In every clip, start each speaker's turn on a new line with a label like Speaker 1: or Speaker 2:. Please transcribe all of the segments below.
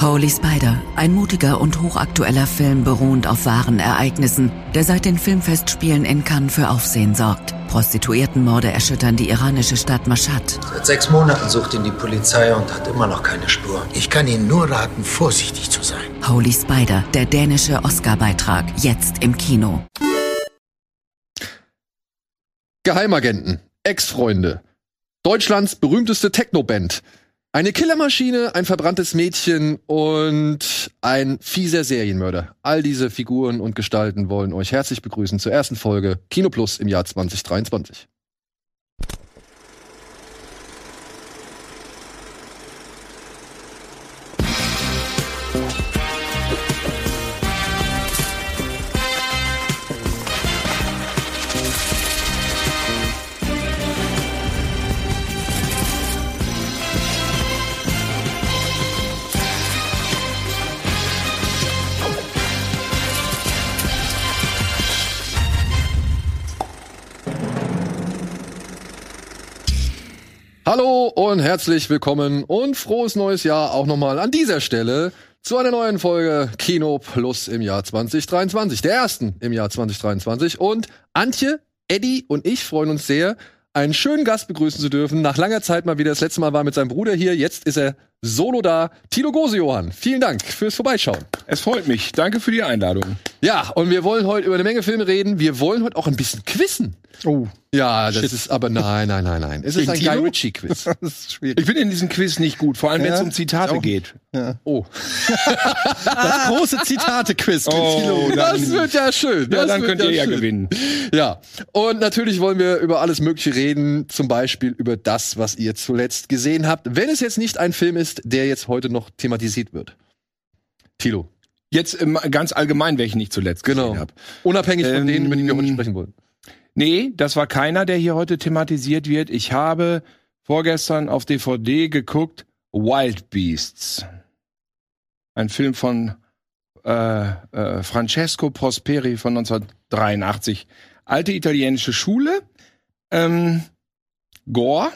Speaker 1: Holy Spider, ein mutiger und hochaktueller Film beruhend auf wahren Ereignissen, der seit den Filmfestspielen in Cannes für Aufsehen sorgt. Prostituiertenmorde erschüttern die iranische Stadt Mashhad.
Speaker 2: Seit sechs Monaten sucht ihn die Polizei und hat immer noch keine Spur.
Speaker 3: Ich kann Ihnen nur raten, vorsichtig zu sein.
Speaker 1: Holy Spider, der dänische Oscar-Beitrag, jetzt im Kino.
Speaker 4: Geheimagenten, Ex-Freunde, Deutschlands berühmteste Technoband, eine Killermaschine, ein verbranntes Mädchen und ein fieser Serienmörder. All diese Figuren und Gestalten wollen euch herzlich begrüßen zur ersten Folge Kino Plus im Jahr 2023. Hallo und herzlich willkommen und frohes neues Jahr auch nochmal an dieser Stelle zu einer neuen Folge Kino Plus im Jahr 2023, der ersten im Jahr 2023. Und Antje, Eddie und ich freuen uns sehr, einen schönen Gast begrüßen zu dürfen. Nach langer Zeit mal wieder, das letzte Mal war er mit seinem Bruder hier, jetzt ist er solo da. Tilo Gosejohann, vielen Dank fürs Vorbeischauen.
Speaker 5: Es freut mich. Danke für die Einladung.
Speaker 4: Ja, und wir wollen heute über eine Menge Filme reden. Wir wollen heute auch ein bisschen quizzen.
Speaker 5: Oh.
Speaker 4: Ja, das
Speaker 5: Shit.
Speaker 4: ist aber nein, nein, nein, nein. Es ist
Speaker 5: Gegen
Speaker 4: ein Guy
Speaker 5: Tilo?
Speaker 4: Ritchie-Quiz.
Speaker 6: Das ist schwierig.
Speaker 5: Ich bin in diesem Quiz nicht gut, vor allem wenn es
Speaker 6: Ja.
Speaker 5: um Zitate geht.
Speaker 4: Oh.
Speaker 6: Das große Zitate-Quiz.
Speaker 5: Oh,
Speaker 4: Das wird ja schön.
Speaker 5: ja,
Speaker 4: das
Speaker 5: dann
Speaker 4: wird
Speaker 5: könnt ihr ja
Speaker 4: schön.
Speaker 5: gewinnen.
Speaker 4: Ja, und natürlich wollen wir über alles Mögliche reden, zum Beispiel über das, was ihr zuletzt gesehen habt, wenn es jetzt nicht ein Film ist, der jetzt heute noch thematisiert wird. Tilo,
Speaker 5: Jetzt im, ganz allgemein, welchen ich zuletzt
Speaker 4: genau.
Speaker 5: gesehen habe.
Speaker 4: Unabhängig von
Speaker 5: Ähm,
Speaker 4: denen, über die wir heute sprechen wollen.
Speaker 5: Nee, das war keiner, der hier heute thematisiert wird. Ich habe vorgestern auf DVD geguckt Wild Beasts. Ein Film von äh, äh, Francesco Prosperi von 1983. Alte italienische Schule. Ähm, Gore.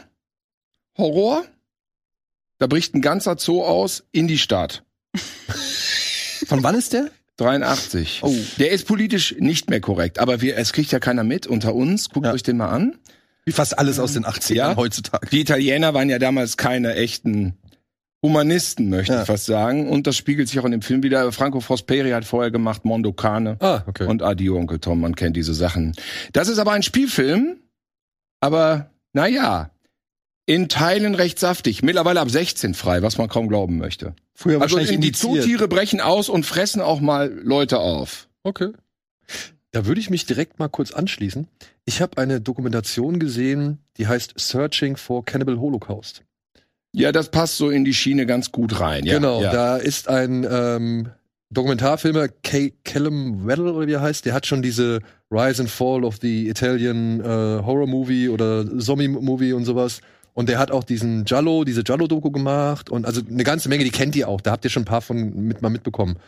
Speaker 5: Horror. Da bricht ein ganzer Zoo aus in die Stadt.
Speaker 6: Von wann ist der?
Speaker 5: 83. Oh. Der ist politisch nicht mehr korrekt, aber wir, es kriegt ja keiner mit unter uns. Guckt
Speaker 6: Ja.
Speaker 5: euch den mal an.
Speaker 6: Wie fast alles aus den 80ern
Speaker 5: Ja.
Speaker 6: heutzutage.
Speaker 5: Die Italiener waren ja damals keine echten Humanisten, möchte
Speaker 6: Ja.
Speaker 5: ich fast sagen. Und das spiegelt sich auch in dem Film wieder. Franco Frosperi hat vorher gemacht Mondo Cane
Speaker 4: Ah, okay.
Speaker 5: und Adio Onkel Tom, man kennt diese Sachen. Das ist aber ein Spielfilm, aber naja, in Teilen recht saftig. Mittlerweile ab 16 frei, was man kaum glauben möchte.
Speaker 6: Früher
Speaker 5: Also die
Speaker 6: indiziert.
Speaker 5: Zootiere brechen aus und fressen auch mal Leute auf.
Speaker 4: Okay. Da würde ich mich direkt mal kurz anschließen. Ich habe eine Dokumentation gesehen, die heißt Searching for Cannibal Holocaust.
Speaker 5: Ja, das passt so in die Schiene ganz gut rein. Ja,
Speaker 4: genau,
Speaker 5: ja.
Speaker 4: da ist ein ähm, Dokumentarfilmer, Kay Callum Weddle oder wie er heißt, der hat schon diese Rise and Fall of the Italian äh, Horror Movie oder Zombie Movie und sowas. Und der hat auch diesen Giallo, diese Giallo-Doku gemacht und also eine ganze Menge, die kennt ihr auch. Da habt ihr schon ein paar von mit mal mitbekommen.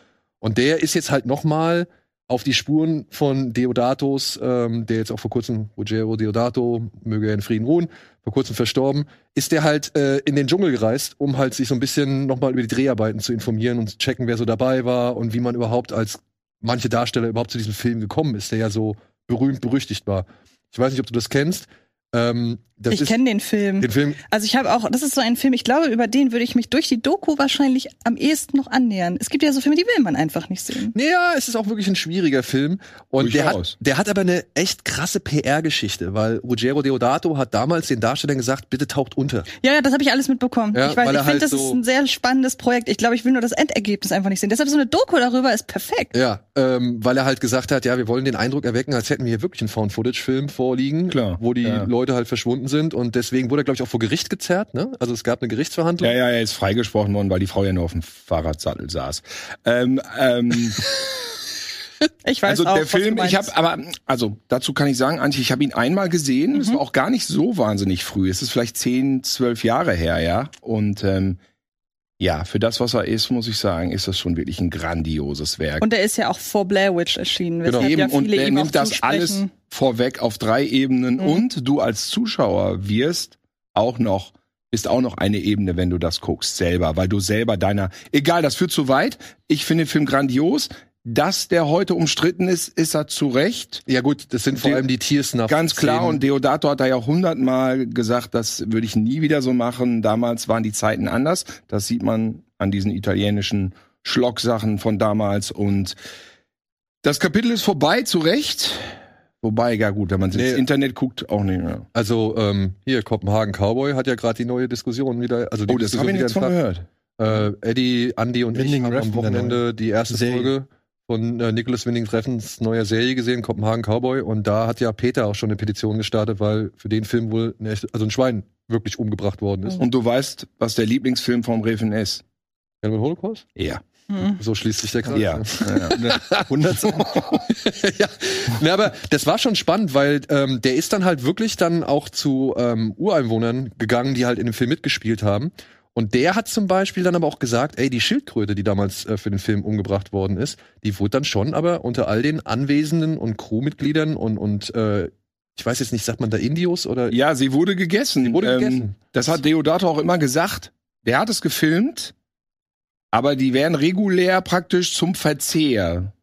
Speaker 4: Und der ist jetzt halt nochmal auf die Spuren von Deodatos, ähm, der jetzt auch vor kurzem, Ruggero Deodato, möge er in Frieden ruhen, vor kurzem verstorben, ist der halt äh, in den Dschungel gereist, um halt sich so ein bisschen nochmal über die Dreharbeiten zu informieren und zu checken, wer so dabei war und wie man überhaupt als manche Darsteller überhaupt zu diesem Film gekommen ist, der ja so berühmt, berüchtigt war. Ich weiß nicht, ob du das kennst. Ähm, das
Speaker 7: ich
Speaker 4: ist
Speaker 7: kenne den Film.
Speaker 4: den Film.
Speaker 7: Also ich habe auch, das ist so ein Film, ich glaube, über den würde ich mich durch die Doku wahrscheinlich am ehesten noch annähern. Es gibt ja so Filme, die will man einfach nicht sehen.
Speaker 4: Naja, es ist auch wirklich ein schwieriger Film. Und der hat,
Speaker 5: Durchaus.
Speaker 4: der hat aber eine echt krasse PR-Geschichte, weil Ruggero Deodato hat damals den Darstellern gesagt, bitte taucht unter.
Speaker 7: Ja, ja, das habe ich alles mitbekommen.
Speaker 4: Ja,
Speaker 7: ich weiß,
Speaker 4: weil
Speaker 7: ich
Speaker 4: er
Speaker 7: finde,
Speaker 4: halt
Speaker 7: das
Speaker 4: so-
Speaker 7: ist ein sehr spannendes Projekt. Ich glaube, ich will nur das Endergebnis einfach nicht sehen. Deshalb so eine Doku darüber ist perfekt.
Speaker 4: Ja, ähm, weil er halt gesagt hat, ja, wir wollen den Eindruck erwecken, als hätten wir hier wirklich einen Found-Footage-Film vorliegen,
Speaker 5: Klar,
Speaker 4: wo die
Speaker 5: ja.
Speaker 4: Leute halt verschwunden sind. Und deswegen wurde er, glaube ich, auch vor Gericht gezerrt. Ne? Also es gab eine Gerichtsverhandlung.
Speaker 5: Ja, ja, er ist freigesprochen worden, weil die Frau ja nur auf dem Fahrradsattel saß. Ähm, ähm,
Speaker 7: Ich weiß
Speaker 5: also
Speaker 7: auch,
Speaker 5: der
Speaker 7: was
Speaker 5: Film,
Speaker 7: du
Speaker 5: ich habe,
Speaker 7: meinst.
Speaker 5: aber also dazu kann ich sagen, Antje, ich habe ihn einmal gesehen.
Speaker 7: Mhm.
Speaker 5: Das war auch gar nicht so wahnsinnig früh. Es ist vielleicht zehn, zwölf Jahre her, ja. Und ähm, ja, für das, was er ist, muss ich sagen, ist das schon wirklich ein grandioses Werk.
Speaker 7: Und der ist ja auch vor Blair Witch erschienen. weshalb
Speaker 5: Genau, Eben,
Speaker 7: ja
Speaker 5: und
Speaker 7: viele
Speaker 5: er
Speaker 7: ihm auch
Speaker 5: nimmt das
Speaker 7: zusprechen. Mhm.
Speaker 5: alles vorweg auf drei Ebenen und du als Zuschauer wirst auch noch ist auch noch eine Ebene, wenn du das guckst, selber, weil du selber deiner, egal, das führt zu weit. Ich finde den Film grandios. Dass der heute umstritten ist, ist er zu Recht.
Speaker 4: Ja gut, das sind vor
Speaker 5: Die-
Speaker 4: allem die Tiers nach
Speaker 5: Ganz klar,
Speaker 4: Szenen.
Speaker 5: und Deodato hat da ja hundertmal gesagt, das würde ich nie wieder so machen. Damals waren die Zeiten anders. Das sieht man an diesen italienischen Schlocksachen von damals. Und das Kapitel ist vorbei, zu Recht. Wobei, ja gut, wenn man
Speaker 4: Nee.
Speaker 5: ins Internet guckt, auch nicht mehr.
Speaker 4: also ähm, hier Kopenhagen Cowboy hat ja gerade die neue Diskussion wieder, also
Speaker 5: Oh,
Speaker 4: die Diskussion wieder entfacht.
Speaker 5: gehört.
Speaker 4: äh, Eddie, Andy und ich
Speaker 6: Mhm. Winding
Speaker 4: haben am
Speaker 6: Refn, der
Speaker 4: Wochenende die erste
Speaker 6: Serie.
Speaker 4: Folge von äh, Nicholas Winding Refn's neuer Serie gesehen, Kopenhagen Cowboy. Und da hat ja Peter auch schon eine Petition gestartet, weil für den Film wohl ein echt, also ein Schwein wirklich umgebracht worden
Speaker 6: Mhm.
Speaker 4: ist.
Speaker 5: Und du weißt, was der Lieblingsfim vom Reven ist.
Speaker 4: Cannibal Holocaust?
Speaker 5: Ja.
Speaker 7: Mhm.
Speaker 4: So schließt sich der Kreis. ne?
Speaker 5: Ja. ja.
Speaker 6: Wundert's.
Speaker 4: ja. Na, aber das war schon spannend, weil ähm, der ist dann halt wirklich dann auch zu ähm, Ureinwohnern gegangen, die halt in dem Film mitgespielt haben. Und der hat zum Beispiel dann aber auch gesagt, ey, die Schildkröte, die damals äh, für den Film umgebracht worden ist, die wurde dann schon aber unter all den Anwesenden und Crewmitgliedern und, und äh, ich weiß jetzt nicht, sagt man da Indios oder
Speaker 5: äh, Ja, sie wurde gegessen. Ähm,
Speaker 4: Sie wurde gegessen.
Speaker 5: Das hat Deodato auch immer gesagt. Der hat es gefilmt, aber die wären regulär praktisch zum Verzehr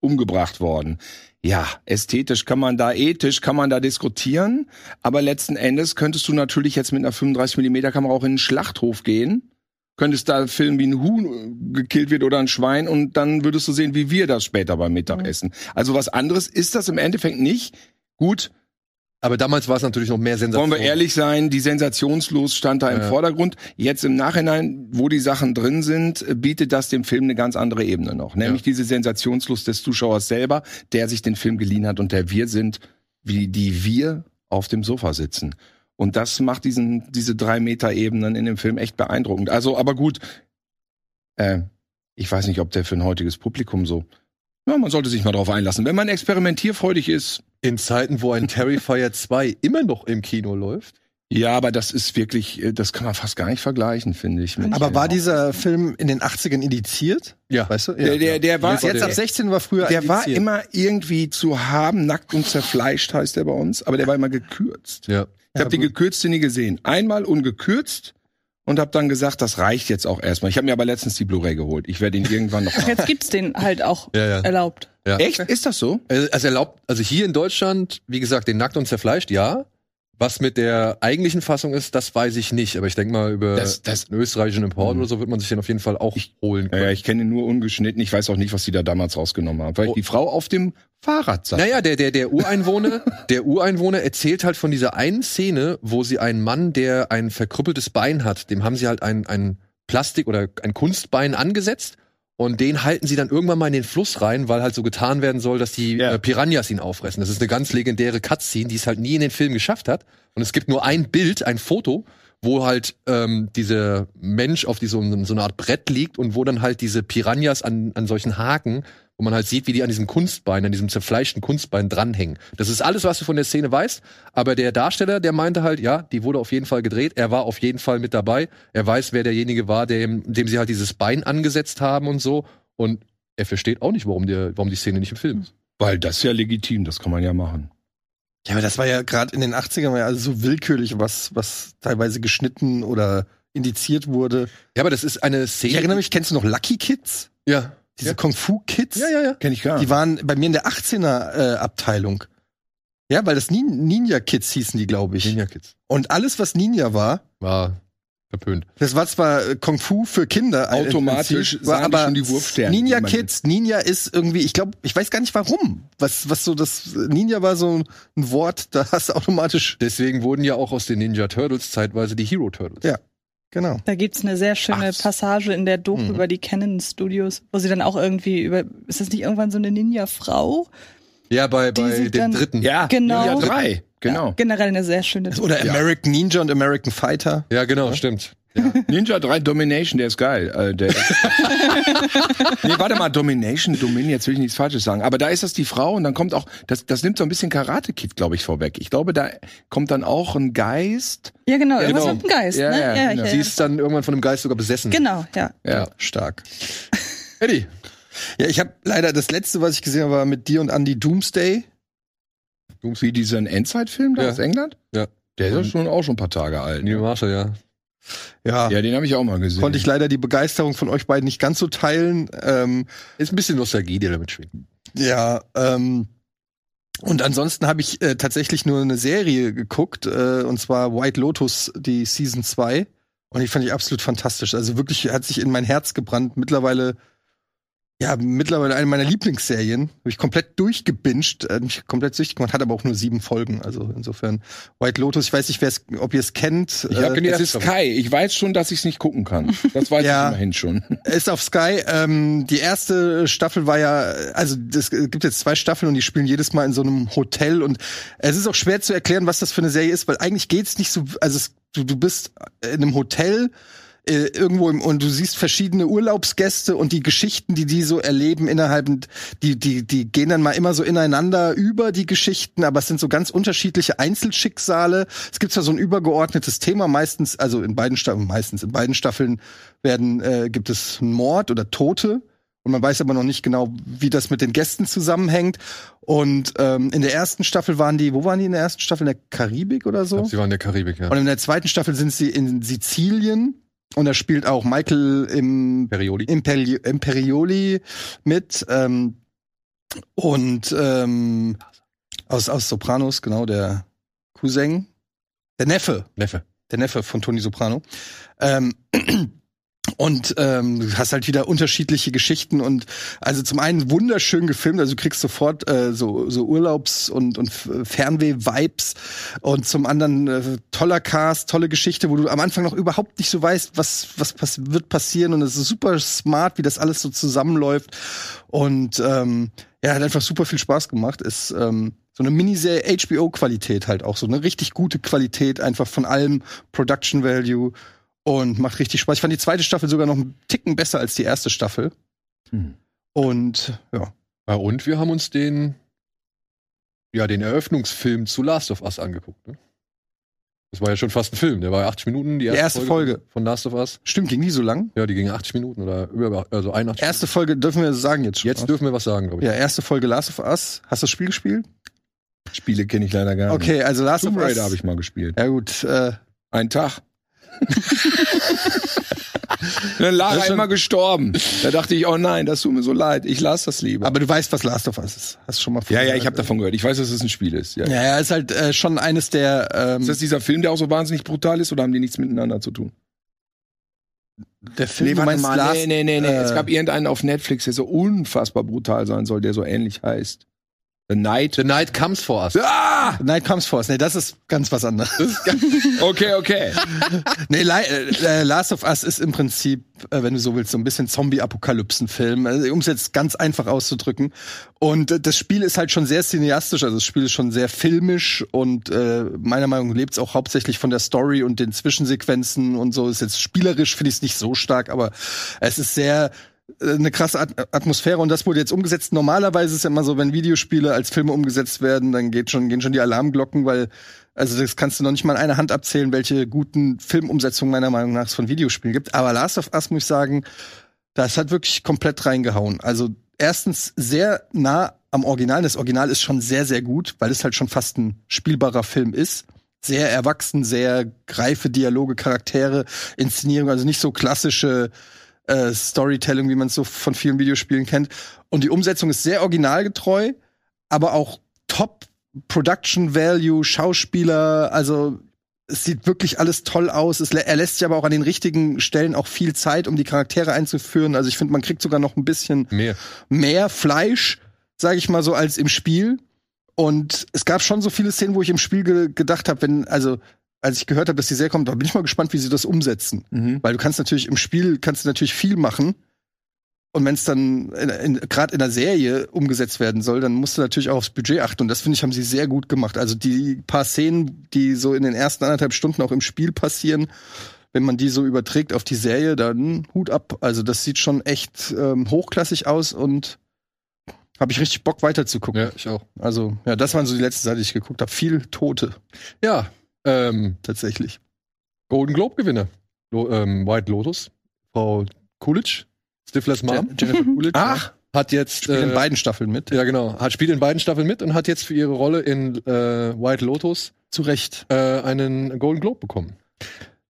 Speaker 5: umgebracht worden. Ja, ästhetisch kann man da, ethisch kann man da diskutieren, aber letzten Endes könntest du natürlich jetzt mit einer 35 mm Kamera auch in den Schlachthof gehen, könntest da filmen, wie ein Huhn äh, gekillt wird oder ein Schwein und dann würdest du sehen, wie wir das später beim Mittagessen.
Speaker 4: Mhm.
Speaker 5: Also was anderes ist das im Endeffekt nicht. Gut,
Speaker 4: aber damals war es natürlich noch mehr Sensation.
Speaker 5: wollen wir ehrlich sein, die Sensationslos stand da im
Speaker 4: Ja.
Speaker 5: Vordergrund. Jetzt im Nachhinein, wo die Sachen drin sind, äh, bietet das dem Film eine ganz andere Ebene noch. Nämlich diese Sensationslust des Zuschauers selber, der sich den Film geliehen hat und der wir sind, wie die wir auf dem Sofa sitzen. Und das macht diesen, diese drei Meter Ebenen in dem Film echt beeindruckend. Also, aber gut, äh, ich weiß nicht, ob der für ein heutiges Publikum so. Ja, man sollte sich mal drauf einlassen. Wenn man experimentierfreudig ist,
Speaker 4: In Zeiten, wo ein Terrifier 2 immer noch im Kino läuft.
Speaker 5: Ja, aber das ist wirklich, äh, das kann man fast gar nicht vergleichen, finde ich. mit-
Speaker 6: Aber war dieser Film in den 80ern indiziert?
Speaker 4: Ja.
Speaker 6: Weißt du? Ja.
Speaker 5: der, der, der war,
Speaker 6: Jetzt, jetzt ab 16 war früher
Speaker 5: der war
Speaker 6: indiziert.
Speaker 5: immer irgendwie zu haben, nackt und zerfleischt heißt der bei uns, aber der war immer gekürzt.
Speaker 4: Ja.
Speaker 5: Ich habe die gekürzte nie gesehen. Einmal ungekürzt und habe dann gesagt, das reicht jetzt auch erstmal. Ich habe mir aber letztens die Blu-ray geholt. Ich werde ihn irgendwann noch.
Speaker 7: Ach,
Speaker 5: Haben.
Speaker 7: jetzt gibt's den halt auch
Speaker 4: Ja, ja.
Speaker 7: erlaubt.
Speaker 4: ja.
Speaker 5: Echt? Ist das so?
Speaker 4: Also, also erlaubt, also hier in Deutschland, wie gesagt, den nackt und zerfleischt, ja. Was mit der eigentlichen Fassung ist, das weiß ich nicht. Aber ich denke mal, über
Speaker 5: Das- das-
Speaker 4: einen österreichischen Import oder so wird man sich den auf jeden Fall auch holen können.
Speaker 5: Naja, ich kenne ihn nur ungeschnitten. Ich weiß auch nicht, was die da damals rausgenommen haben. Weil
Speaker 4: Oh.
Speaker 5: die Frau auf dem Fahrrad saß.
Speaker 4: Naja, der, der, der Ureinwohner, der Ureinwohner erzählt halt von dieser einen Szene, wo sie einen Mann, der ein verkrüppeltes Bein hat, dem haben sie halt ein, ein Plastik oder ein Kunstbein angesetzt und den halten sie dann irgendwann mal in den Fluss rein, weil halt so getan werden soll, dass die
Speaker 5: Ja.
Speaker 4: äh, Piranhas ihn auffressen. Das ist eine ganz legendäre Cutscene, die es halt nie in den Film geschafft hat. Und es gibt nur ein Bild, ein Foto, wo halt ähm, dieser Mensch auf die, so, so einer Art Brett liegt und wo dann halt diese Piranhas an, an solchen Haken, wo man halt sieht, wie die an diesem Kunstbein, an diesem zerfleischten Kunstbein dranhängen. Das ist alles, was du von der Szene weißt. Aber der Darsteller, der meinte halt, ja, die wurde auf jeden Fall gedreht. Er war auf jeden Fall mit dabei. Er weiß, wer derjenige war, dem, dem sie halt dieses Bein angesetzt haben und so. Und er versteht auch nicht, warum, der, warum die Szene nicht im Film ist.
Speaker 5: Weil das ist ja legitim, das kann man ja machen.
Speaker 6: Ja, aber das war ja gerade in den 80ern war ja alles so willkürlich, was, was teilweise geschnitten oder indiziert wurde.
Speaker 4: Ja, aber das ist eine Szene.
Speaker 6: Ich erinnere mich, kennst du noch Lucky Kids?
Speaker 4: Ja.
Speaker 6: Diese
Speaker 4: Ja.
Speaker 6: Kung Fu Kids?
Speaker 4: ja, ja, ja.
Speaker 5: Kenn ich gar
Speaker 6: Die
Speaker 5: nicht.
Speaker 6: waren bei mir in der 18er äh, Abteilung. Ja, weil das Nin Ninja Kids hießen die, glaube ich.
Speaker 4: Ninja Kids.
Speaker 6: Und alles, was Ninja war,
Speaker 4: War verpönt.
Speaker 6: das war zwar äh, Kung Fu für Kinder. äh, im
Speaker 5: Automatisch
Speaker 6: Prinzip,
Speaker 5: sahen die schon die Wurfsterne,
Speaker 6: Ninja
Speaker 5: die man-
Speaker 6: Kids, Ninja ist irgendwie, ich glaube, ich weiß gar nicht warum. Was, was so das, Ninja war so ein Wort, da hast du automatisch,
Speaker 4: Deswegen wurden ja auch aus den Ninja Turtles zeitweise die Hero Turtles.
Speaker 6: Ja. genau.
Speaker 7: Da gibt's eine sehr schöne
Speaker 5: Ach.
Speaker 7: Passage in der Doku
Speaker 6: Mhm.
Speaker 7: über die Canon Studios, wo sie dann auch irgendwie über. Ist das nicht irgendwann so eine Ninja-Frau?
Speaker 4: Ja, bei,
Speaker 7: Die
Speaker 4: bei
Speaker 7: sind
Speaker 4: dem
Speaker 7: dann-
Speaker 4: dritten.
Speaker 5: Ja,
Speaker 7: Genau.
Speaker 5: Ja, drei. Genau.
Speaker 7: Generell eine sehr schöne.
Speaker 6: Oder
Speaker 5: Ja.
Speaker 6: American Ninja und American Fighter.
Speaker 4: ja genau, stimmt.
Speaker 5: Ninja 3 Domination, der ist geil. Äh, der nee, warte mal, Domination, Dominion, jetzt will ich nichts Falsches sagen. Aber da ist das die Frau und dann kommt auch, das, das nimmt so ein bisschen Karate-Kid, glaube ich, vorweg. Ich glaube, da kommt dann auch ein Geist.
Speaker 7: Ja, genau. Irgendwas
Speaker 4: genau.
Speaker 7: mit dem Geist.
Speaker 5: Ja,
Speaker 7: ne?
Speaker 5: ja,
Speaker 7: ja,
Speaker 5: genau.
Speaker 7: ich-
Speaker 4: Sie ist dann irgendwann von einem Geist sogar besessen.
Speaker 7: Genau, ja.
Speaker 5: Ja.
Speaker 6: Stark.
Speaker 4: Eddie.
Speaker 6: Ja, ich habe leider das letzte, was ich gesehen habe, war mit dir und Andy Doomsday.
Speaker 5: Jungs, wie diesen Endzeitfilm da
Speaker 4: Ja.
Speaker 5: aus England?
Speaker 4: Ja.
Speaker 5: Der ist ja schon auch schon ein paar Tage alt.
Speaker 4: Neil Marshall, ja.
Speaker 6: Ja.
Speaker 5: Ja, den habe ich auch mal gesehen.
Speaker 6: Konnte ich leider die Begeisterung von euch beiden nicht ganz so teilen. Ähm,
Speaker 4: Ist ein bisschen Nostalgie, die damit schwingt.
Speaker 6: ja, ähm, und ansonsten habe ich äh, tatsächlich nur eine Serie geguckt, äh, und zwar White Lotus, die Season 2. Und die fand ich absolut fantastisch. Also wirklich hat sich in mein Herz gebrannt. Mittlerweile, ja, mittlerweile eine meiner Lieblingsserien. Habe ich komplett durchgebinged, äh, mich komplett süchtig gemacht, hat aber auch nur sieben Folgen. Also insofern White Lotus, ich weiß nicht, wer's, ob ihr es kennt.
Speaker 5: Ich hab
Speaker 6: Äh,
Speaker 5: gedacht,
Speaker 6: es
Speaker 5: es ist Kai. Ich weiß schon, dass ich es nicht gucken kann. Das weiß
Speaker 6: Ja.
Speaker 5: ich immerhin schon.
Speaker 6: Ist auf Sky. Ähm, die erste Staffel war ja, also es gibt jetzt zwei Staffeln und die spielen jedes Mal in so einem Hotel und es ist auch schwer zu erklären, was das für eine Serie ist, weil eigentlich geht's nicht so, also es, du, du bist in einem Hotel äh, irgendwo im, und du siehst verschiedene Urlaubsgäste und die Geschichten, die die so erleben innerhalb, und die, die, die gehen dann mal immer so ineinander über die Geschichten, aber es sind so ganz unterschiedliche Einzelschicksale. Es gibt zwar so ein übergeordnetes Thema, meistens, also in beiden Staffeln, meistens in beiden Staffeln werden, äh, gibt es einen Mord oder Tote. Und man weiß aber noch nicht genau, wie das mit den Gästen zusammenhängt. Und ähm, in der ersten Staffel waren die, wo waren die in der ersten Staffel? In der Karibik oder so?
Speaker 4: Ich glaub, Sie waren in der Karibik, ja.
Speaker 6: Und in der zweiten Staffel sind sie in Sizilien. Und da spielt auch Michael im
Speaker 4: Perioli.
Speaker 6: Imperi Imperioli mit. Ähm, und ähm, aus, aus Sopranos, genau, der Cousin. Der Neffe,
Speaker 4: Neffe.
Speaker 6: der Neffe von Tony Soprano. Ähm, und ähm, du hast halt wieder unterschiedliche Geschichten und also zum einen wunderschön gefilmt, also du kriegst sofort äh, so, so Urlaubs- und, und Fernweh-Vibes und zum anderen äh, toller Cast, tolle Geschichte, wo du am Anfang noch überhaupt nicht so weißt, was, was pass wird passieren und es ist super smart, wie das alles so zusammenläuft und ähm, ja, hat einfach super viel Spaß gemacht, ist ähm, so eine Miniserie HBO-Qualität halt auch, so eine richtig gute Qualität einfach von allem Production Value und macht richtig Spaß. Ich fand die zweite Staffel sogar noch einen Ticken besser als die erste Staffel.
Speaker 5: Hm.
Speaker 6: Und ja,
Speaker 4: Ja, und wir haben uns den, ja, den Eröffnungsfilm zu Last of Us angeguckt. Ne? Das war ja schon fast ein Film. Der war ja 80 Minuten, die erste,
Speaker 6: erste Folge.
Speaker 4: von Last of Us.
Speaker 6: stimmt, ging nie so lang.
Speaker 4: Ja, die ging 80 Minuten oder über, also 81
Speaker 6: Erste Folge dürfen wir sagen jetzt schon.
Speaker 4: Minuten. Jetzt dürfen wir was sagen, glaube ich.
Speaker 6: ja, erste Folge Last of Us. Hast du das Spiel gespielt?
Speaker 5: Spiele kenne ich leider gar nicht.
Speaker 6: Okay, also Last
Speaker 5: genau. Tomb
Speaker 6: of Us.
Speaker 5: Raider habe ich mal gespielt.
Speaker 6: Ja gut, äh,
Speaker 5: Ein Tag. Dann lag er immer gestorben. Da dachte ich, oh nein, das tut mir so leid. Ich las das lieber.
Speaker 6: aber du weißt, was Last of Us ist. Hast du schon mal von
Speaker 5: ja, ja, ich habe davon gehört. Ich weiß, dass es ein Spiel ist. Ja.
Speaker 6: Ja, ja, ist halt äh, schon eines der ähm,
Speaker 5: Ist das dieser Film, der auch so wahnsinnig brutal ist, oder haben die nichts miteinander zu tun?
Speaker 6: der Film du meinst Last,
Speaker 5: nee, nee, nee, nee.
Speaker 6: äh,
Speaker 5: es gab irgendeinen auf Netflix, der so unfassbar brutal sein soll, der so ähnlich heißt. The Night.
Speaker 4: The Night Comes For Us.
Speaker 5: Ah!
Speaker 6: Night Comes Force. Nee, das ist ganz was anderes.
Speaker 5: Okay, okay.
Speaker 6: Nee, La äh, äh, Last of Us ist im Prinzip, äh, wenn du so willst, so ein bisschen Zombie-Apokalypsen-Film, also, um es jetzt ganz einfach auszudrücken. Und äh, das Spiel ist halt schon sehr cineastisch, also das Spiel ist schon sehr filmisch und äh, meiner Meinung nach lebt es auch hauptsächlich von der Story und den Zwischensequenzen und so. Ist jetzt spielerisch, finde ich es nicht so stark, aber es ist sehr äh, eine krasse At Atmosphäre und das wurde jetzt umgesetzt. Normalerweise ist ja immer so, wenn Videospiele als Filme umgesetzt werden, dann geht schon, gehen schon die Alarmglocken, weil also das kannst du noch nicht mal in einer Hand abzählen, welche guten Filmumsetzungen meiner Meinung nach es von Videospielen gibt. Aber Last of Us muss ich sagen, das hat wirklich komplett reingehauen. Also erstens sehr nah am Original. Das Original ist schon sehr, sehr gut, weil es halt schon fast ein spielbarer Film ist. Sehr erwachsen, sehr greife Dialoge, Charaktere, Inszenierung, also nicht so klassische äh, Storytelling, wie man es so von vielen Videospielen kennt. Und die Umsetzung ist sehr originalgetreu, aber auch top Production Value, Schauspieler, also es sieht wirklich alles toll aus. Es, lä- er lässt sich aber auch an den richtigen Stellen auch viel Zeit, um die Charaktere einzuführen. Also ich finde, man kriegt sogar noch ein bisschen
Speaker 4: Mehr.
Speaker 6: mehr Fleisch, sage ich mal so, als im Spiel. Und es gab schon so viele Szenen, wo ich im Spiel ge gedacht habe, wenn, also als ich gehört habe, dass die Serie kommt, da bin ich mal gespannt, wie sie das umsetzen.
Speaker 5: Mhm.
Speaker 6: Weil du kannst natürlich im Spiel kannst du natürlich viel machen. Und wenn es dann in, in, gerade in der Serie umgesetzt werden soll, dann musst du natürlich auch aufs Budget achten. Und das finde ich, haben sie sehr gut gemacht. Also die paar Szenen, die so in den ersten anderthalb Stunden auch im Spiel passieren, wenn man die so überträgt auf die Serie, dann Hut ab. Also das sieht schon echt ähm, hochklassig aus und habe ich richtig Bock weiterzugucken.
Speaker 4: Ja, ich auch.
Speaker 6: Also ja, das waren so die letzten Seiten, die ich geguckt habe. Viel Tote
Speaker 4: Ja, ähm,
Speaker 6: tatsächlich.
Speaker 4: Golden Globe Gewinner. Lo ähm, White Lotus. Frau Coolidge, Stiflers Mom. Jennifer Coolidge. Mhm. Ach! Hat jetzt.
Speaker 6: Spielt in
Speaker 4: Äh,
Speaker 6: beiden Staffeln mit.
Speaker 4: ja, genau. Hat spielt in beiden Staffeln mit und hat jetzt für ihre Rolle in äh, White Lotus
Speaker 6: Zu Recht.
Speaker 4: äh, einen Golden Globe bekommen.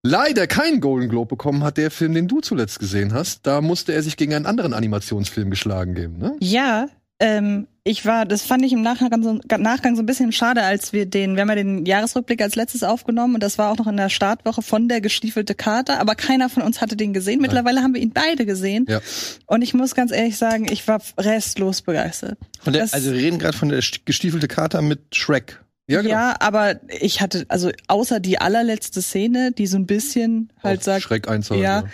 Speaker 4: leider keinen Golden Globe bekommen hat, der Film, den du zuletzt gesehen hast. Da musste er sich gegen einen anderen Animationsfilm geschlagen geben, ne?
Speaker 7: Ja, ähm, ich war, das fand ich im Nachgang so, Nachgang so ein bisschen schade, als wir den, wir haben ja den Jahresrückblick als letztes aufgenommen und das war auch noch in der Startwoche von der gestiefelte Kater, aber keiner von uns hatte den gesehen. Mittlerweile haben wir ihn beide gesehen
Speaker 4: Ja.
Speaker 7: und ich muss ganz ehrlich sagen, ich war restlos begeistert.
Speaker 6: Von der,
Speaker 7: Das-
Speaker 6: also wir reden gerade von der st- gestiefelte Kater mit Shrek.
Speaker 4: Ja, genau.
Speaker 7: Ja, aber ich hatte, also außer die allerletzte Szene, die so ein bisschen halt
Speaker 4: Auf
Speaker 7: sagt,
Speaker 4: Schreck einzahlen,
Speaker 7: ja,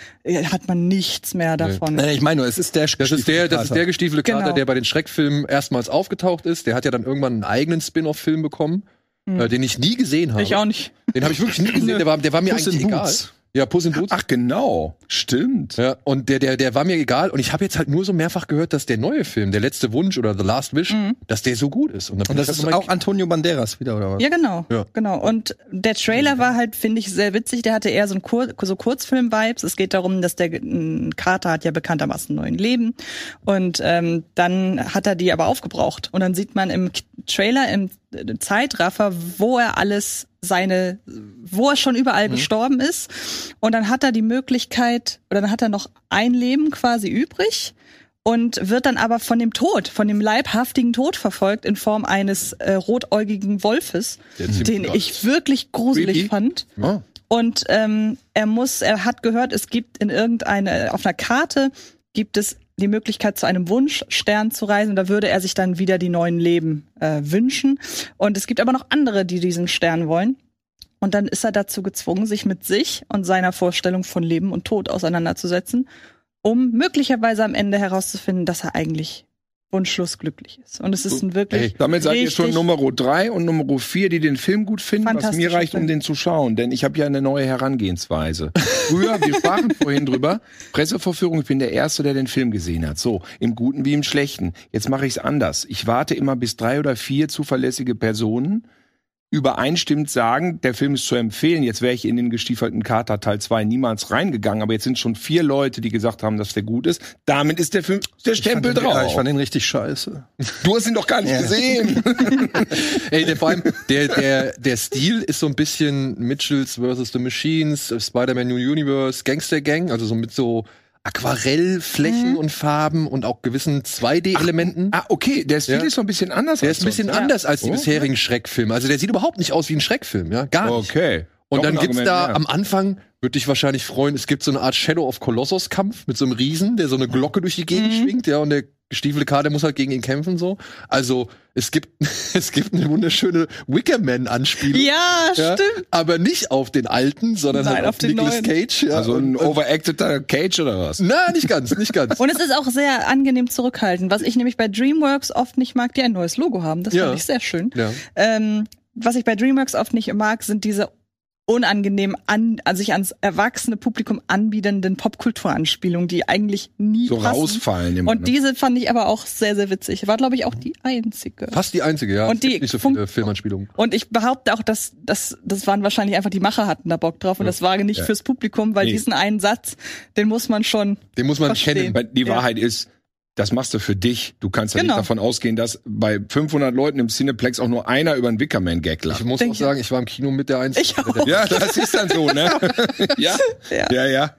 Speaker 7: hat man nichts mehr davon.
Speaker 6: Nein, ich meine nur, es ist der
Speaker 4: Das ist der, das ist der gestiefelte Kater,
Speaker 7: Genau.
Speaker 4: der bei den Schreckfilmen erstmals aufgetaucht ist. Der hat ja dann irgendwann einen eigenen Spin-off-Film bekommen, äh, den ich nie gesehen habe.
Speaker 7: Ich auch nicht.
Speaker 4: Den habe ich wirklich nie gesehen. Der war, der war mir
Speaker 6: Puss in
Speaker 4: eigentlich egal.
Speaker 6: Boots.
Speaker 4: Ja, Puss in Boots.
Speaker 5: Ach genau, stimmt.
Speaker 4: Ja, und der, der, der war mir egal. Und ich habe jetzt halt nur so mehrfach gehört, dass der neue Film, der letzte Wunsch oder The Last Wish, dass der so gut ist. dann bin
Speaker 6: Und das
Speaker 4: ich halt
Speaker 6: ist
Speaker 4: so mein-
Speaker 6: auch Antonio Banderas wieder, oder was?
Speaker 7: Ja, genau.
Speaker 4: Ja.
Speaker 7: Genau. Und der Trailer war halt, finde ich, sehr witzig. Der hatte eher so, ein Kur so Kurzfilm-Vibes. Es geht darum, dass der ein Kater hat ja bekanntermaßen neuen Leben. Und ähm, dann hat er die aber aufgebraucht. Und dann sieht man im K Trailer, im äh, Zeitraffer, wo er alles seine, wo er schon überall
Speaker 6: Mhm.
Speaker 7: gestorben ist. Und dann hat er die Möglichkeit, oder dann hat er noch ein Leben quasi übrig und wird dann aber von dem Tod, von dem leibhaftigen Tod verfolgt in Form eines äh, rotäugigen Wolfes,
Speaker 4: ziemlich
Speaker 7: den
Speaker 4: krass
Speaker 7: ich wirklich gruselig
Speaker 4: Creepy.
Speaker 7: fand.
Speaker 4: Ah.
Speaker 7: Und ähm, er muss, er hat gehört, es gibt in irgendeine, auf einer Karte gibt es die Möglichkeit, zu einem Wunschstern zu reisen. Da würde er sich dann wieder die neuen Leben äh, wünschen. Und es gibt aber noch andere, die diesen Stern wollen. Und dann ist er dazu gezwungen, sich mit sich und seiner Vorstellung von Leben und Tod auseinanderzusetzen, um möglicherweise am Ende herauszufinden, dass er eigentlich wunschlos glücklich ist. Und es ist ein wirklich.
Speaker 5: Ey, damit seid ihr schon
Speaker 7: richtig-
Speaker 5: Nummer 3 und Nummer 4, die den Film gut finden, was mir
Speaker 7: Fantastischer
Speaker 5: reicht, um
Speaker 7: Film.
Speaker 5: den zu schauen. Denn ich habe ja eine neue Herangehensweise. Früher, wir sprachen vorhin drüber, Presseverführung, ich bin der Erste, der den Film gesehen hat. So, im Guten wie im Schlechten. Jetzt mache ich es anders. Ich warte immer bis drei oder vier zuverlässige Personen übereinstimmend sagen, der Film ist zu empfehlen. Jetzt wäre ich in den gestiefelten Kater Teil 2 niemals reingegangen, aber jetzt sind schon vier Leute, die gesagt haben, dass der gut ist. Damit ist der Film der Stempel
Speaker 6: den,
Speaker 5: drauf.
Speaker 6: Ja, ich fand den richtig scheiße.
Speaker 5: du hast ihn doch gar nicht gesehen.
Speaker 4: Ey, der, vor allem, der, der, der Stil ist so ein bisschen Mitchells vs. The Machines, äh, Spider-Man New Universe, Gangster Gang, also so mit so
Speaker 5: Mhm.
Speaker 4: Aquarellflächen und Farben und auch gewissen 2D-Elementen.
Speaker 5: Ah, okay, der Stil
Speaker 4: Ja.
Speaker 5: ist so ein bisschen anders.
Speaker 4: Der
Speaker 5: als
Speaker 4: ist ein bisschen
Speaker 5: sonst.
Speaker 4: anders als die
Speaker 5: Oh.
Speaker 4: bisherigen Schreckfilme. Also der sieht überhaupt nicht aus wie ein Schreckfilm, ja, gar nicht.
Speaker 5: Okay.
Speaker 4: Und
Speaker 5: Doch
Speaker 4: dann
Speaker 5: ein
Speaker 4: gibt's
Speaker 5: Argument
Speaker 4: da
Speaker 5: mehr.
Speaker 4: am Anfang, würde dich wahrscheinlich freuen, es gibt so eine Art Shadow of Colossus Kampf mit so einem Riesen, der so eine Glocke durch die Gegend
Speaker 7: Mhm.
Speaker 4: schwingt, ja, und der gestiefelte Kader muss halt gegen ihn kämpfen, so. Also, es gibt, es gibt eine wunderschöne Wickerman-Anspielung.
Speaker 7: Ja, stimmt.
Speaker 4: Aber nicht auf den alten, sondern
Speaker 7: Nein,
Speaker 4: halt auf,
Speaker 7: auf den
Speaker 4: Nicolas
Speaker 7: neuen.
Speaker 4: Cage, ja.
Speaker 5: also
Speaker 4: und,
Speaker 5: ein
Speaker 4: und,
Speaker 5: overacteter Cage oder was?
Speaker 4: na, nicht ganz, nicht ganz.
Speaker 7: Und es ist auch sehr angenehm zurückhaltend, was ich nämlich bei DreamWorks oft nicht mag, die ein neues Logo haben. Das
Speaker 4: Ja.
Speaker 7: finde ich sehr schön.
Speaker 4: ja.
Speaker 7: Ähm, was ich bei DreamWorks oft nicht mag, sind diese unangenehm an, an sich ans erwachsene Publikum anbietenden Popkulturanspielungen, die eigentlich nie
Speaker 5: So ne?
Speaker 7: passen.
Speaker 5: rausfallen immer.
Speaker 7: Und diese fand ich aber auch sehr, sehr witzig. War, glaube ich, auch die einzige.
Speaker 4: Fast die einzige, ja.
Speaker 7: Und
Speaker 4: es gibt
Speaker 7: die
Speaker 4: nicht so
Speaker 7: Funk-
Speaker 4: viele Filmanspielungen.
Speaker 7: Und ich behaupte auch, dass, dass das waren wahrscheinlich einfach die Macher hatten da Bock drauf und das war nicht fürs Publikum, weil
Speaker 5: Nee.
Speaker 7: diesen einen Satz, den muss man schon.
Speaker 4: Den muss man
Speaker 7: Verstehen.
Speaker 4: kennen.
Speaker 5: Weil die
Speaker 7: Ja.
Speaker 5: Wahrheit ist, das machst du für dich. Du kannst ja
Speaker 7: Genau.
Speaker 5: nicht davon ausgehen, dass bei 500 Leuten im Cineplex auch nur einer über einen Wickerman-Gag
Speaker 4: Ich
Speaker 5: lacht.
Speaker 4: muss
Speaker 7: Denk
Speaker 4: auch
Speaker 7: ich-
Speaker 4: sagen, ich war im Kino mit der einzigen.
Speaker 7: Ich auch.
Speaker 5: Ja, das ist dann so, ne? ja.
Speaker 7: Ja.
Speaker 5: ja, ja.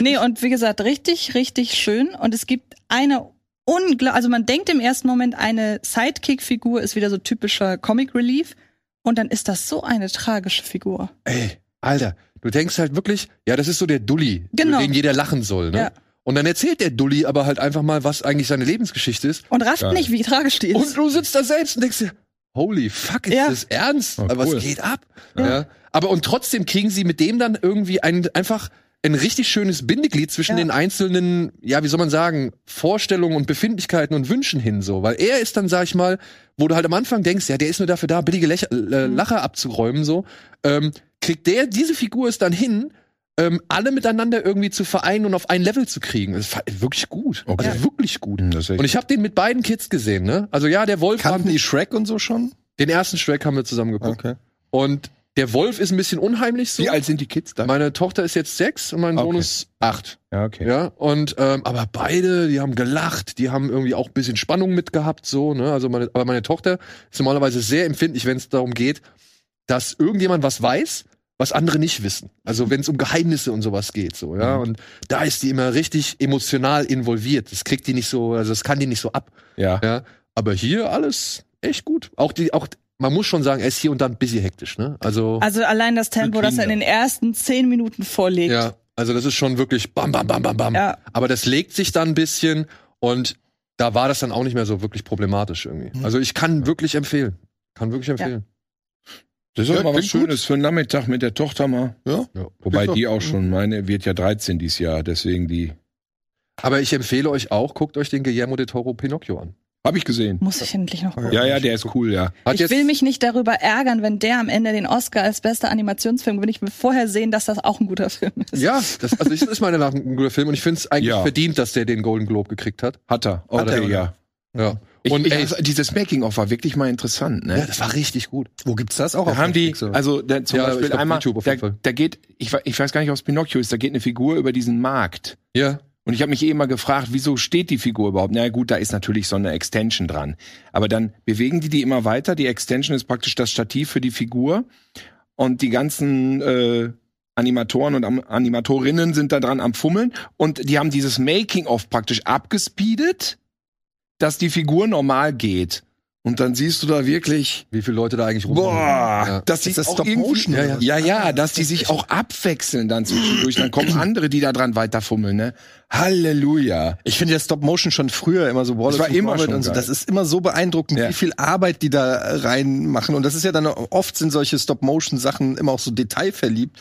Speaker 7: Nee, und wie gesagt, richtig, richtig schön. Und es gibt eine unglaublich, also man denkt im ersten Moment, eine Sidekick-Figur ist wieder so typischer Comic Relief. Und dann ist das so eine tragische Figur.
Speaker 4: ey, Alter, du denkst halt wirklich, ja, das ist so der Dulli,
Speaker 7: Genau.
Speaker 4: über den jeder lachen soll, ne?
Speaker 7: Ja.
Speaker 4: Und dann erzählt der Dulli aber halt einfach mal, was eigentlich seine Lebensgeschichte ist.
Speaker 7: Und rafft
Speaker 5: Geil.
Speaker 7: nicht, wie tragisch die
Speaker 4: Und
Speaker 7: ist.
Speaker 4: du sitzt da selbst und denkst dir, holy fuck, ist
Speaker 7: Ja.
Speaker 4: das ernst?
Speaker 5: Oh,
Speaker 4: aber
Speaker 5: cool.
Speaker 4: was geht ab?
Speaker 5: Ja.
Speaker 4: Ja. Aber und trotzdem kriegen sie mit dem dann irgendwie ein, einfach ein richtig schönes Bindeglied zwischen
Speaker 7: Ja.
Speaker 4: den einzelnen, ja, wie soll man sagen, Vorstellungen und Befindlichkeiten und Wünschen hin so. Weil er ist dann, sag ich mal, wo du halt am Anfang denkst, ja, der ist nur dafür da, billige Lächer, äh, Lacher abzuräumen so. Ähm, kriegt der, diese Figur ist dann hin, ähm, alle miteinander irgendwie zu vereinen und auf ein Level zu kriegen. Das ist fa- wirklich gut.
Speaker 5: Okay.
Speaker 4: Also wirklich gut.
Speaker 5: Hm, das ist echt-
Speaker 4: Und ich habe den mit beiden Kids gesehen, ne? Also ja, der Wolf
Speaker 6: Kannten
Speaker 4: haben,
Speaker 6: die Shrek und so schon?
Speaker 4: den ersten Shrek haben wir zusammen geguckt. Und der Wolf ist ein bisschen unheimlich so.
Speaker 5: Wie alt sind die Kids da?
Speaker 4: Meine Tochter ist jetzt sechs und mein Sohn
Speaker 5: Okay.
Speaker 4: ist acht.
Speaker 5: Ja, okay.
Speaker 4: Ja, und ähm, aber beide, die haben gelacht, die haben irgendwie auch ein bisschen Spannung mitgehabt, so, ne? Also meine, aber meine Tochter ist normalerweise sehr empfindlich, wenn es darum geht, dass irgendjemand was weiß was andere nicht wissen. Also wenn es um Geheimnisse und sowas geht, so, ja.
Speaker 5: Mhm.
Speaker 4: Und da ist die immer richtig emotional involviert. Das kriegt die nicht so, also das kann die nicht so ab.
Speaker 5: Ja.
Speaker 4: Ja, aber hier alles echt gut. Auch die, auch, man muss schon sagen, er ist hier und da ein bisschen hektisch, ne? Also,
Speaker 7: Also allein das Tempo, das er in
Speaker 5: Cleaner.
Speaker 7: den ersten zehn Minuten vorlegt.
Speaker 4: ja, also das ist schon wirklich bam, bam, bam, bam, bam.
Speaker 7: Ja.
Speaker 4: Aber das legt sich dann ein bisschen und da war das dann auch nicht mehr so wirklich problematisch irgendwie.
Speaker 7: Mhm.
Speaker 4: Also ich kann wirklich empfehlen. Kann wirklich empfehlen.
Speaker 5: Das ist
Speaker 8: Ja,
Speaker 5: auch mal was
Speaker 8: klingt gut.
Speaker 5: Schönes für einen Nachmittag mit der Tochter mal.
Speaker 8: Ja.
Speaker 5: Wobei
Speaker 8: Ist doch-
Speaker 5: die auch schon, meine, wird ja 13 dieses Jahr, deswegen die.
Speaker 4: Aber ich empfehle euch auch, guckt euch den Guillermo de Toro Pinocchio an.
Speaker 5: Hab ich gesehen.
Speaker 7: Muss ich endlich noch gucken.
Speaker 5: Ja, ja, der ist cool, ja.
Speaker 4: Hat
Speaker 7: Ich will mich nicht darüber ärgern, wenn der am Ende den Oscar als bester Animationsfilm gewinnt. Ich will vorher sehen, dass das auch ein guter Film ist.
Speaker 4: ja, das, also das ist meiner Meinung nach ein guter Film und ich finde es eigentlich
Speaker 5: Ja.
Speaker 4: verdient, dass der den Golden Globe gekriegt hat.
Speaker 5: Hat er. Oder
Speaker 4: Hat er, oder?
Speaker 5: ja.
Speaker 4: Ja.
Speaker 5: Ich,
Speaker 4: Und
Speaker 5: ich,
Speaker 4: ey,
Speaker 5: also, dieses Making-of war wirklich mal interessant, ne?
Speaker 4: ja, das war richtig gut.
Speaker 6: Wo gibt's das auch?
Speaker 5: Da haben die,
Speaker 6: Netflix, oder?
Speaker 5: also da, zum
Speaker 4: Ja, ich
Speaker 5: Beispiel
Speaker 4: glaub,
Speaker 5: einmal,
Speaker 4: YouTube auf
Speaker 5: da,
Speaker 4: jeden Fall.
Speaker 5: da geht, ich, we- ich weiß gar nicht, ob es Pinocchio ist, da geht eine Figur über diesen Markt.
Speaker 4: Ja.
Speaker 5: Und ich habe mich eh immer gefragt, wieso steht die Figur überhaupt? Na gut, da ist natürlich so eine Extension dran. Aber dann bewegen die die immer weiter. Die Extension ist praktisch das Stativ für die Figur. Und die ganzen äh, Animatoren und Am Animatorinnen sind da dran am Fummeln. Und die haben dieses Making-of praktisch abgespeedet, dass die Figur normal geht. Und dann siehst du da wirklich,
Speaker 4: Wie viele Leute da eigentlich
Speaker 5: Boah,
Speaker 4: rumlaufen.
Speaker 5: dass die
Speaker 6: Ist das
Speaker 5: auch
Speaker 6: Stop
Speaker 5: irgendwie,
Speaker 6: Motion
Speaker 5: ja,
Speaker 6: oder
Speaker 5: ja.
Speaker 6: was?
Speaker 5: ja, ja, dass die sich auch abwechseln dann zwischendurch. Dann kommen andere, die da dran weiterfummeln, ne? Halleluja.
Speaker 6: Ich finde ja Stop Motion schon früher immer so Wallace
Speaker 5: Das war
Speaker 6: und
Speaker 5: immer
Speaker 6: Gromit
Speaker 5: schon
Speaker 6: und so.
Speaker 5: geil.
Speaker 6: Das ist immer so beeindruckend,
Speaker 5: Ja.
Speaker 6: wie viel Arbeit die da reinmachen. Und das ist ja dann oft sind solche Stop Motion Sachen immer auch so detailverliebt,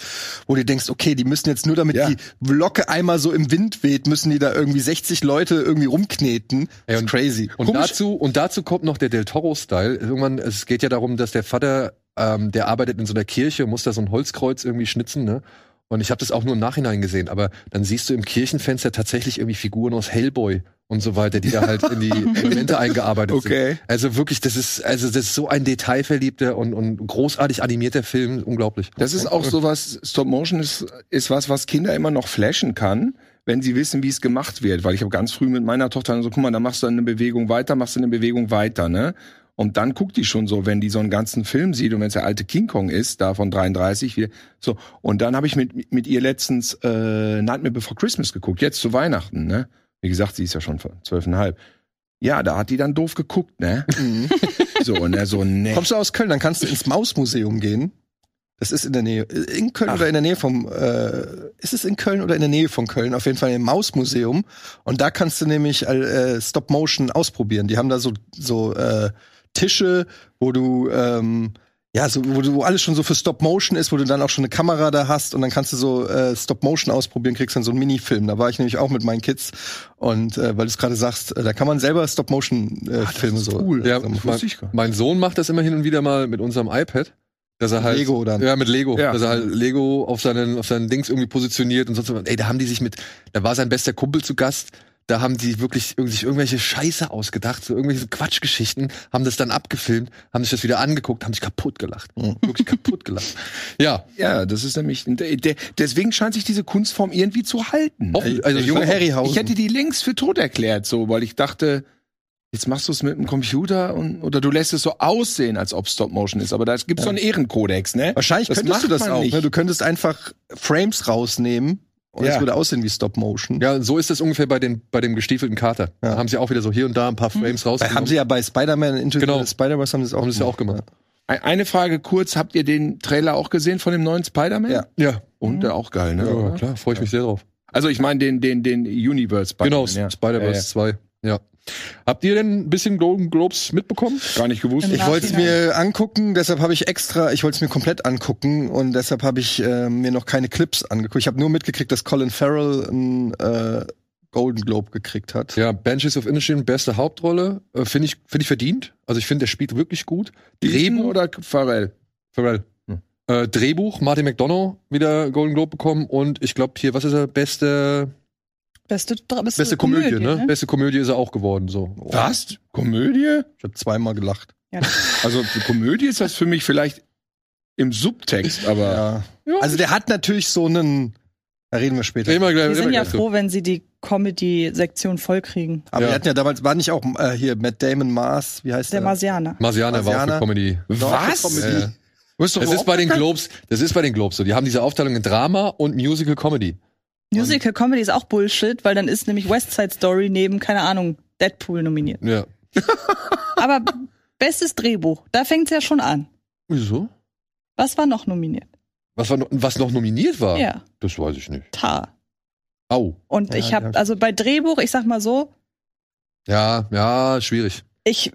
Speaker 6: wo du denkst, okay, die müssen jetzt nur damit
Speaker 5: Ja.
Speaker 6: die Glocke einmal so im Wind weht, müssen die da irgendwie 60 Leute irgendwie
Speaker 5: Hm?
Speaker 6: rumkneten.
Speaker 4: Hm? Ey,
Speaker 6: Das
Speaker 4: und-
Speaker 6: ist crazy.
Speaker 4: Und
Speaker 6: Komisch-
Speaker 4: dazu, und dazu kommt noch der Del Toro-Style. Irgendwann, es geht ja darum, dass der Vater, ähm, der arbeitet in so einer Kirche, muss da so ein Holzkreuz irgendwie schnitzen, ne? Und ich habe das auch nur im Nachhinein gesehen, aber dann siehst du im Kirchenfenster tatsächlich irgendwie Figuren aus Hellboy und so weiter, die da halt in die Elemente eingearbeitet sind.
Speaker 6: okay.
Speaker 4: Also wirklich, das ist, also das ist so ein detailverliebter und, und großartig animierter Film, unglaublich.
Speaker 5: Das ist auch sowas, Stop Motion ist, ist was, was Kinder immer noch flashen kann, wenn sie wissen, wie es gemacht wird. Weil ich habe ganz früh mit meiner Tochter dann so, guck mal, da machst du eine Bewegung weiter, machst du eine Bewegung weiter, ne? Und dann guckt die schon so, wenn die so einen ganzen Film sieht und wenn es der alte King Kong ist, da von 33, wie, so. Und dann habe ich mit, mit ihr letztens äh, Nightmare Before Christmas geguckt, jetzt zu Weihnachten, ne? Wie gesagt, sie ist ja schon zwölfeinhalb. Ja, da hat die dann doof geguckt, ne? so, ne, so, ne.
Speaker 6: Kommst du aus Köln, dann kannst du ins Mausmuseum gehen. Das ist in der Nähe, in Köln
Speaker 5: Ach.
Speaker 6: oder in der Nähe vom, äh, ist es in Köln oder in der Nähe von Köln? Auf jeden Fall im Mausmuseum. Und da kannst du nämlich äh, Stop Motion ausprobieren. Die haben da so, so äh, Tische, wo du, ähm, ja, so, wo, du, wo alles schon so für Stop Motion ist, wo du dann auch schon eine Kamera da hast und dann kannst du so äh, Stop Motion ausprobieren, kriegst dann so einen Minifilm. Da war ich nämlich auch mit meinen Kids. Und äh, weil du es gerade sagst, äh, da kann man selber Stop Motion äh, Filme so.
Speaker 5: Ah, cool.
Speaker 4: Ja,
Speaker 6: so machen.
Speaker 4: mein, mein Sohn macht das immer hin und wieder mal mit unserem iPad. Dass er halt,
Speaker 6: Lego dann.
Speaker 4: Ja, mit Lego.
Speaker 5: Ja.
Speaker 4: Dass er halt Lego auf seinen, auf seinen Dings irgendwie positioniert und sonst was. Ey, da haben die sich mit, da war sein bester Kumpel zu Gast. Da haben die wirklich irgendwie sich irgendwelche Scheiße ausgedacht, so irgendwelche Quatschgeschichten, haben das dann abgefilmt, haben sich das wieder angeguckt, haben sich kaputt gelacht. Wirklich kaputt gelacht. Ja,
Speaker 5: Ja, das ist nämlich. de- de- Deswegen scheint sich diese Kunstform irgendwie zu halten.
Speaker 4: Hoffen-
Speaker 5: also
Speaker 4: also
Speaker 5: der
Speaker 4: ich
Speaker 5: junge
Speaker 4: hoffe-
Speaker 5: Harryhausen. Ich hätte die längst für tot erklärt, so, weil ich dachte, jetzt machst du es mit dem Computer und oder du lässt es so aussehen, als ob Stop Motion ist. Aber da gibt es so einen Ehrenkodex, ne?
Speaker 6: Wahrscheinlich
Speaker 5: Das
Speaker 6: könntest du
Speaker 5: macht
Speaker 6: das
Speaker 5: man
Speaker 6: auch.
Speaker 5: nicht.
Speaker 6: Ne? Du könntest einfach Frames rausnehmen und
Speaker 5: Ja.
Speaker 6: es würde aussehen wie Stop Motion.
Speaker 4: ja, so ist das ungefähr bei, den, bei dem gestiefelten Kater. Da haben sie auch wieder so hier und da ein paar Frames
Speaker 6: Weil
Speaker 4: rausgenommen.
Speaker 6: Äh, haben sie ja bei Spider-Man Into
Speaker 4: Genau.
Speaker 6: the Spider-Verse haben sie es auch,
Speaker 4: Haben sie es auch gemacht.
Speaker 5: E- Eine Frage kurz: Habt ihr den Trailer auch gesehen von dem neuen Spider-Man?
Speaker 6: Ja.
Speaker 4: ja,
Speaker 5: Und der auch geil, ne?
Speaker 4: ja,
Speaker 5: Oder?
Speaker 4: klar, freue ich mich sehr drauf.
Speaker 5: Also ich meine den den den Universe
Speaker 4: Genau,
Speaker 5: Spider-Man, ja.
Speaker 4: Spider-Verse 2. Ja. Habt ihr denn ein bisschen Golden Globes mitbekommen?
Speaker 5: Ja, ja. Gar nicht gewusst.
Speaker 7: Im
Speaker 6: Ich wollte es
Speaker 5: genau.
Speaker 7: Nachhinein.
Speaker 6: mir angucken, deshalb habe ich extra, ich wollte es mir komplett angucken und deshalb habe ich äh, mir noch keine Clips angeguckt. Ich habe nur mitgekriegt, dass Colin Farrell einen äh, Golden Globe gekriegt hat.
Speaker 4: Ja, Banshees of Inisherin, beste Hauptrolle. Äh, finde ich, finde ich verdient. Also ich finde, der spielt wirklich gut.
Speaker 5: Reben
Speaker 4: Drehbuch,
Speaker 5: oder Pharrell?
Speaker 4: Pharrell.
Speaker 5: Hm.
Speaker 4: Äh, Drehbuch, Martin McDonough wieder Golden Globe bekommen und ich glaube hier, was ist er? Beste,
Speaker 7: Beste, Dra- beste,
Speaker 4: beste Komödie, ne? Beste Komödie ist er auch geworden, so.
Speaker 5: Was? Komödie?
Speaker 6: Oh. Ich habe zweimal gelacht.
Speaker 5: Also für Komödie ist das für mich vielleicht im Subtext, aber
Speaker 6: Ja. Also der hat natürlich so einen, da reden wir später.
Speaker 4: Dreh mal gleich-
Speaker 7: Wir
Speaker 4: dreh
Speaker 7: sind
Speaker 4: mal
Speaker 7: ja
Speaker 4: Äh, gleich zu.
Speaker 7: froh, wenn sie die Comedy-Sektion vollkriegen.
Speaker 6: Aber
Speaker 4: Ja.
Speaker 6: wir hatten ja damals, war nicht auch äh, hier Matt Damon Mars, wie heißt
Speaker 7: Der
Speaker 6: der?
Speaker 7: Marsianer.
Speaker 4: Marsianer war auch
Speaker 6: Marsianer.
Speaker 4: eine Comedy.
Speaker 6: War auch eine
Speaker 5: Was?
Speaker 6: Comedy.
Speaker 4: Ja, ja.
Speaker 5: Äh. Wirst du
Speaker 4: Das ist
Speaker 5: überhaupt
Speaker 4: bei den
Speaker 5: erkannt?
Speaker 4: Globes, das ist bei den Globes so. Die haben diese Aufteilung in Drama und Musical Comedy.
Speaker 7: Musical Comedy ist auch Bullshit, weil dann ist nämlich West Side Story neben, keine Ahnung, Deadpool nominiert.
Speaker 4: Ja.
Speaker 7: Aber bestes Drehbuch, da fängt's ja schon an.
Speaker 4: Wieso?
Speaker 7: Was war noch nominiert?
Speaker 4: Was, war, no- was noch nominiert war?
Speaker 7: Ja,
Speaker 4: Das weiß ich nicht.
Speaker 7: Tar.
Speaker 4: Au.
Speaker 7: Und
Speaker 6: Ja,
Speaker 7: ich habe,
Speaker 6: ja.
Speaker 7: also bei Drehbuch, ich sag mal so,
Speaker 4: Ja, ja, schwierig.
Speaker 7: ich,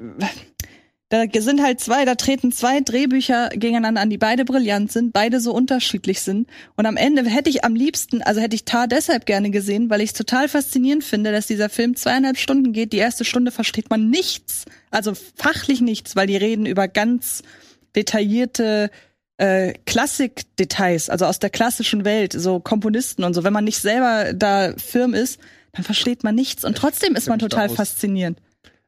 Speaker 7: da sind halt zwei, da treten zwei Drehbücher gegeneinander an, die beide brillant sind, beide so unterschiedlich sind. Und am Ende hätte ich am liebsten, also hätte ich Tar deshalb gerne gesehen, weil ich es total faszinierend finde, dass dieser Film zweieinhalb Stunden geht. Die erste Stunde versteht man nichts, also fachlich nichts, weil die reden über ganz detaillierte äh, Klassikdetails, also aus der klassischen Welt, so Komponisten und so. Wenn man nicht selber da firm ist, dann versteht man nichts und trotzdem ist man
Speaker 6: mich da
Speaker 7: total
Speaker 6: aus.
Speaker 7: faszinierend.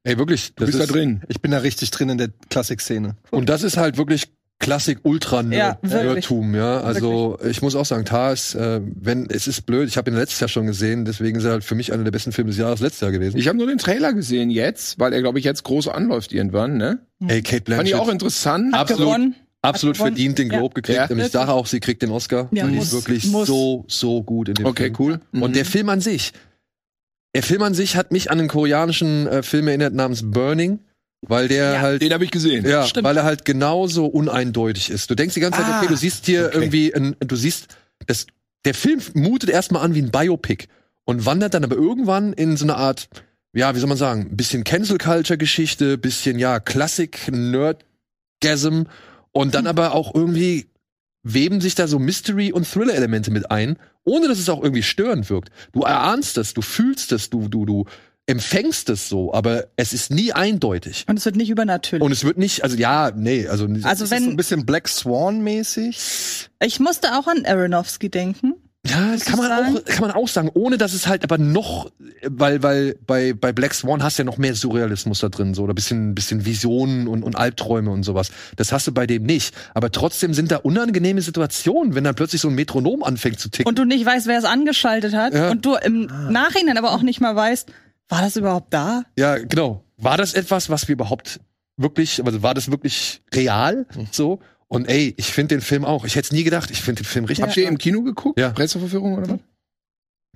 Speaker 4: Ey, wirklich.
Speaker 5: Du
Speaker 4: Das
Speaker 5: bist da
Speaker 4: ist,
Speaker 5: drin.
Speaker 6: Ich bin da richtig drin in der Klassik-Szene.
Speaker 4: und das ist halt wirklich Klassik ultra
Speaker 7: Ja, wirklich.
Speaker 4: nerdtum ja. Also ich muss auch sagen, Tar ist, äh, wenn, es ist blöd, ich habe ihn letztes Jahr schon gesehen, deswegen ist er halt für mich einer der besten Filme des Jahres letztes Jahr gewesen.
Speaker 5: Ich habe nur den Trailer gesehen jetzt, weil er, glaube ich, jetzt groß anläuft irgendwann, ne?
Speaker 4: Ey, Kate
Speaker 5: Fand ich auch
Speaker 4: Blanchett,
Speaker 5: interessant.
Speaker 7: Hat
Speaker 4: Absolut.
Speaker 7: gewonnen.
Speaker 4: absolut
Speaker 7: hat gewonnen.
Speaker 4: verdient den
Speaker 7: Ja.
Speaker 4: Globe gekriegt.
Speaker 5: Ja.
Speaker 4: Und ich sage auch, sie kriegt den Oscar.
Speaker 7: Ja,
Speaker 4: weil die
Speaker 7: muss,
Speaker 4: ist wirklich
Speaker 7: muss. Mhm.
Speaker 4: so, so gut in dem
Speaker 5: Okay,
Speaker 4: Film.
Speaker 5: cool.
Speaker 4: Und der Film an sich, der Film an sich hat mich an einen koreanischen äh, Film erinnert namens Burning, weil der
Speaker 7: Ja.
Speaker 4: halt
Speaker 5: Den habe ich gesehen.
Speaker 4: Ja,
Speaker 7: Stimmt.
Speaker 4: weil er halt genauso uneindeutig ist. Du denkst die ganze Zeit, okay, du siehst hier irgendwie, ein, du siehst, das, der Film mutet erstmal an wie ein Biopic und wandert dann aber irgendwann in so eine Art, ja, wie soll man sagen, bisschen Cancel Culture Geschichte, bisschen, ja, Klassik, Nerdgasm und dann aber auch irgendwie weben sich da so Mystery- und Thriller-Elemente mit ein, ohne dass es auch irgendwie störend wirkt. Du erahnst es, du fühlst es, du, du, du empfängst es so, aber es ist nie eindeutig.
Speaker 7: Und es wird nicht übernatürlich.
Speaker 4: Und es wird nicht, also ja, nee, also,
Speaker 7: also
Speaker 6: Ist das so ein
Speaker 7: wenn
Speaker 6: bisschen Black Swan-mäßig?
Speaker 7: ich musste auch an Aronofsky denken.
Speaker 4: ja, das kann man
Speaker 7: sagen-
Speaker 4: auch, kann man auch sagen, ohne dass es halt aber noch, weil, weil bei, bei Black Swan hast du ja noch mehr Surrealismus da drin, so, oder bisschen, bisschen Visionen und, und Albträume und sowas. Das hast du bei dem nicht. Aber trotzdem sind da unangenehme Situationen, wenn dann plötzlich so ein Metronom anfängt zu ticken.
Speaker 7: Und du nicht weißt, wer es angeschaltet hat.
Speaker 4: Ja.
Speaker 7: Und du im Nachhinein aber auch nicht mal weißt, war das überhaupt da?
Speaker 4: ja, genau. War das etwas, was wir überhaupt wirklich, also war das wirklich real,
Speaker 7: Hm.
Speaker 4: so? Und ey, ich finde den Film auch. Ich hätte es nie gedacht. Ich finde den Film richtig.
Speaker 5: Habt ihr im Kino geguckt?
Speaker 4: Ja.
Speaker 5: Presseverführung oder was?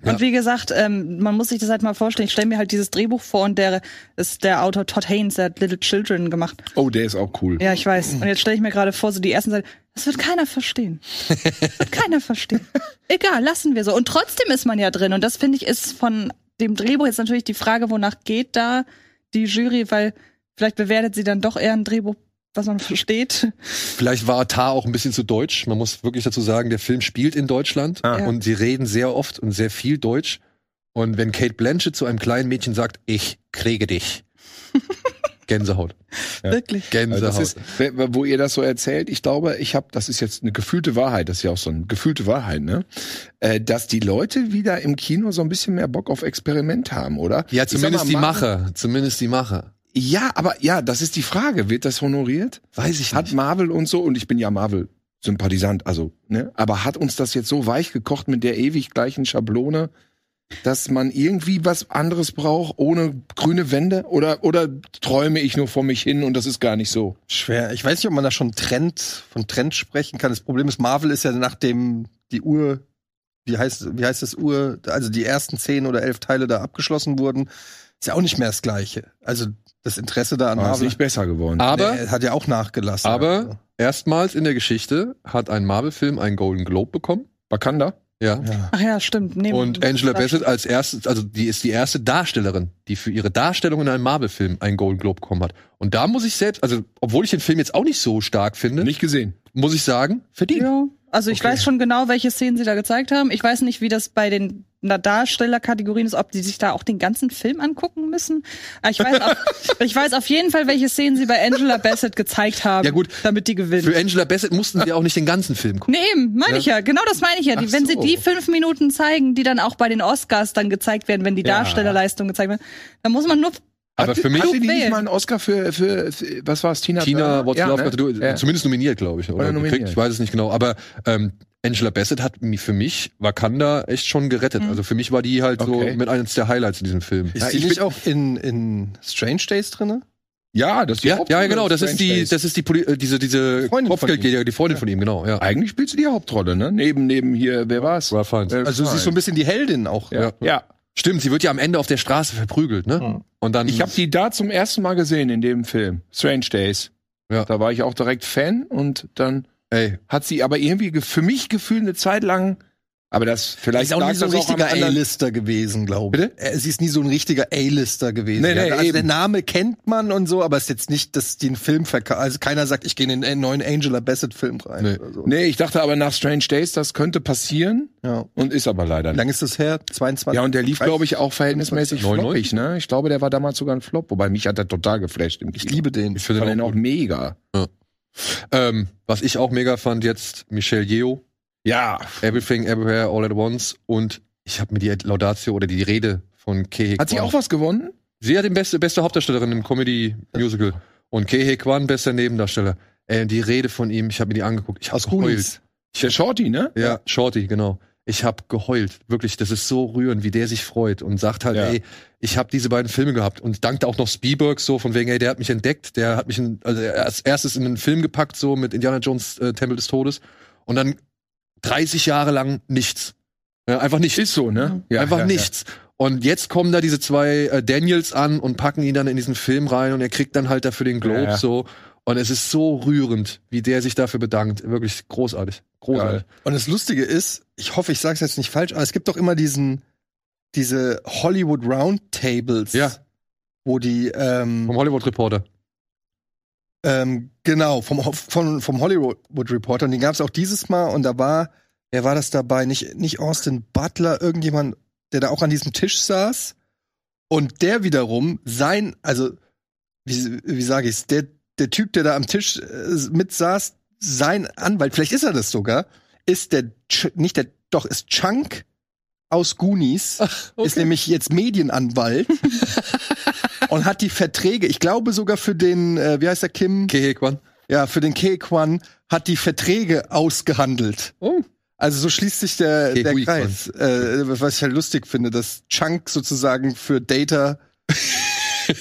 Speaker 4: Ja.
Speaker 7: Und wie gesagt, ähm, man muss sich das halt mal vorstellen. Ich stelle mir halt dieses Drehbuch vor und der ist der Autor Todd Haynes, der hat Little Children gemacht.
Speaker 5: Oh, der ist auch cool.
Speaker 7: Ja, ich weiß. Und jetzt stelle ich mir gerade vor, so die ersten Seiten, das wird keiner verstehen. Das wird keiner verstehen. Egal, lassen wir so. Und trotzdem ist man ja drin. Und das finde ich ist von dem Drehbuch jetzt natürlich die Frage, wonach geht da die Jury, weil vielleicht bewertet sie dann doch eher ein Drehbuch, was man versteht.
Speaker 4: Vielleicht war Tar auch ein bisschen zu deutsch. Man muss wirklich dazu sagen, der Film spielt in Deutschland
Speaker 5: Ah.
Speaker 7: Ja.
Speaker 4: und sie reden sehr oft und sehr viel Deutsch. Und wenn Kate Blanchett zu einem kleinen Mädchen sagt, ich kriege dich. Gänsehaut.
Speaker 7: Wirklich.
Speaker 5: Also
Speaker 4: Gänsehaut.
Speaker 5: das ist, w- wo ihr das so erzählt, ich glaube, ich habe, das ist jetzt eine gefühlte Wahrheit, das ist ja auch so eine gefühlte Wahrheit, ne? Äh, dass die Leute wieder im Kino so ein bisschen mehr Bock auf Experiment haben, oder?
Speaker 4: ja,
Speaker 5: Ich sag
Speaker 4: zumindest
Speaker 5: mal,
Speaker 4: die
Speaker 5: Martin-
Speaker 4: Macher. Zumindest die Macher.
Speaker 5: Ja, aber ja, das ist die Frage. Wird das honoriert?
Speaker 4: Weiß ich
Speaker 5: Hat
Speaker 4: nicht.
Speaker 5: Marvel und so, und ich bin ja Marvel-Sympathisant, also, ne? Aber hat uns das jetzt so weich gekocht mit der ewig gleichen Schablone, dass man irgendwie was anderes braucht, ohne grüne Wände? Oder, oder träume ich nur vor mich hin und das ist gar nicht so?
Speaker 6: Schwer. Ich weiß nicht, ob man da schon Trend von Trend sprechen kann. Das Problem ist, Marvel ist ja nachdem die Uhr, wie heißt, wie heißt das Uhr, also die ersten zehn oder elf Teile da abgeschlossen wurden, ist ja auch nicht mehr das Gleiche. Also das Interesse da an
Speaker 5: Aber ist
Speaker 6: Marvel
Speaker 5: nicht besser geworden.
Speaker 4: Aber,
Speaker 6: nee, hat ja auch nachgelassen. Also.
Speaker 4: aber erstmals in der Geschichte hat ein Marvel-Film einen Golden Globe bekommen.
Speaker 5: Wakanda?
Speaker 4: Ja.
Speaker 6: Ja.
Speaker 7: Ach ja, stimmt. Nee,
Speaker 4: Und Angela Bassett als erste, also die ist die erste Darstellerin, die für ihre Darstellung in einem Marvel-Film einen Golden Globe bekommen hat. Und da muss ich selbst, also obwohl ich den Film jetzt auch nicht so stark finde,
Speaker 5: Nicht gesehen.
Speaker 4: muss ich sagen, verdient.
Speaker 7: Ja. Also ich weiß schon genau, welche Szenen sie da gezeigt haben. Ich weiß nicht, wie das bei den Darstellerkategorien ist, ob die sich da auch den ganzen Film angucken müssen. Aber Ich weiß, auf, ich weiß auf jeden Fall, welche Szenen sie bei Angela Bassett gezeigt haben,
Speaker 4: Ja, gut.
Speaker 7: damit die gewinnt.
Speaker 4: Für Angela Bassett mussten sie auch nicht den ganzen Film gucken.
Speaker 7: Nee, eben, meine ich ja. Genau das meine ich ja. Die,
Speaker 6: Ach
Speaker 7: wenn sie
Speaker 6: so.
Speaker 7: die fünf Minuten zeigen, die dann auch bei den Oscars dann gezeigt werden, wenn die
Speaker 5: Ja.
Speaker 7: Darstellerleistung gezeigt wird, dann muss man nur
Speaker 4: Aber für mich
Speaker 5: hatte die nicht
Speaker 7: Wählen.
Speaker 5: mal einen Oscar für, für, für was war es, Tina?
Speaker 4: Tina
Speaker 5: Turner?
Speaker 4: What's
Speaker 5: ja,
Speaker 4: Love
Speaker 5: ne?
Speaker 4: Got to Do,
Speaker 5: Ja.
Speaker 4: zumindest nominiert, glaube ich. Oder,
Speaker 5: Oder nominiert.
Speaker 4: gekriegt, ich weiß es nicht genau. Aber ähm, Angela Bassett hat mi- für mich Wakanda echt schon gerettet. Also für mich war die halt
Speaker 5: Okay.
Speaker 4: so mit eines der Highlights in diesem Film.
Speaker 6: Ist die
Speaker 5: ich
Speaker 6: nicht
Speaker 5: bin-
Speaker 6: auch in, in Strange Days drinne?
Speaker 5: Ja, das ist die
Speaker 4: Ja, ja,
Speaker 5: Hauptrolle
Speaker 4: genau,
Speaker 5: in
Speaker 4: das ist
Speaker 5: Strange
Speaker 4: die,
Speaker 5: Days.
Speaker 4: das ist die, Poli äh, diese, diese
Speaker 5: Freundin von
Speaker 4: Kopfgeldjäger, die Freundin von ihm, genau, ja.
Speaker 5: Eigentlich spielst du die Hauptrolle, ne? Neben, neben hier, wer war's?
Speaker 4: Ralph Fiennes.
Speaker 5: Ralph
Speaker 6: Also sie ist so ein
Speaker 5: Fiennes.
Speaker 6: bisschen die Heldin auch.
Speaker 5: Ja. ja.
Speaker 4: Stimmt, sie wird ja am Ende auf der Straße verprügelt, ne? Und dann.
Speaker 5: Mhm. Ich habe die da zum ersten Mal gesehen in dem Film, Strange Days.
Speaker 4: Ja.
Speaker 5: Da war ich auch direkt Fan und dann
Speaker 4: ey,
Speaker 5: hat sie aber irgendwie ge- für mich gefühlt eine Zeit lang, aber das vielleicht
Speaker 6: Vielleicht ist auch
Speaker 5: lag
Speaker 6: nie so ein
Speaker 5: das auch am
Speaker 6: richtiger
Speaker 5: anderen-
Speaker 6: A-Lister gewesen, glaube ich. Äh, Sie ist nie so ein richtiger A-Lister gewesen.
Speaker 5: Nee, nee,
Speaker 6: also
Speaker 5: eben.
Speaker 6: der Name kennt man und so, aber es ist jetzt nicht, dass die einen Film verkaufen. Also keiner sagt, ich gehe in den neuen Angela Bassett-Film rein.
Speaker 4: Nee.
Speaker 6: Oder so.
Speaker 5: Nee, ich dachte aber nach Strange Days, das könnte passieren
Speaker 6: Ja.
Speaker 5: und ist aber leider
Speaker 6: Wie
Speaker 5: nicht.
Speaker 6: lange ist das her? 22?
Speaker 5: Ja, und der lief, glaube ich, auch verhältnismäßig
Speaker 4: 99?
Speaker 5: floppig, ne? Ich glaube, der war damals sogar ein Flop, wobei mich hat er total geflasht im Kino.
Speaker 6: ich liebe den.
Speaker 4: ich finde
Speaker 5: fand
Speaker 4: den
Speaker 5: den auch mega.
Speaker 4: Ähm, was ich auch mega fand jetzt, Michelle Yeoh,
Speaker 5: Ja,
Speaker 4: Everything Everywhere All at Once und ich habe mir die Laudatio oder die Rede von Kehe
Speaker 5: hat sie
Speaker 4: Kwan-
Speaker 5: auch was gewonnen?
Speaker 4: Sie hat den beste, beste Hauptdarstellerin im Comedy-Musical und Kehe Kwan bester Nebendarsteller. Ey, die Rede von ihm, ich habe mir die angeguckt, ich habe geheult.
Speaker 5: Der Shorty, ne?
Speaker 4: Ja, Shorty, genau. Ich habe geheult, wirklich, das ist so rührend, wie der sich freut und sagt halt,
Speaker 5: Ja.
Speaker 4: ey, ich habe diese beiden Filme gehabt und dankt auch noch Spielberg so von wegen, ey, der hat mich entdeckt, der hat mich in, also er- als erstes in einen Film gepackt so mit Indiana Jones äh, Tempel des Todes und dann 30 Jahre lang nichts. Ja, einfach nichts. Mhm.
Speaker 5: Ist so, ne?
Speaker 4: einfach
Speaker 5: ja,
Speaker 4: nichts. Und jetzt kommen da diese zwei äh, Daniels an und packen ihn dann in diesen Film rein und er kriegt dann halt dafür den Globe
Speaker 5: Ja, ja.
Speaker 4: so. Und es ist so rührend, wie der sich dafür bedankt. Wirklich großartig. Großartig.
Speaker 6: Und das Lustige ist, ich hoffe, ich sage es jetzt nicht falsch, aber es gibt doch immer diesen, diese Hollywood Roundtables,
Speaker 4: Ja.
Speaker 6: wo die ähm,
Speaker 4: Vom Hollywood Reporter.
Speaker 6: Ähm, genau, vom, Ho- von, vom Hollywood Reporter. Und den gab es auch dieses Mal. Und da war, wer war das dabei? Nicht, nicht Austin Butler, irgendjemand, der da auch an diesem Tisch saß. Und der wiederum sein, also, wie, wie sage ich's, der, der Typ, der da am Tisch äh, mit saß, sein Anwalt, vielleicht ist er das sogar, ist der, Ch nicht der, doch, ist Chunk aus Goonies ist nämlich jetzt Medienanwalt und hat die Verträge, ich glaube sogar für den, äh, wie heißt der Kim?
Speaker 4: Kehe Kwan.
Speaker 6: ja, für den Kequan hat die Verträge ausgehandelt.
Speaker 4: Oh.
Speaker 6: Also so schließt sich der, der
Speaker 4: Kehui
Speaker 6: Kreis. Äh, was ich halt lustig finde, dass Chunk sozusagen für Data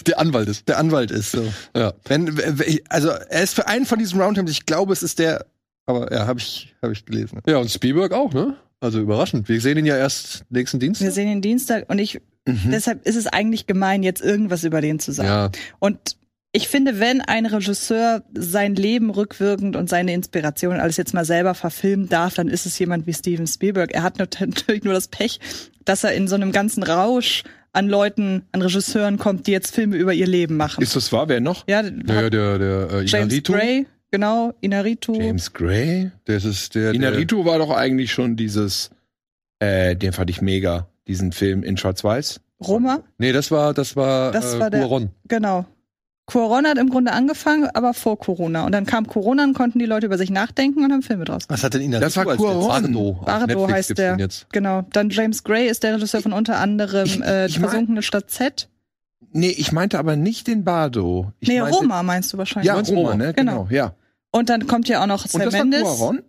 Speaker 4: Der Anwalt ist.
Speaker 6: der Anwalt ist. So.
Speaker 4: Ja.
Speaker 6: Wenn, w- w- also er ist für einen von diesen Roundtables, ich glaube, es ist der, aber ja, habe ich, hab ich gelesen.
Speaker 4: Ja, und Spielberg auch, ne? Also überraschend. Wir sehen ihn ja erst nächsten
Speaker 7: Wir
Speaker 4: Dienstag.
Speaker 7: sehen den Dienstag und ich, deshalb ist es eigentlich gemein, jetzt irgendwas über den zu sagen.
Speaker 4: Ja,
Speaker 7: Und ich finde, wenn ein Regisseur sein Leben rückwirkend und seine Inspiration und alles jetzt mal selber verfilmen darf, dann ist es jemand wie Steven Spielberg. Er hat nat- natürlich nur das Pech, dass er in so einem ganzen Rausch an Leuten, an Regisseuren kommt, die jetzt Filme über ihr Leben machen.
Speaker 5: Ist das wahr? Wer noch?
Speaker 7: ja,
Speaker 4: ja der, der äh,
Speaker 7: James
Speaker 4: Inaritu,
Speaker 7: Gray, genau, Inaritu.
Speaker 5: James Gray?
Speaker 4: das ist Äh, der, der
Speaker 5: Inarito war doch eigentlich schon dieses, äh, den fand ich mega, diesen Film in Schwarz-Weiß.
Speaker 7: Roma,
Speaker 4: Nee, das war, das war,
Speaker 7: Das
Speaker 4: äh,
Speaker 7: war der-
Speaker 4: Cuaron.
Speaker 7: genau. Corona hat im Grunde angefangen, aber vor Corona. Und dann kam Corona und konnten die Leute über sich nachdenken und haben Filme draus.
Speaker 6: Was hat denn ihn
Speaker 5: Das war Cuaron.
Speaker 4: Bardo. Auf
Speaker 7: Bardo
Speaker 4: Netflix
Speaker 7: heißt
Speaker 4: gibt's
Speaker 7: der.
Speaker 4: den Jetzt.
Speaker 7: Genau. Dann James Gray ist der Regisseur von unter anderem
Speaker 5: ich-
Speaker 7: äh,
Speaker 5: ich mein-
Speaker 7: Versunkene Stadt Z.
Speaker 5: Nee, ich meinte aber nicht den Bardo. Ich
Speaker 7: nee,
Speaker 5: meinte,
Speaker 7: Roma meinst du wahrscheinlich.
Speaker 5: Ja, Roma, ne?
Speaker 7: Genau.
Speaker 5: Genau, ja.
Speaker 7: Und dann kommt ja auch noch
Speaker 5: Und
Speaker 7: Sam
Speaker 5: das war
Speaker 7: Mendes.
Speaker 5: Cuaron?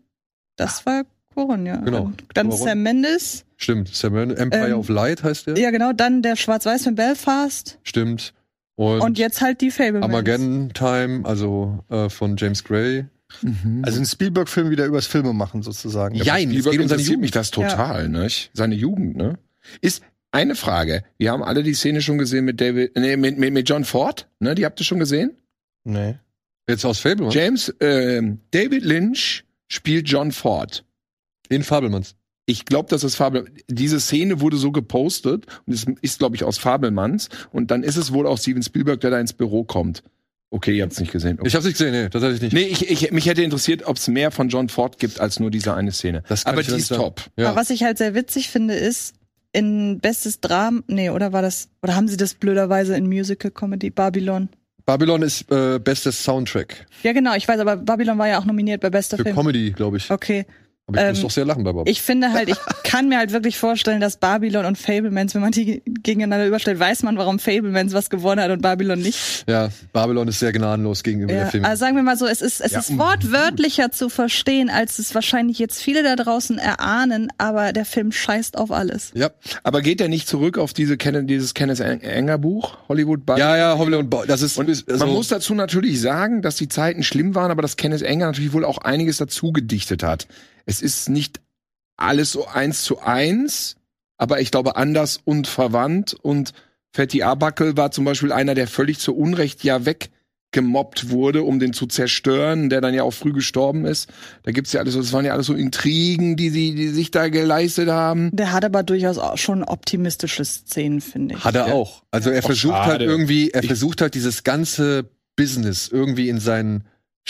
Speaker 7: Das war Coron, ja.
Speaker 4: Genau,
Speaker 7: Und Dann
Speaker 4: Cuaron.
Speaker 7: Sam Mendes.
Speaker 4: Stimmt. Samuel Empire
Speaker 7: Ähm,
Speaker 4: of Light heißt der.
Speaker 7: Ja, genau. Dann der Schwarz-Weiß von Belfast.
Speaker 4: Stimmt. Und,
Speaker 7: Und, jetzt halt die Fable.
Speaker 4: Armageddon Time, also äh, von James Gray.
Speaker 5: Mhm.
Speaker 6: Also ein Spielberg-Film wieder übers Filme machen sozusagen.
Speaker 4: Jein, es
Speaker 5: Spielberg
Speaker 4: geht um seine
Speaker 5: interessiert
Speaker 4: Jugend.
Speaker 5: mich das total, ne? Seine Jugend, ne? Ist eine Frage. Wir haben alle die Szene schon gesehen mit David, nee, mit, mit, mit John Ford, ne? Die habt ihr schon gesehen?
Speaker 6: Nee.
Speaker 4: Jetzt aus Fabelmann.
Speaker 5: James, ähm, David Lynch spielt John Ford.
Speaker 4: In Fabelmanns.
Speaker 5: Ich glaube, dass das Fabel. Diese Szene wurde so gepostet und es ist, glaube ich, aus Fabelmanns. Und dann ist es wohl auch Steven Spielberg, der da ins Büro kommt. Okay, ihr habt es nicht gesehen. Okay.
Speaker 4: Ich hab's nicht gesehen, nee, tatsächlich nicht.
Speaker 5: nee, ich, ich, mich hätte interessiert, ob es mehr von John Ford gibt als nur diese eine Szene.
Speaker 4: Das kann
Speaker 5: Aber
Speaker 4: ich
Speaker 5: die
Speaker 4: nicht
Speaker 5: ist
Speaker 4: sagen.
Speaker 5: top.
Speaker 4: Ja.
Speaker 7: Aber was ich halt sehr witzig finde, ist, in bestes Drama, nee, oder war das, oder haben sie das blöderweise in Musical Comedy Babylon?
Speaker 4: Babylon ist äh, bestes Soundtrack.
Speaker 7: Ja, genau, ich weiß, aber Babylon war ja auch nominiert bei bester
Speaker 4: Für
Speaker 7: Film.
Speaker 4: Comedy, glaube ich.
Speaker 7: Okay.
Speaker 4: Aber ich muss
Speaker 7: Ähm,
Speaker 4: doch sehr lachen bei Bob.
Speaker 7: Ich finde halt, ich kann mir halt wirklich vorstellen, dass Babylon und Fablemans, wenn man die gegeneinander überstellt, weiß man, warum Fablemans was gewonnen hat und Babylon nicht.
Speaker 4: ja, Babylon ist sehr gnadenlos gegenüber
Speaker 7: Ja.
Speaker 4: der Film.
Speaker 7: Also sagen wir mal so, es ist, es
Speaker 6: Ja,
Speaker 7: ist
Speaker 6: und-
Speaker 7: wortwörtlicher zu verstehen, als es wahrscheinlich jetzt viele da draußen erahnen, aber der Film scheißt auf alles.
Speaker 4: ja.
Speaker 5: Aber geht er nicht zurück auf diese Ken dieses Kenneth Eng- Enger Buch, Hollywood Bug?
Speaker 4: ja, ja, Hobbit und Bob. Das ist,
Speaker 5: Und
Speaker 4: also,
Speaker 5: man muss dazu natürlich sagen, dass die Zeiten schlimm waren, aber dass Kenneth Enger natürlich wohl auch einiges dazu gedichtet hat. Es ist nicht alles so eins zu eins, aber ich glaube anders und verwandt. Und Fatty Arbuckle war zum Beispiel einer, der völlig zu Unrecht ja weggemobbt wurde, um den zu zerstören, der dann ja auch früh gestorben ist. Da gibt's ja alles, so- das waren ja alles so Intrigen, die sie, die sich da geleistet haben.
Speaker 7: Der hat aber durchaus auch schon optimistische Szenen, finde ich.
Speaker 4: Hat er auch. Also er versucht halt
Speaker 5: schade.
Speaker 4: irgendwie, er
Speaker 5: Ich-
Speaker 4: versucht halt dieses ganze Business irgendwie in seinen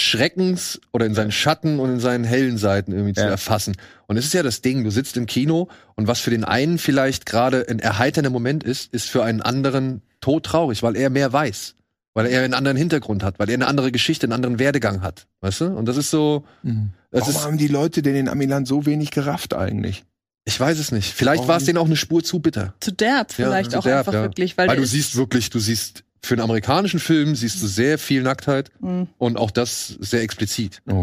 Speaker 4: Schreckens oder in seinen Schatten und in seinen hellen Seiten irgendwie zu
Speaker 5: Ja.
Speaker 4: erfassen. Und es ist ja das Ding, du sitzt im Kino und was für den einen vielleicht gerade ein erheiternder Moment ist, ist für einen anderen todtraurig, weil er mehr weiß. Weil er einen anderen Hintergrund hat, weil er eine andere Geschichte, einen anderen Werdegang hat. Weißt du? Und das ist so, das
Speaker 5: Warum
Speaker 4: ist,
Speaker 5: haben die Leute denn in Amiland so wenig gerafft eigentlich?
Speaker 4: ich weiß es nicht. Vielleicht war es denen auch eine Spur zu bitter.
Speaker 7: Zu derb vielleicht
Speaker 4: zu
Speaker 7: auch
Speaker 4: derb,
Speaker 7: einfach
Speaker 4: ja.
Speaker 7: wirklich, weil,
Speaker 4: Weil, du
Speaker 7: es-
Speaker 4: siehst wirklich, du siehst, für einen amerikanischen Film siehst du sehr viel Nacktheit.
Speaker 7: Mh.
Speaker 4: Und auch das sehr explizit.
Speaker 5: Oh,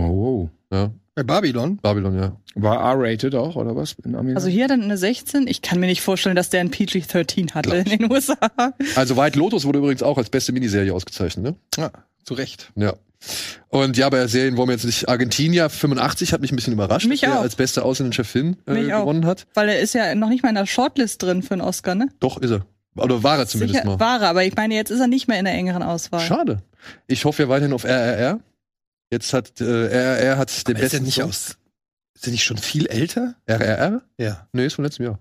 Speaker 5: wow.
Speaker 4: Ja,
Speaker 6: Bei Babylon?
Speaker 4: Babylon, ja.
Speaker 5: War R-rated auch, oder was? In Amiland?
Speaker 7: Also hier dann eine 16. Ich kann mir nicht vorstellen, dass der ein PG-13 hatte in den USA.
Speaker 4: Also White Lotus wurde übrigens auch als beste Miniserie ausgezeichnet,
Speaker 6: Ja, zu Recht.
Speaker 4: ne? Ja. Und ja, bei Serien wollen wir jetzt nicht. Argentinier 85 hat mich ein bisschen überrascht,
Speaker 7: Mich
Speaker 4: dass der
Speaker 7: auch.
Speaker 4: als bester ausländischer Film äh,
Speaker 7: Mich auch.
Speaker 4: gewonnen hat.
Speaker 7: Weil er ist ja noch nicht mal in der Shortlist drin für einen Oscar, ne?
Speaker 4: Doch, ist er. Oder war er zumindest
Speaker 7: Sicher
Speaker 4: mal.
Speaker 7: war er, aber ich meine, jetzt ist er nicht mehr in der engeren Auswahl.
Speaker 4: Schade. Ich hoffe ja weiterhin auf RRR. Jetzt hat äh, RRR hat den
Speaker 6: Aber ist er
Speaker 4: besten
Speaker 6: nicht
Speaker 4: Song.
Speaker 6: aus. Ist er nicht schon viel älter?
Speaker 4: RRR?
Speaker 6: Ja.
Speaker 4: Nee, ist von letztem Jahr.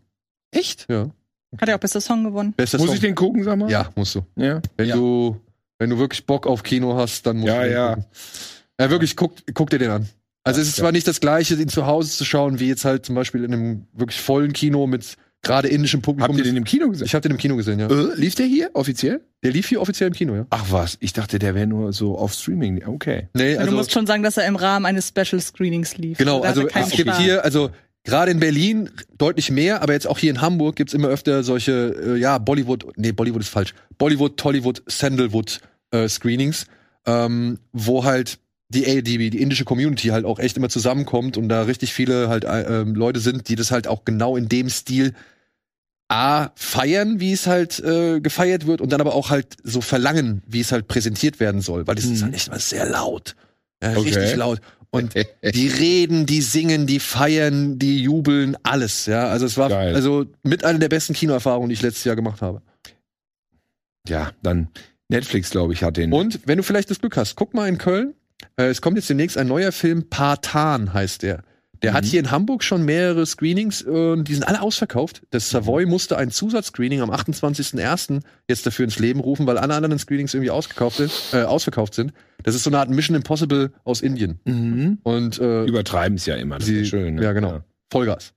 Speaker 6: Echt?
Speaker 4: Ja.
Speaker 7: Hat er auch bester Song gewonnen.
Speaker 4: Bester
Speaker 5: Muss
Speaker 4: Song.
Speaker 5: ich den gucken, sag mal?
Speaker 4: ja, musst du.
Speaker 5: Ja.
Speaker 4: Wenn
Speaker 6: Ja.
Speaker 4: du wenn du wirklich Bock auf Kino hast, dann musst
Speaker 5: Ja,
Speaker 4: du den
Speaker 5: ja.
Speaker 4: gucken. Ja, wirklich, guck, guck dir den an. Also es ist zwar nicht das gleiche, ihn zu Hause zu schauen, wie jetzt halt zum Beispiel in einem wirklich vollen Kino mit gerade indischem Publikum.
Speaker 5: Habt ihr den im Kino gesehen?
Speaker 4: ich habe den im Kino gesehen, ja.
Speaker 5: Äh, lief der hier offiziell?
Speaker 4: Der lief hier offiziell im Kino, ja.
Speaker 5: Ach was, ich dachte, der wäre nur so auf Streaming. Okay.
Speaker 4: Nee, also
Speaker 7: du musst schon sagen, dass er im Rahmen eines Special Screenings lief.
Speaker 4: Genau,
Speaker 7: Da hatte
Speaker 4: also
Speaker 7: keinen
Speaker 4: es gibt
Speaker 7: Spaß.
Speaker 4: hier, also gerade in Berlin deutlich mehr, aber jetzt auch hier in Hamburg gibt's immer öfter solche, äh, ja, Bollywood, nee, Bollywood ist falsch, Bollywood, Tollywood, Sandalwood äh, Screenings, ähm, wo halt die ADB, die indische Community halt auch echt immer zusammenkommt und da richtig viele halt äh, ähm, Leute sind, die das halt auch genau in dem Stil A feiern, wie es halt äh, gefeiert wird und dann aber auch halt so verlangen, wie es halt präsentiert werden soll, weil das
Speaker 7: Mhm.
Speaker 4: ist halt echt mal sehr laut. Ja, Richtig laut. Und die reden, die singen, die feiern, die jubeln, alles, ja. Also es war
Speaker 5: Geil.
Speaker 4: also mit einer der besten Kinoerfahrungen, die ich letztes Jahr gemacht habe.
Speaker 5: Ja, dann Netflix, glaube ich, hat den.
Speaker 4: Und wenn du vielleicht das Glück hast, guck mal in Köln. Äh, es kommt jetzt demnächst ein neuer Film, Partan heißt der. Der
Speaker 5: Mhm.
Speaker 4: hat hier in Hamburg schon mehrere Screenings äh, und die sind alle ausverkauft. Das
Speaker 5: Mhm.
Speaker 4: Savoy musste ein Zusatzscreening am 28.01. jetzt dafür ins Leben rufen, weil alle anderen Screenings irgendwie ausgekauft sind, äh, ausverkauft sind. Das ist so eine Art Mission Impossible aus Indien.
Speaker 5: Mhm.
Speaker 4: Und äh,
Speaker 5: Übertreiben es ja immer. Das
Speaker 4: Sie-
Speaker 5: ist schön. ne?
Speaker 4: ja, genau. Vollgas.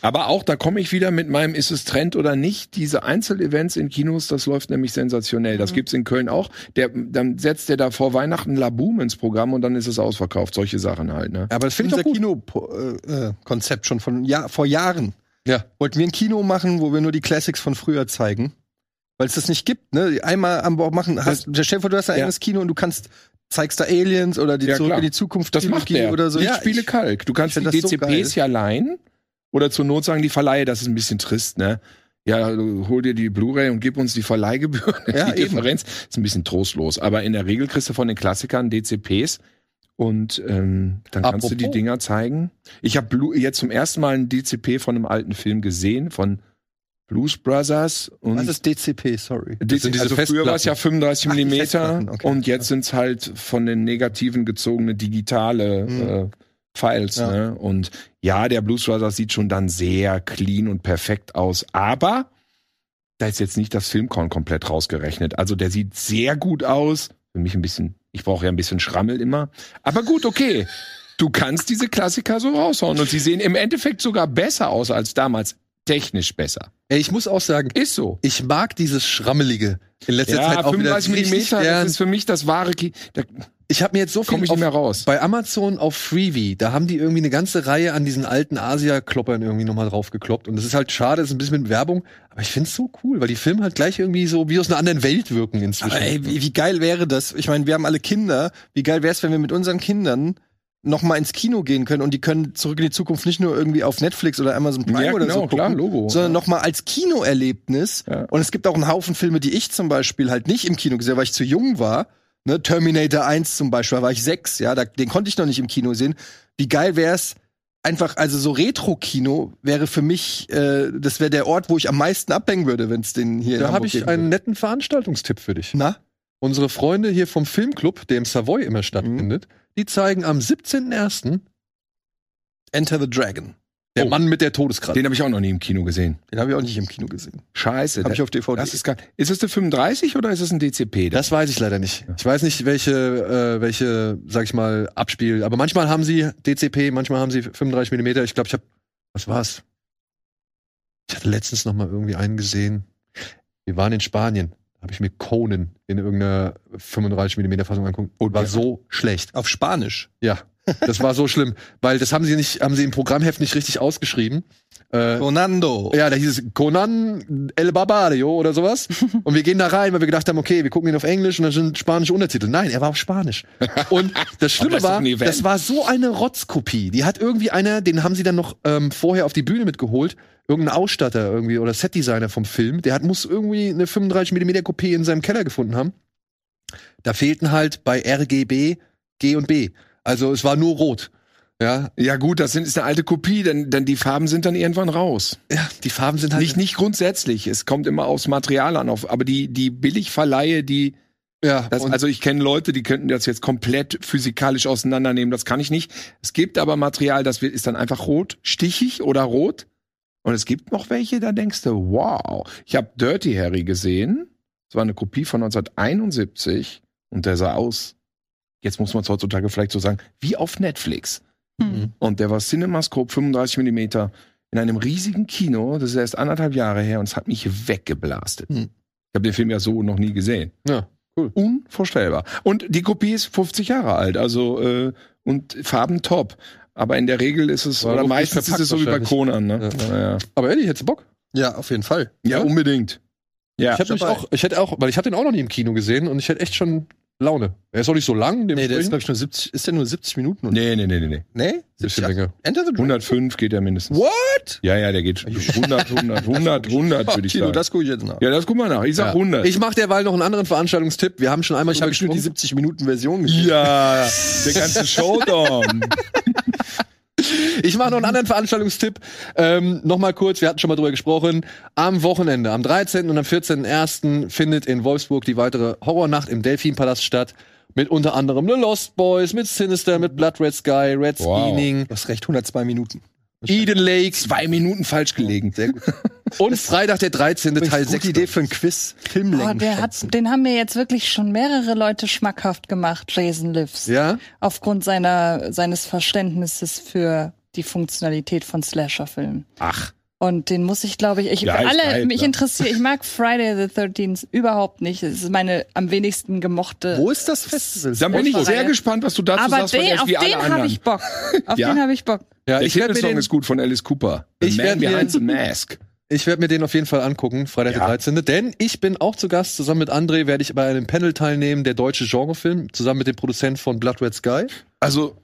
Speaker 5: Aber auch da komme ich wieder mit meinem Ist es Trend oder nicht? Diese Einzelevents in Kinos, das läuft nämlich sensationell. Das gibt's in Köln auch. Der, dann setzt der da vor Weihnachten Laboom ins Programm und dann ist es ausverkauft. Solche Sachen halt. Ne?
Speaker 4: Aber das
Speaker 6: Unser Kinokonzept äh, Konzept schon von ja, vor Jahren.
Speaker 4: Ja.
Speaker 6: Wollten wir ein Kino machen, wo wir nur die Classics von früher zeigen. Weil es das nicht gibt, ne? Einmal am Bauch machen, hast, der Chef, du hast ein
Speaker 5: Ja.
Speaker 6: eigenes Kino und du kannst, zeigst da Aliens oder die
Speaker 5: Ja,
Speaker 6: Zurück
Speaker 5: klar.
Speaker 6: in die Zukunft
Speaker 5: Das macht
Speaker 6: Trilogie
Speaker 5: der.
Speaker 6: oder so.
Speaker 5: Ich
Speaker 6: Ja,
Speaker 5: spiele
Speaker 6: ich-
Speaker 5: Kalk. Du kannst
Speaker 6: find
Speaker 5: die
Speaker 6: das so
Speaker 5: DCPs
Speaker 6: geil.
Speaker 5: ja leihen oder zur Not sagen die Verleihe. Das ist ein bisschen trist, ne? Ja, du hol dir die Blu-ray und gib uns die Verleihgebühr.
Speaker 6: Ja,
Speaker 5: die
Speaker 6: eben.
Speaker 5: Differenz ist ein bisschen trostlos. Aber in der Regel kriegst du von den Klassikern DCPs und ähm, dann kannst du die
Speaker 4: Apropos.
Speaker 5: Dinger zeigen. Ich habe jetzt zum ersten Mal einen DCP von einem alten Film gesehen, von Blues Brothers. Und
Speaker 6: Was ist DCP, sorry.
Speaker 5: die,
Speaker 4: sind diese
Speaker 5: also früher war es
Speaker 4: Festplatten.
Speaker 5: ja 35
Speaker 6: Ach, die
Speaker 5: Millimeter
Speaker 6: Festplatten, okay.
Speaker 5: und jetzt sind's halt von den negativen gezogene digitale
Speaker 6: Mhm.
Speaker 5: äh, Files.
Speaker 6: Ja.
Speaker 5: Ne? Und ja, der Blues Brothers sieht schon dann sehr clean und perfekt aus, aber da ist jetzt nicht das Filmkorn komplett rausgerechnet. Also der sieht sehr gut aus. Für mich ein bisschen, ich brauche ja ein bisschen Schrammel immer. Aber gut, okay. Du kannst diese Klassiker so raushauen und sie sehen im Endeffekt sogar besser aus als damals. Technisch besser.
Speaker 4: Ey, ich muss auch sagen,
Speaker 5: Ist so.
Speaker 4: ich mag dieses Schrammelige. In letzter Zeit halt auch wieder
Speaker 5: 35
Speaker 4: richtig
Speaker 5: Millimeter,
Speaker 4: gern.
Speaker 5: das ist für mich das wahre Ki da,
Speaker 4: ich habe mir jetzt so viel
Speaker 5: Komm ich
Speaker 4: auf,
Speaker 5: nicht mehr raus.
Speaker 4: bei Amazon auf Freebie, da haben die irgendwie eine ganze Reihe an diesen alten Asia-Kloppern irgendwie nochmal draufgekloppt. Und das ist halt schade, das ist ein bisschen mit Werbung, aber ich find's so cool, weil die Filme halt gleich irgendwie so wie aus einer anderen Welt wirken inzwischen.
Speaker 6: Aber ey, wie, wie geil wäre das? Ich meine, wir haben alle Kinder. Wie geil wäre es, wenn wir mit unseren Kindern noch mal ins Kino gehen können und die können zurück in die Zukunft nicht nur irgendwie auf Netflix oder Amazon Prime
Speaker 5: Ja,
Speaker 6: oder
Speaker 5: genau,
Speaker 6: so gucken,
Speaker 5: klar, Logo,
Speaker 6: sondern
Speaker 5: ja.
Speaker 6: noch mal als Kinoerlebnis.
Speaker 5: Ja.
Speaker 6: Und es gibt auch einen Haufen Filme, die ich zum Beispiel halt nicht im Kino gesehen, habe, weil ich zu jung war. Ne, Terminator 1 zum Beispiel, da war ich sechs, ja, da, den konnte ich noch nicht im Kino sehen. Wie geil wäre es, einfach, also so Retro-Kino wäre für mich, äh, das wäre der Ort, wo ich am meisten abhängen würde, wenn es den hier in
Speaker 4: da habe
Speaker 6: Hamburg
Speaker 4: ich
Speaker 6: geben
Speaker 4: einen
Speaker 6: würde.
Speaker 4: netten Veranstaltungstipp für dich.
Speaker 6: Na?
Speaker 4: Unsere Freunde hier vom Filmclub, der im Savoy
Speaker 5: Mhm.
Speaker 4: immer stattfindet, die zeigen am 17.01.
Speaker 6: Enter the Dragon.
Speaker 4: Der
Speaker 5: Oh.
Speaker 4: Mann mit der Todeskralle.
Speaker 5: Den habe ich auch noch nie im Kino gesehen.
Speaker 6: Den habe ich auch nicht im Kino gesehen.
Speaker 5: Scheiße.
Speaker 6: Habe
Speaker 5: da-
Speaker 6: ich auf DVD.
Speaker 5: das ist, gar, ist das eine 35 oder ist es ein DCP?
Speaker 4: Das weiß ich leider nicht. Ich weiß nicht, welche, äh, welche, sag ich mal, abspielt. Aber manchmal haben sie DCP, manchmal haben sie 35 mm. Ich glaube, ich habe, was war's? Ich hatte letztens noch mal irgendwie einen gesehen. Wir waren in Spanien. Da habe ich mir Conan in irgendeiner 35 mm Fassung angeguckt. Und war
Speaker 6: ja.
Speaker 4: so schlecht.
Speaker 6: auf Spanisch.
Speaker 4: Ja, das war so schlimm, weil das haben sie nicht, haben sie im Programmheft nicht richtig ausgeschrieben. Äh,
Speaker 6: Ronando.
Speaker 4: ja, da hieß es Conan El Barbario oder sowas. Und wir gehen da rein, weil wir gedacht haben, okay, wir gucken ihn auf Englisch und dann sind spanische Untertitel. Nein, er war auf Spanisch. Und das Schlimme
Speaker 5: das ist doch
Speaker 4: war,
Speaker 5: ein Event.
Speaker 4: das war so eine Rotzkopie. Die hat irgendwie einer, den haben sie dann noch ähm, vorher auf die Bühne mitgeholt, irgendein Ausstatter irgendwie oder Setdesigner vom Film, der hat muss irgendwie eine 35 mm Kopie in seinem Keller gefunden haben. Da fehlten halt bei RGB G und B. Also es war nur rot. Ja,
Speaker 5: ja gut, das sind, ist eine alte Kopie, denn, denn die Farben sind dann irgendwann raus.
Speaker 4: ja, die Farben sind halt
Speaker 5: Nicht, nicht grundsätzlich, es kommt immer aufs Material an, auf, aber die, die Billigverleihe, die,
Speaker 4: ja,
Speaker 5: das,
Speaker 4: und-
Speaker 5: also ich kenne Leute, die könnten das jetzt komplett physikalisch auseinandernehmen, das kann ich nicht. Es gibt aber Material, das wird, ist dann einfach rot, stichig oder rot. Und es gibt noch welche, da denkst du, wow. Ich habe Dirty Harry gesehen, das war eine Kopie von 1971 und der sah aus, jetzt muss man es heutzutage vielleicht so sagen, wie auf Netflix.
Speaker 4: Mhm.
Speaker 7: Hm.
Speaker 5: Und der war Cinemascope 35 mm in einem riesigen Kino. Das ist erst anderthalb Jahre her und es hat mich weggeblastet.
Speaker 4: Hm.
Speaker 5: Ich habe den Film ja so noch nie gesehen.
Speaker 4: Ja, cool.
Speaker 5: Unvorstellbar. Und die Kopie ist 50 Jahre alt, also äh, und Farben top. Aber in der Regel ist es,
Speaker 4: War
Speaker 5: oder
Speaker 4: gut
Speaker 5: meistens ist
Speaker 4: verpackt
Speaker 5: es so wie bei
Speaker 4: wahrscheinlich.
Speaker 5: Conan, ne?
Speaker 4: Ja.
Speaker 5: Ja, ja.
Speaker 4: aber Eddie, hättest du Bock?
Speaker 6: Ja, auf jeden Fall.
Speaker 5: ja unbedingt. Ja.
Speaker 4: Ich hab nämlich
Speaker 6: dabei.
Speaker 4: auch, ich hätte auch, weil ich habe den auch noch nie im Kino gesehen und ich hätte echt schon Laune. Er ist auch nicht so lang, dem
Speaker 6: Nee, der ist, glaube ich, nur 70, ist der nur 70 Minuten? und-
Speaker 5: Nee, nee, nee, nee, nee.
Speaker 6: nee?
Speaker 4: bisschen
Speaker 6: 70,
Speaker 4: länger.
Speaker 6: Enter the Dragon.
Speaker 5: 105 geht er mindestens.
Speaker 6: What?
Speaker 5: Ja, ja, der geht 100, 100, 100, 100 würde ich
Speaker 6: Tino,
Speaker 5: sagen.
Speaker 6: das gucke ich jetzt nach.
Speaker 5: Ja, das guck mal nach. Ich sag
Speaker 4: Ja.
Speaker 5: 100.
Speaker 4: Ich mache derweil noch einen anderen Veranstaltungstipp. Wir haben schon einmal,
Speaker 6: Ich habe nur die
Speaker 4: gesprungen.
Speaker 6: 70 Minuten Version gesehen.
Speaker 5: ja, der ganze Showdown.
Speaker 4: ich mache noch einen anderen Veranstaltungstipp. Ähm, Nochmal kurz, wir hatten schon mal drüber gesprochen. Am Wochenende, am 13. und am 14.01. findet in Wolfsburg die weitere Horrornacht im Delfinpalast statt. Mit unter anderem The Lost Boys, mit Sinister, mit Blood Red Sky, Red
Speaker 5: Wow.
Speaker 4: Speening,
Speaker 6: Du hast recht, 102 Minuten.
Speaker 4: Eden Lake
Speaker 5: Zwei Minuten falsch gelegen.
Speaker 6: Sehr gut.
Speaker 4: und Freitag der 13. Teil
Speaker 6: Teil
Speaker 4: 6.
Speaker 6: gute Idee für ein Quiz.
Speaker 5: Ah.
Speaker 6: Filmlängen.
Speaker 7: Oh, der hat, den haben mir jetzt wirklich schon mehrere Leute schmackhaft gemacht, Jason Lives.
Speaker 4: Ja?
Speaker 7: Aufgrund seiner, seines Verständnisses für die Funktionalität von Slasher-Filmen.
Speaker 5: Ach.
Speaker 7: Und den muss ich, glaube ich, ich
Speaker 5: Ja, ist
Speaker 7: alle,
Speaker 5: geil,
Speaker 7: mich
Speaker 5: klar.
Speaker 7: interessiert, ich mag Friday the 13th überhaupt nicht. Es ist meine am wenigsten gemochte.
Speaker 6: Wo ist das Festival?
Speaker 5: Dann bin ich
Speaker 7: Osterreihe.
Speaker 5: sehr gespannt, was du dazu
Speaker 7: aber
Speaker 5: sagst, weil der
Speaker 7: den,
Speaker 5: ist
Speaker 7: auf
Speaker 5: wie alle
Speaker 7: den habe
Speaker 5: anderen.
Speaker 7: ich Bock. Auf
Speaker 5: Ja?
Speaker 7: den habe ich Bock.
Speaker 4: Ja,
Speaker 5: der
Speaker 4: ich werde mir
Speaker 5: Titelsong
Speaker 4: den
Speaker 5: ist gut von Alice Cooper. The
Speaker 4: Ich
Speaker 5: Man
Speaker 4: werd mir
Speaker 5: Behind the
Speaker 4: den-
Speaker 5: Mask.
Speaker 4: Ich werde mir den auf jeden Fall angucken, Freitag
Speaker 5: Ja.
Speaker 4: der 13. Denn ich bin auch zu Gast. Zusammen mit André werde ich bei einem Panel teilnehmen, der deutsche Genrefilm, zusammen mit dem Produzent von Blood Red Sky.
Speaker 5: Also,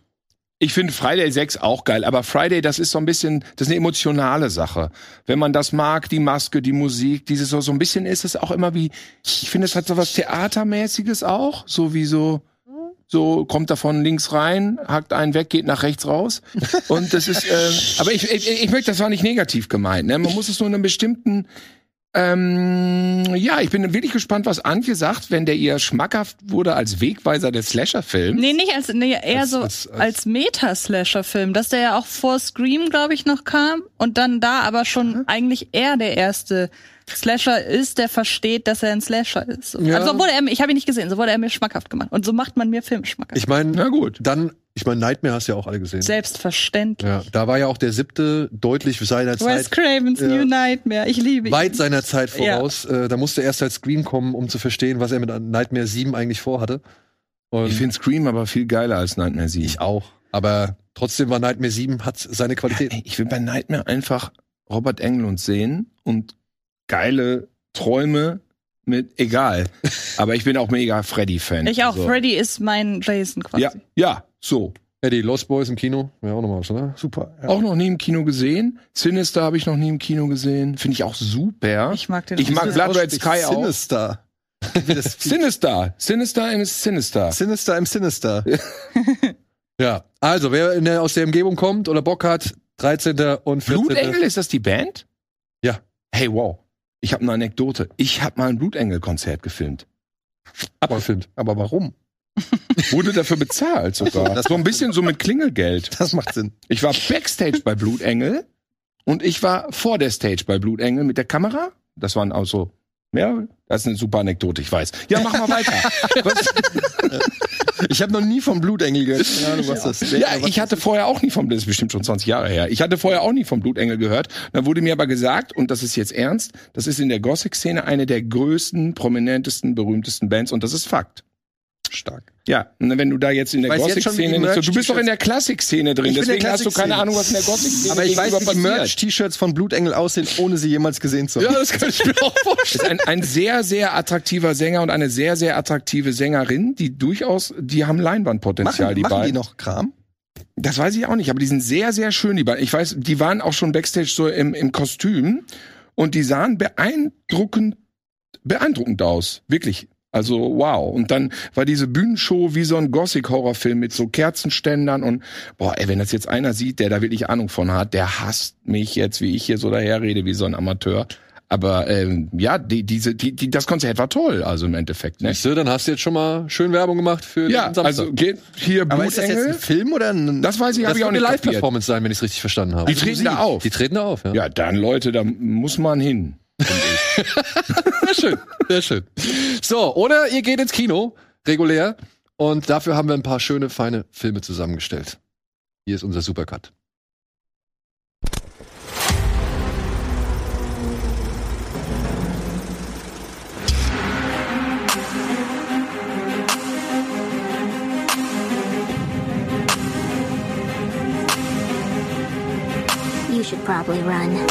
Speaker 5: ich finde Friday 6 auch geil, aber Friday, das ist so ein bisschen, das ist eine emotionale Sache. Wenn man das mag, die Maske, die Musik, dieses so, so ein bisschen ist es auch immer wie, ich finde, es hat so was Theatermäßiges auch, so wie so, so kommt davon links rein, hackt einen weg, geht nach rechts raus. Und das ist, äh, aber ich, ich, ich möchte, das war nicht negativ gemeint, ne? Man muss es nur in einem bestimmten, ähm, ja, ich bin wirklich gespannt, was Antje sagt, wenn der ihr schmackhaft wurde als Wegweiser des Slasher-Films.
Speaker 7: Nee, nicht als, nee, eher
Speaker 4: Als-
Speaker 7: so
Speaker 4: als-
Speaker 7: als,
Speaker 4: als-
Speaker 7: Meta-Slasher-Film, dass der ja auch vor Scream, glaube ich, noch kam und dann da aber schon eigentlich er der erste Slasher ist, der versteht, dass er ein Slasher ist.
Speaker 4: Ja.
Speaker 7: Also wurde er, mir- ich habe ihn nicht gesehen, so wurde er mir schmackhaft gemacht. Und so macht man mir Film schmackhaft.
Speaker 4: Ich meine,
Speaker 5: Na gut.
Speaker 4: dann, ich meine, Nightmare hast du ja auch alle gesehen.
Speaker 7: Selbstverständlich.
Speaker 4: Ja, da war ja auch der siebte deutlich seiner
Speaker 7: Wes
Speaker 4: Zeit,
Speaker 7: Cravens
Speaker 4: Ja.
Speaker 7: New Nightmare, ich liebe ihn.
Speaker 4: weit seiner Zeit
Speaker 7: Ja.
Speaker 4: halt voraus. Äh, da musste erst als Scream kommen, um zu verstehen, was er mit Nightmare 7 eigentlich vorhatte. Und
Speaker 5: Ich finde Scream aber viel geiler als Nightmare 7.
Speaker 4: ich auch. Aber trotzdem war Nightmare 7 hat seine Qualität.
Speaker 5: Ey, Ich will bei Nightmare einfach Robert Englund sehen und geile Träume mit egal. Aber ich bin auch mega Freddy-Fan.
Speaker 7: Ich auch.
Speaker 5: Also,
Speaker 7: Freddy ist mein Jason quasi.
Speaker 5: Ja, ja, so.
Speaker 4: Ja, die Lost Boys im Kino, wäre auch nochmal was, oder? Super. Ja.
Speaker 5: Auch noch nie im Kino gesehen. Sinister habe ich noch nie im Kino gesehen. Finde ich auch super.
Speaker 7: Ich mag den
Speaker 5: Ich
Speaker 7: auch
Speaker 5: mag
Speaker 7: sehr.
Speaker 5: Blood Red Sky auch.
Speaker 6: Sinister. Wie das-
Speaker 5: Sinister. Sinister ist Sinister.
Speaker 6: Sinister im Sinister.
Speaker 4: Ja. Also, wer in der, aus der Umgebung kommt oder Bock hat, 13. und 14.
Speaker 5: Blutengel, ist das die Band?
Speaker 4: Ja.
Speaker 5: Hey, wow. Ich habe eine Anekdote. Ich habe mal ein Blutengel-Konzert gefilmt.
Speaker 4: Abgefilmt.
Speaker 5: Aber warum? Wurde dafür bezahlt sogar. so ein bisschen so mit Klingelgeld.
Speaker 6: Das macht Sinn.
Speaker 5: Ich war Backstage bei Blutengel und ich war vor der Stage bei Blutengel mit der Kamera. Das waren auch so, ja, das ist eine super Anekdote, ich weiß. Ja, mach mal weiter. Was,
Speaker 6: Ich habe noch nie vom Blutengel gehört. Keine Ahnung, was das
Speaker 5: ja, ich hatte vorher auch nie vom, das ist bestimmt schon 20 Jahre her, ich hatte vorher auch nie vom Blutengel gehört. Dann wurde mir aber gesagt, und das ist jetzt ernst, das ist in der Gothic-Szene eine der größten, prominentesten, berühmtesten Bands und das ist Fakt.
Speaker 6: stark.
Speaker 5: Ja, und wenn du da jetzt in der
Speaker 6: Weiß jetzt schon, wie die
Speaker 5: Gothic-Szene nicht so, du bist
Speaker 6: Merch-T-Shirts-
Speaker 5: doch in der Klassik-Szene drin,
Speaker 6: Ich bin in der
Speaker 5: deswegen hast du keine
Speaker 6: Klassik-Szene.
Speaker 5: Ahnung, was in der Gothic-Szene
Speaker 6: Aber ich weiß,
Speaker 5: gegenüber
Speaker 6: wie die
Speaker 5: passiert.
Speaker 6: Merch-T-Shirts von Blutengel aussehen, ohne sie jemals gesehen zu haben.
Speaker 4: das könnte ich mir auch vorstellen.
Speaker 5: ist ein, ein sehr, sehr attraktiver Sänger und eine sehr, sehr attraktive Sängerin, die durchaus, die haben Leinwandpotenzial,
Speaker 6: machen
Speaker 5: die
Speaker 6: machen die
Speaker 5: beiden.
Speaker 6: noch Kram?
Speaker 5: Das weiß ich auch nicht, aber die sind sehr, sehr schön, die beiden. Ich weiß, die waren auch schon Backstage so im, im Kostüm und die sahen beeindruckend, beeindruckend aus. Wirklich. Also, wow. Und dann war diese Bühnenshow wie so ein Gothic-Horrorfilm mit so Kerzenständern und, boah, ey, wenn das jetzt einer sieht, der da wirklich Ahnung von hat, der hasst mich jetzt, wie ich hier so daher rede, wie so ein Amateur. Aber, ähm, ja, die, diese, die, die, das Konzert war toll, also im Endeffekt, ne?
Speaker 4: Siehst du, dann hast du jetzt schon mal schön Werbung gemacht für
Speaker 5: Ja,
Speaker 4: den Samstag.
Speaker 5: also, geht hier
Speaker 6: Aber ist das jetzt ein
Speaker 5: Blutengel.
Speaker 6: Film oder ein...
Speaker 5: Das weiß ich,
Speaker 4: das
Speaker 5: habe
Speaker 4: wird
Speaker 5: ich auch
Speaker 4: eine
Speaker 5: nicht kapiert.
Speaker 4: Live-Performance sein, wenn ich es richtig verstanden habe.
Speaker 5: Die treten da auf.
Speaker 4: Die treten da auf, ja.
Speaker 5: Ja, dann Leute, da muss man hin.
Speaker 4: Sehr schön, sehr schön. So, oder ihr geht ins Kino, regulär, und dafür haben wir ein paar schöne, feine Filme zusammengestellt. Hier ist unser Supercut.
Speaker 8: You should probably run.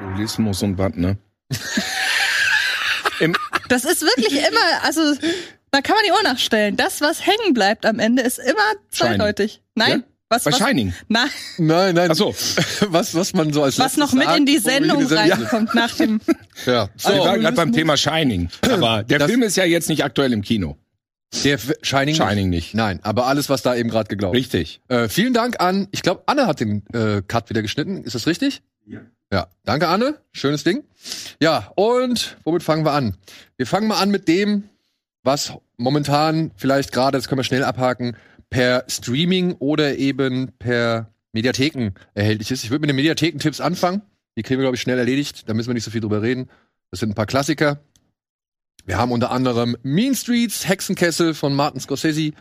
Speaker 5: Alkoholismus und was, ne? Im,
Speaker 7: Das ist wirklich immer, also da kann man die Uhr nachstellen. Das, was hängen bleibt am Ende, ist immer
Speaker 5: Shining.
Speaker 7: zweideutig. Nein,
Speaker 5: Ja?
Speaker 7: was,
Speaker 5: bei
Speaker 7: was,
Speaker 5: Shining.
Speaker 7: na,
Speaker 4: Nein, nein.
Speaker 5: Ach so.
Speaker 4: Was, was man so als
Speaker 7: was
Speaker 4: letztes
Speaker 7: noch mit
Speaker 4: sagt,
Speaker 7: in die
Speaker 4: wo wir
Speaker 7: Sendung
Speaker 4: Sendung-
Speaker 7: reinkommt nach dem.
Speaker 4: Ja, ja.
Speaker 5: Wir waren gerade beim
Speaker 7: Alkoholismus.
Speaker 5: Thema Shining. Aber der
Speaker 4: Das-
Speaker 5: Film ist ja jetzt nicht aktuell im Kino.
Speaker 4: Der F- Shining.
Speaker 5: Shining nicht.
Speaker 4: Nein, aber alles, was da eben gerade geglaubt.
Speaker 5: Richtig.
Speaker 4: Äh, vielen Dank an, ich glaube, Anne hat den äh, Cut wieder geschnitten. Ist das richtig? Ja. Ja, danke Anne. Schönes Ding. Ja, und womit fangen wir an? Wir fangen mal an mit dem, was momentan vielleicht gerade, das können wir schnell abhaken, per Streaming oder eben per Mediatheken erhältlich ist. Ich würde mit den Mediathekentipps anfangen. Die kriegen wir, glaube ich, schnell erledigt. Da müssen wir nicht so viel drüber reden. Das sind ein paar Klassiker. Wir haben unter anderem Mean Streets, Hexenkessel von Martin Scorsese,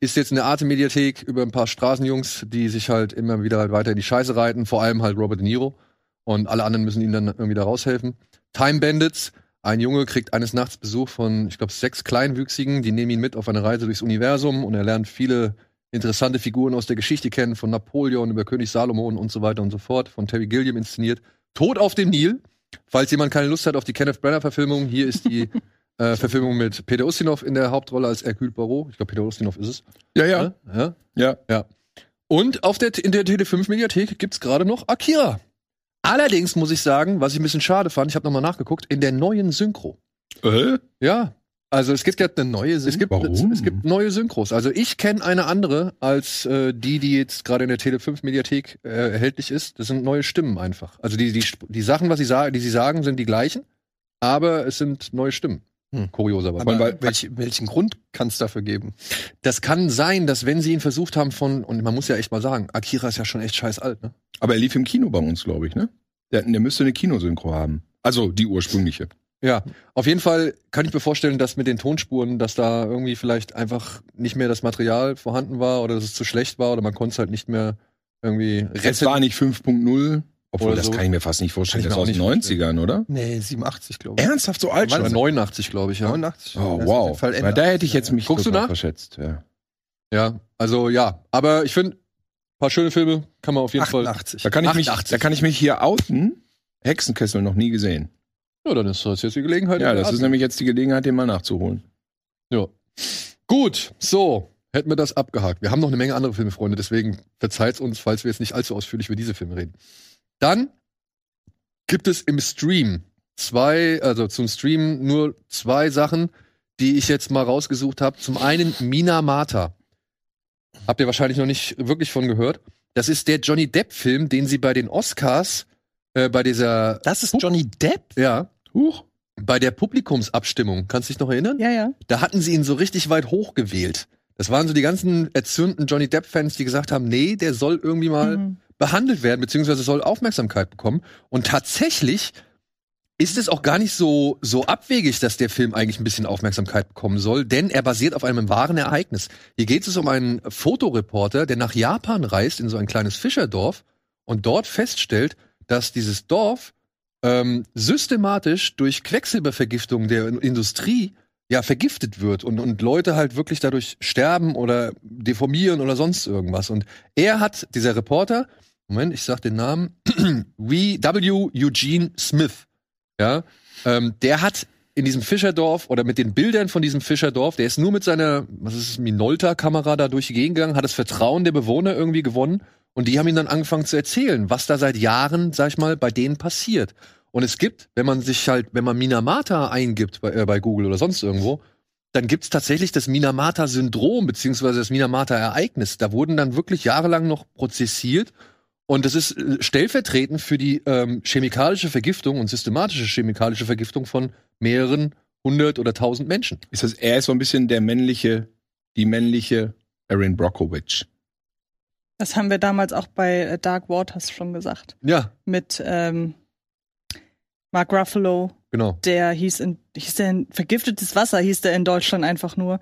Speaker 4: ist jetzt in der Arte-Mediathek über ein paar Straßenjungs, die sich halt immer wieder halt weiter in die Scheiße reiten, vor allem halt Robert De Niro. Und alle anderen müssen ihnen dann irgendwie da raushelfen. Time Bandits, ein Junge kriegt eines Nachts Besuch von, ich glaube, sechs Kleinwüchsigen, die nehmen ihn mit auf eine Reise durchs Universum und er lernt viele interessante Figuren aus der Geschichte kennen, von Napoleon über König Salomon und so weiter und so fort, von Terry Gilliam inszeniert. Tod auf dem Nil. Falls jemand keine Lust hat auf die Kenneth Branagh-Verfilmung, hier ist die äh, Verfilmung mit Peter Ustinov in der Hauptrolle als Hercule Barrault. Ich glaube, Peter Ustinov ist es.
Speaker 5: Ja,
Speaker 4: ne? ja.
Speaker 5: Ja.
Speaker 4: Und auf der, in der Tele5-Mediathek gibt's gerade noch Akira. Allerdings muss ich sagen, was ich ein bisschen schade fand, ich habe nochmal nachgeguckt, in der neuen Synchro.
Speaker 5: Äh?
Speaker 4: Ja, also es gibt ja
Speaker 6: eine neue
Speaker 4: es gibt, es,
Speaker 5: Warum?
Speaker 4: es gibt neue Synchros. Also ich kenne eine andere als äh, die, die jetzt gerade in der Tele5-Mediathek äh, erhältlich ist. Das sind neue Stimmen einfach. Also die, die, Sp- die Sachen, was sie sagen, die sie sagen, sind die gleichen, aber es sind neue Stimmen.
Speaker 6: Hm.
Speaker 4: Kurioserweise.
Speaker 6: Aber
Speaker 4: Weil-
Speaker 6: welch, welchen Grund kann es dafür geben?
Speaker 4: das kann sein, dass wenn sie ihn versucht haben von, und man muss ja echt mal sagen, Akira ist ja schon echt scheiß alt, ne?
Speaker 5: Aber er lief im Kino bei uns, glaube ich, ne? Der, der müsste eine Kinosynchro haben. Also die ursprüngliche.
Speaker 4: Ja, auf jeden Fall kann ich mir vorstellen, dass mit den Tonspuren, dass da irgendwie vielleicht einfach nicht mehr das Material vorhanden war oder dass es zu schlecht war oder man konnte es halt nicht mehr irgendwie
Speaker 5: Es
Speaker 4: retten.
Speaker 5: war nicht 5.0 obwohl
Speaker 4: Oder
Speaker 5: das
Speaker 4: so.
Speaker 5: kann ich mir fast nicht vorstellen.
Speaker 4: Kann ich
Speaker 5: Das
Speaker 4: mir
Speaker 5: war aus
Speaker 4: auch
Speaker 5: den
Speaker 4: nicht
Speaker 5: 90ern, oder?
Speaker 6: Nee, 87, glaube ich.
Speaker 5: Ernsthaft so alt
Speaker 4: Das war
Speaker 5: halt schon?
Speaker 4: 89, glaube ich, ja.
Speaker 6: 89.
Speaker 5: Oh, wow. Weil da hätte ich jetzt mich
Speaker 4: Guckst du
Speaker 5: total
Speaker 4: nach?
Speaker 5: verschätzt. Ja.
Speaker 4: Ja, also ja, aber ich finde, paar schöne Filme kann man auf jeden Fall.
Speaker 6: 88.
Speaker 5: Da, kann ich mich,
Speaker 4: 88.
Speaker 5: da kann ich mich hier outen. Hexenkessel noch nie gesehen.
Speaker 4: Ja, dann ist das jetzt die Gelegenheit.
Speaker 5: Ja, das
Speaker 4: Atmen.
Speaker 5: ist nämlich jetzt die Gelegenheit, den mal nachzuholen.
Speaker 4: Ja. Gut, so. Hätten wir das abgehakt. Wir haben noch eine Menge andere Filme, Freunde, deswegen verzeiht uns, falls wir jetzt nicht allzu ausführlich über diese Filme reden. Dann gibt es im Stream zwei, also zum Stream nur zwei Sachen, die ich jetzt mal rausgesucht habe. Zum einen Mina Mata. Habt ihr wahrscheinlich noch nicht wirklich von gehört. Das ist der Johnny Depp-Film, den sie bei den Oscars, äh, bei dieser,
Speaker 6: Das ist Johnny Depp?
Speaker 4: ja,
Speaker 5: Huch.
Speaker 4: bei der Publikumsabstimmung, kannst du dich noch erinnern?
Speaker 7: Ja, ja.
Speaker 4: da hatten sie ihn so richtig weit hochgewählt. Das waren so die ganzen erzürnten Johnny Depp-Fans, die gesagt haben, nee, der soll irgendwie mal
Speaker 7: Mhm.
Speaker 4: behandelt werden, beziehungsweise soll Aufmerksamkeit bekommen. Und tatsächlich ist es auch gar nicht so, so abwegig, dass der Film eigentlich ein bisschen Aufmerksamkeit bekommen soll, denn er basiert auf einem wahren Ereignis. Hier geht es um einen Fotoreporter, der nach Japan reist, in so ein kleines Fischerdorf und dort feststellt, dass dieses Dorf ähm, systematisch durch Quecksilbervergiftung der In- Industrie ja vergiftet wird und, und Leute halt wirklich dadurch sterben oder deformieren oder sonst irgendwas. Und er hat, dieser Reporter, Moment, ich sag den Namen, W. W. Eugene Smith, ja, ähm, der hat in diesem Fischerdorf oder mit den Bildern von diesem Fischerdorf, der ist nur mit seiner, was ist es, Minolta-Kamera da durch die Gegend gegangen, hat das Vertrauen der Bewohner irgendwie gewonnen und die haben ihm dann angefangen zu erzählen, was da seit Jahren, sag ich mal, bei denen passiert. Und es gibt, wenn man sich halt, wenn man Minamata eingibt bei, äh, bei Google oder sonst irgendwo, dann gibt's tatsächlich das Minamata-Syndrom beziehungsweise das Minamata-Ereignis. Da wurden dann wirklich jahrelang noch prozessiert und das ist äh, stellvertretend für die ähm, chemikalische Vergiftung und systematische chemikalische Vergiftung von mehreren hundert oder tausend Menschen.
Speaker 5: Ist das, er ist so ein bisschen der männliche, die männliche Erin Brockovich.
Speaker 7: Das haben wir damals auch bei äh, Dark Waters schon gesagt.
Speaker 4: Ja,
Speaker 7: Mit ähm, Mark Ruffalo,
Speaker 4: genau.
Speaker 7: der hieß in, hieß der in vergiftetes Wasser, hieß der in Deutschland einfach nur,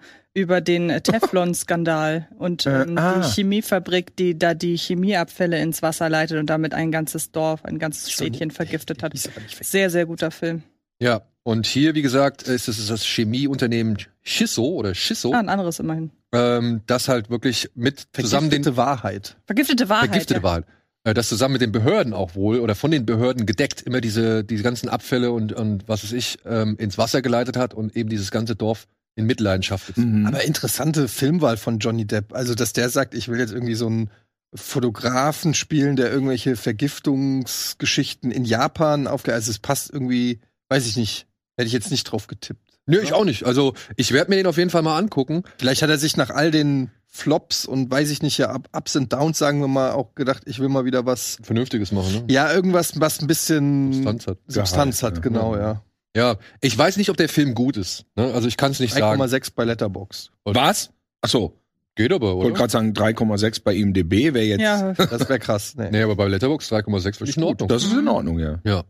Speaker 7: über den äh, Teflon-Skandal und
Speaker 5: Äh,
Speaker 7: ähm,
Speaker 5: ah.
Speaker 7: die Chemiefabrik, die da die Chemieabfälle ins Wasser leitet und damit ein ganzes Dorf, ein ganzes Städtchen vergiftet hat. Sehr, sehr guter Film.
Speaker 4: Ja. Und hier, wie gesagt, ist es das Chemieunternehmen Schisso oder Schisso,
Speaker 7: Ah, ein anderes immerhin.
Speaker 4: ähm, das halt wirklich mit zusammen den
Speaker 6: Vergiftete Wahrheit.
Speaker 7: Vergiftete Wahrheit.
Speaker 4: vergiftete
Speaker 7: ja.
Speaker 4: Wahl. Äh, Das zusammen mit den Behörden auch wohl oder von den Behörden gedeckt immer diese, diese ganzen Abfälle und, und was weiß ich ähm, ins Wasser geleitet hat und eben dieses ganze Dorf in Mitleidenschaft
Speaker 5: Mhm.
Speaker 4: ist.
Speaker 6: Aber interessante Filmwahl von Johnny Depp. Also, dass der sagt, ich will jetzt irgendwie so einen Fotografen spielen, der irgendwelche Vergiftungsgeschichten in Japan aufge... Also, es passt irgendwie, weiß ich nicht. Hätte ich jetzt nicht drauf getippt.
Speaker 4: Nö, ich auch nicht. Also ich werde mir den auf jeden Fall mal angucken.
Speaker 6: Vielleicht hat er sich nach all den Flops und weiß ich nicht, ja, Up- Ups und Downs, sagen wir mal, auch gedacht, ich will mal wieder was.
Speaker 4: Vernünftiges machen, ne?
Speaker 6: Ja, irgendwas, was ein bisschen
Speaker 4: Substanz hat.
Speaker 6: Substanz hat,
Speaker 5: Ja.
Speaker 6: genau, ja.
Speaker 4: Ja, ich weiß nicht, ob der Film gut ist. Ne? Also ich kann es nicht sagen.
Speaker 6: 1,6 bei Letterbox.
Speaker 5: Was? Achso,
Speaker 4: Geht aber,
Speaker 5: ich wollte
Speaker 4: oder?
Speaker 5: gerade sagen 3,6 bei IMDB wäre jetzt.
Speaker 7: Ja,
Speaker 6: Das wäre krass. Nee.
Speaker 4: Nee, aber bei Letterboxd 3,6 finde ich in Ordnung.
Speaker 5: Das ist in Ordnung, ja.
Speaker 4: Ja.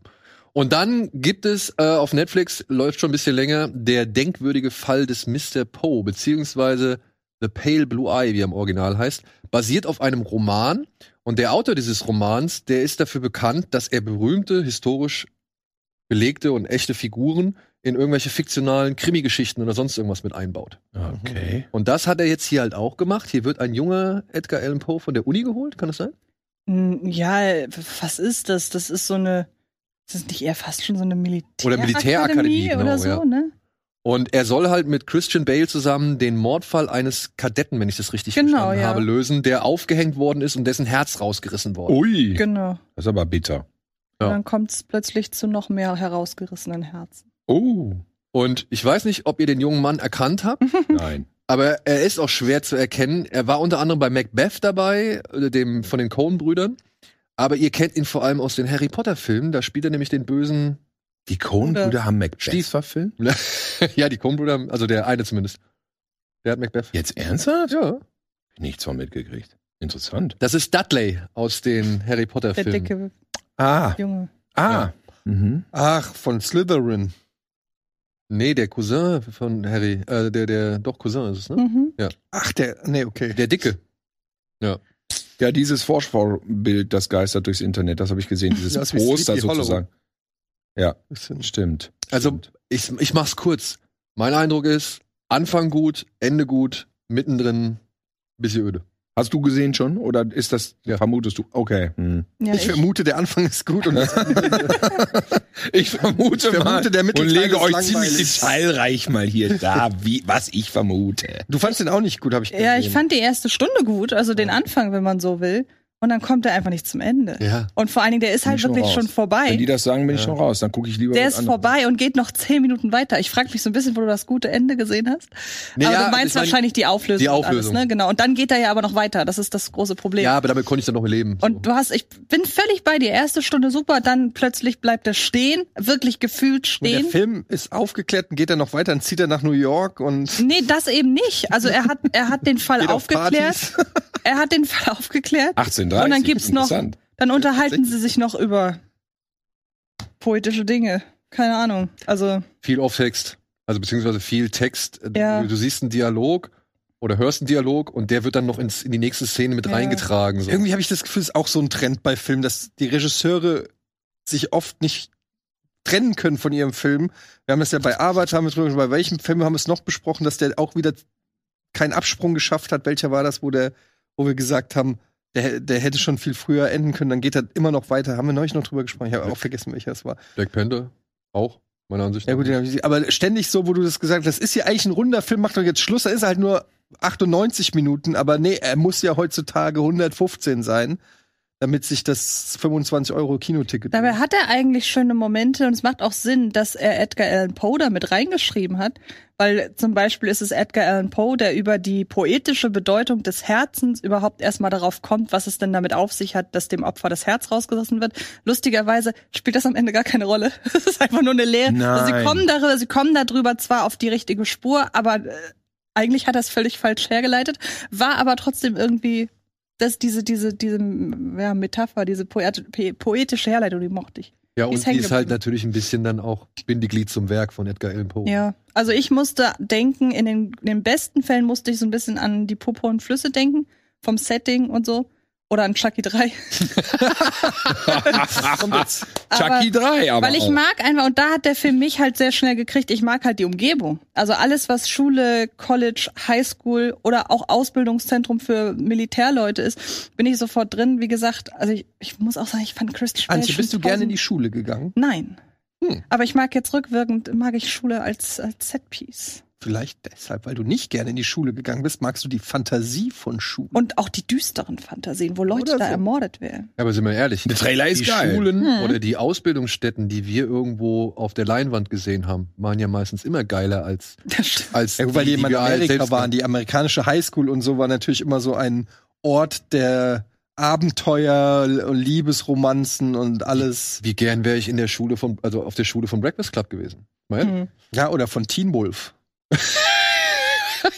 Speaker 4: Und dann gibt es äh, auf Netflix, läuft schon ein bisschen länger, der denkwürdige Fall des Mr. Poe, beziehungsweise The Pale Blue Eye, wie er im Original heißt, basiert auf einem Roman. Und der Autor dieses Romans, der ist dafür bekannt, dass er berühmte, historisch belegte und echte Figuren in irgendwelche fiktionalen Krimi-Geschichten oder sonst irgendwas mit einbaut.
Speaker 5: Ah, Okay.
Speaker 4: Und das hat er jetzt hier halt auch gemacht. Hier wird ein junger Edgar Allan Poe von der Uni geholt, kann das sein?
Speaker 7: Mm, Ja, w- was ist das? Das ist so eine. Ist das nicht eher fast schon so eine Militärakademie
Speaker 4: Oder Militärakademie, genau,
Speaker 7: oder so,
Speaker 4: ja.
Speaker 7: ne?
Speaker 4: Und er soll halt mit Christian Bale zusammen den Mordfall eines Kadetten, wenn ich das richtig
Speaker 7: Genau,
Speaker 4: verstanden
Speaker 7: ja.
Speaker 4: habe, lösen, der aufgehängt worden ist und dessen Herz rausgerissen worden.
Speaker 5: Ui,
Speaker 7: Genau.
Speaker 5: das ist aber bitter.
Speaker 4: Ja.
Speaker 7: Und dann kommt es plötzlich zu noch mehr herausgerissenen Herzen.
Speaker 5: Oh,
Speaker 4: Und ich weiß nicht, ob ihr den jungen Mann erkannt habt,
Speaker 5: nein.
Speaker 4: aber er ist auch schwer zu erkennen. Er war unter anderem bei Macbeth dabei, äh, dem von den Coen-Brüdern. Aber ihr kennt ihn vor allem aus den Harry Potter-Filmen. Da spielt er nämlich den bösen,
Speaker 5: Die Coen-Brüder haben Macbeth
Speaker 4: Stieß-
Speaker 5: verfilmt?
Speaker 4: ja, die Coen-Brüder, also der eine zumindest. Der hat Macbeth.
Speaker 5: Jetzt ernsthaft?
Speaker 4: Ja.
Speaker 5: Nichts von mitgekriegt. Interessant.
Speaker 4: Das ist Dudley aus den Harry
Speaker 7: Der
Speaker 4: Potter-Filmen.
Speaker 7: dicke
Speaker 6: Ah,
Speaker 7: Junge.
Speaker 5: Ah. Mhm.
Speaker 6: ach, von Slytherin.
Speaker 4: Nee, der Cousin von Harry, äh, der, der, doch Cousin ist es, ne?
Speaker 7: Mhm.
Speaker 6: Ach, der, nee, okay.
Speaker 4: Der Dicke.
Speaker 5: Ja, dieses Vorschaubild, das geistert durchs Internet, das habe ich gesehen, dieses
Speaker 6: Das ist wie
Speaker 5: Poster
Speaker 6: Sleepy Hollow.
Speaker 5: sozusagen. Stimmt.
Speaker 4: Also,
Speaker 5: Stimmt.
Speaker 4: ich, ich mach's kurz. Mein Eindruck ist, Anfang gut, Ende gut, mittendrin bisschen öde.
Speaker 5: Hast du gesehen schon oder ist das
Speaker 4: Ja.
Speaker 5: vermutest du? Okay. Hm.
Speaker 7: Ja,
Speaker 6: ich, vermute, der Anfang ist gut und das
Speaker 5: Ich vermute,
Speaker 6: vermute, der
Speaker 5: und
Speaker 6: Mittelteil
Speaker 5: lege
Speaker 6: ist
Speaker 5: euch
Speaker 6: langweilig.
Speaker 5: ziemlich detailreich mal hier da, wie was ich vermute.
Speaker 6: Du fandst den auch nicht gut, habe ich
Speaker 7: ja, ich fand die erste Stunde gut, also den Anfang, wenn man so will. Und dann kommt er einfach nicht zum Ende.
Speaker 4: Ja.
Speaker 7: Und vor allen Dingen, der ist
Speaker 5: Bin
Speaker 7: halt
Speaker 5: ich schon
Speaker 7: wirklich
Speaker 5: raus.
Speaker 7: schon
Speaker 5: Wenn die
Speaker 7: vorbei.
Speaker 5: das sagen, bin ich schon raus. Dann gucke ich lieber.
Speaker 7: Der
Speaker 5: was
Speaker 7: ist
Speaker 5: anderes.
Speaker 7: vorbei und geht noch zehn Minuten weiter. Ich frage mich so ein bisschen, wo du das gute Ende gesehen hast. aber
Speaker 4: ja,
Speaker 7: du
Speaker 4: ich
Speaker 7: meinst
Speaker 4: mein-
Speaker 7: wahrscheinlich die Auflösung.
Speaker 4: die
Speaker 7: und
Speaker 4: Auflösung.
Speaker 7: Alles, ne? Genau. Und dann geht er ja aber noch weiter. Das ist das große Problem.
Speaker 4: Ja, aber damit konnte ich dann noch leben.
Speaker 7: Und du hast, ich bin völlig bei dir. Erste Stunde super, dann plötzlich bleibt er stehen, wirklich gefühlt
Speaker 6: Und der
Speaker 7: stehen.
Speaker 6: Film ist aufgeklärt und geht dann noch weiter, dann zieht er nach New York und
Speaker 7: Nee, das eben nicht. Also er hat, er hat den Fall
Speaker 6: Geht auf
Speaker 7: aufgeklärt. Er hat den Fall aufgeklärt.
Speaker 5: 18:30.
Speaker 7: Und dann gibt's noch-
Speaker 5: Interessant.
Speaker 7: Dann unterhalten sie sich noch über poetische Dinge. Keine Ahnung. Also,
Speaker 4: viel Off-Text, also beziehungsweise viel Text.
Speaker 7: Ja.
Speaker 4: Du, du siehst einen Dialog oder hörst einen Dialog und der wird dann noch ins, in die nächste Szene mit
Speaker 7: Ja.
Speaker 4: reingetragen. So.
Speaker 6: Irgendwie habe ich das Gefühl, es ist auch so ein Trend bei Filmen, dass die Regisseure sich oft nicht trennen können von ihrem Film. Wir haben das ja bei Arbeit, haben wir drüber, bei welchem Film haben wir es noch besprochen, dass der auch wieder keinen Absprung geschafft hat. Welcher war das, wo der, wo wir gesagt haben, der, der hätte schon viel früher enden können, dann geht er immer noch weiter. Haben wir neulich noch drüber gesprochen, ich habe auch vergessen, welcher es war.
Speaker 4: Black Panther auch, meiner Ansicht
Speaker 6: Ja
Speaker 4: nach.
Speaker 6: gut, den hab ich gesehen. aber ständig so, wo du das gesagt hast, das ist ja eigentlich ein runder Film, macht doch jetzt Schluss, da ist er halt nur 98 Minuten, aber nee, er muss ja heutzutage 115 sein, damit sich das 25 Euro Kinoticket.
Speaker 7: dabei hat er eigentlich schöne Momente und es macht auch Sinn, dass er Edgar Allan Poe da mit reingeschrieben hat. Weil zum Beispiel ist es Edgar Allan Poe, der über die poetische Bedeutung des Herzens überhaupt erstmal darauf kommt, was es denn damit auf sich hat, dass dem Opfer das Herz rausgerissen wird. Lustigerweise spielt das am Ende gar keine Rolle. Es ist einfach nur eine Lehre. Also sie
Speaker 5: Nein.
Speaker 7: kommen darüber, sie kommen darüber zwar auf die richtige Spur, aber äh, eigentlich hat er es völlig falsch hergeleitet, war aber trotzdem irgendwie das, diese, diese, diese m, ja, Metapher, diese poet pe- poetische Herleitung, die mochte ich.
Speaker 4: Ja,
Speaker 7: Die
Speaker 4: und
Speaker 7: ist
Speaker 4: die
Speaker 7: hängen
Speaker 4: ist halt
Speaker 7: geblieben.
Speaker 4: natürlich ein bisschen dann auch Bindeglied zum Werk von Edgar Allan
Speaker 5: Oh.
Speaker 4: Poe.
Speaker 7: Ja, also ich musste denken, in den, in den besten Fällen musste ich so ein bisschen an die Popo und Flüsse denken, vom Setting und so. Oder an Chucky 3. Aber-
Speaker 5: Chucky 3, aber
Speaker 7: Weil ich
Speaker 5: auch.
Speaker 7: mag einfach, und da hat der Film mich halt sehr schnell gekriegt, ich mag halt die Umgebung. Also alles, was Schule, College, Highschool oder auch Ausbildungszentrum für Militärleute ist, bin ich sofort drin. Wie gesagt, also ich, ich muss auch sagen, ich fand Chris Spell
Speaker 6: Antje, bist du
Speaker 7: schon
Speaker 6: gerne in
Speaker 7: tausend-
Speaker 6: die Schule gegangen?
Speaker 7: Nein.
Speaker 6: Hm.
Speaker 7: Aber ich mag jetzt rückwirkend, mag ich Schule als, als Setpiece.
Speaker 6: Vielleicht deshalb, weil du nicht gerne in die Schule gegangen bist, magst du die Fantasie von Schule.
Speaker 7: Und auch die düsteren Fantasien, wo Leute
Speaker 6: Oder
Speaker 7: da
Speaker 6: so.
Speaker 7: ermordet werden.
Speaker 4: Ja, aber sind wir ehrlich,
Speaker 5: Der Trailer ist
Speaker 4: die
Speaker 5: geil.
Speaker 4: Schulen
Speaker 7: Hm.
Speaker 4: oder die Ausbildungsstätten, die wir irgendwo auf der Leinwand gesehen haben, waren ja meistens immer geiler als,
Speaker 7: Das stimmt.
Speaker 4: als
Speaker 6: Ja, gut, weil die, immer in
Speaker 4: wir halt
Speaker 6: Amerika
Speaker 4: selbst-
Speaker 6: waren, die amerikanische Highschool und so war natürlich immer so ein Ort der Abenteuer und Liebesromanzen und alles.
Speaker 4: Wie gern wäre ich in der Schule von, also auf der Schule von Breakfast Club gewesen. Mal ehrlich.
Speaker 7: Hm.
Speaker 6: Ja, oder von Teen Wolf.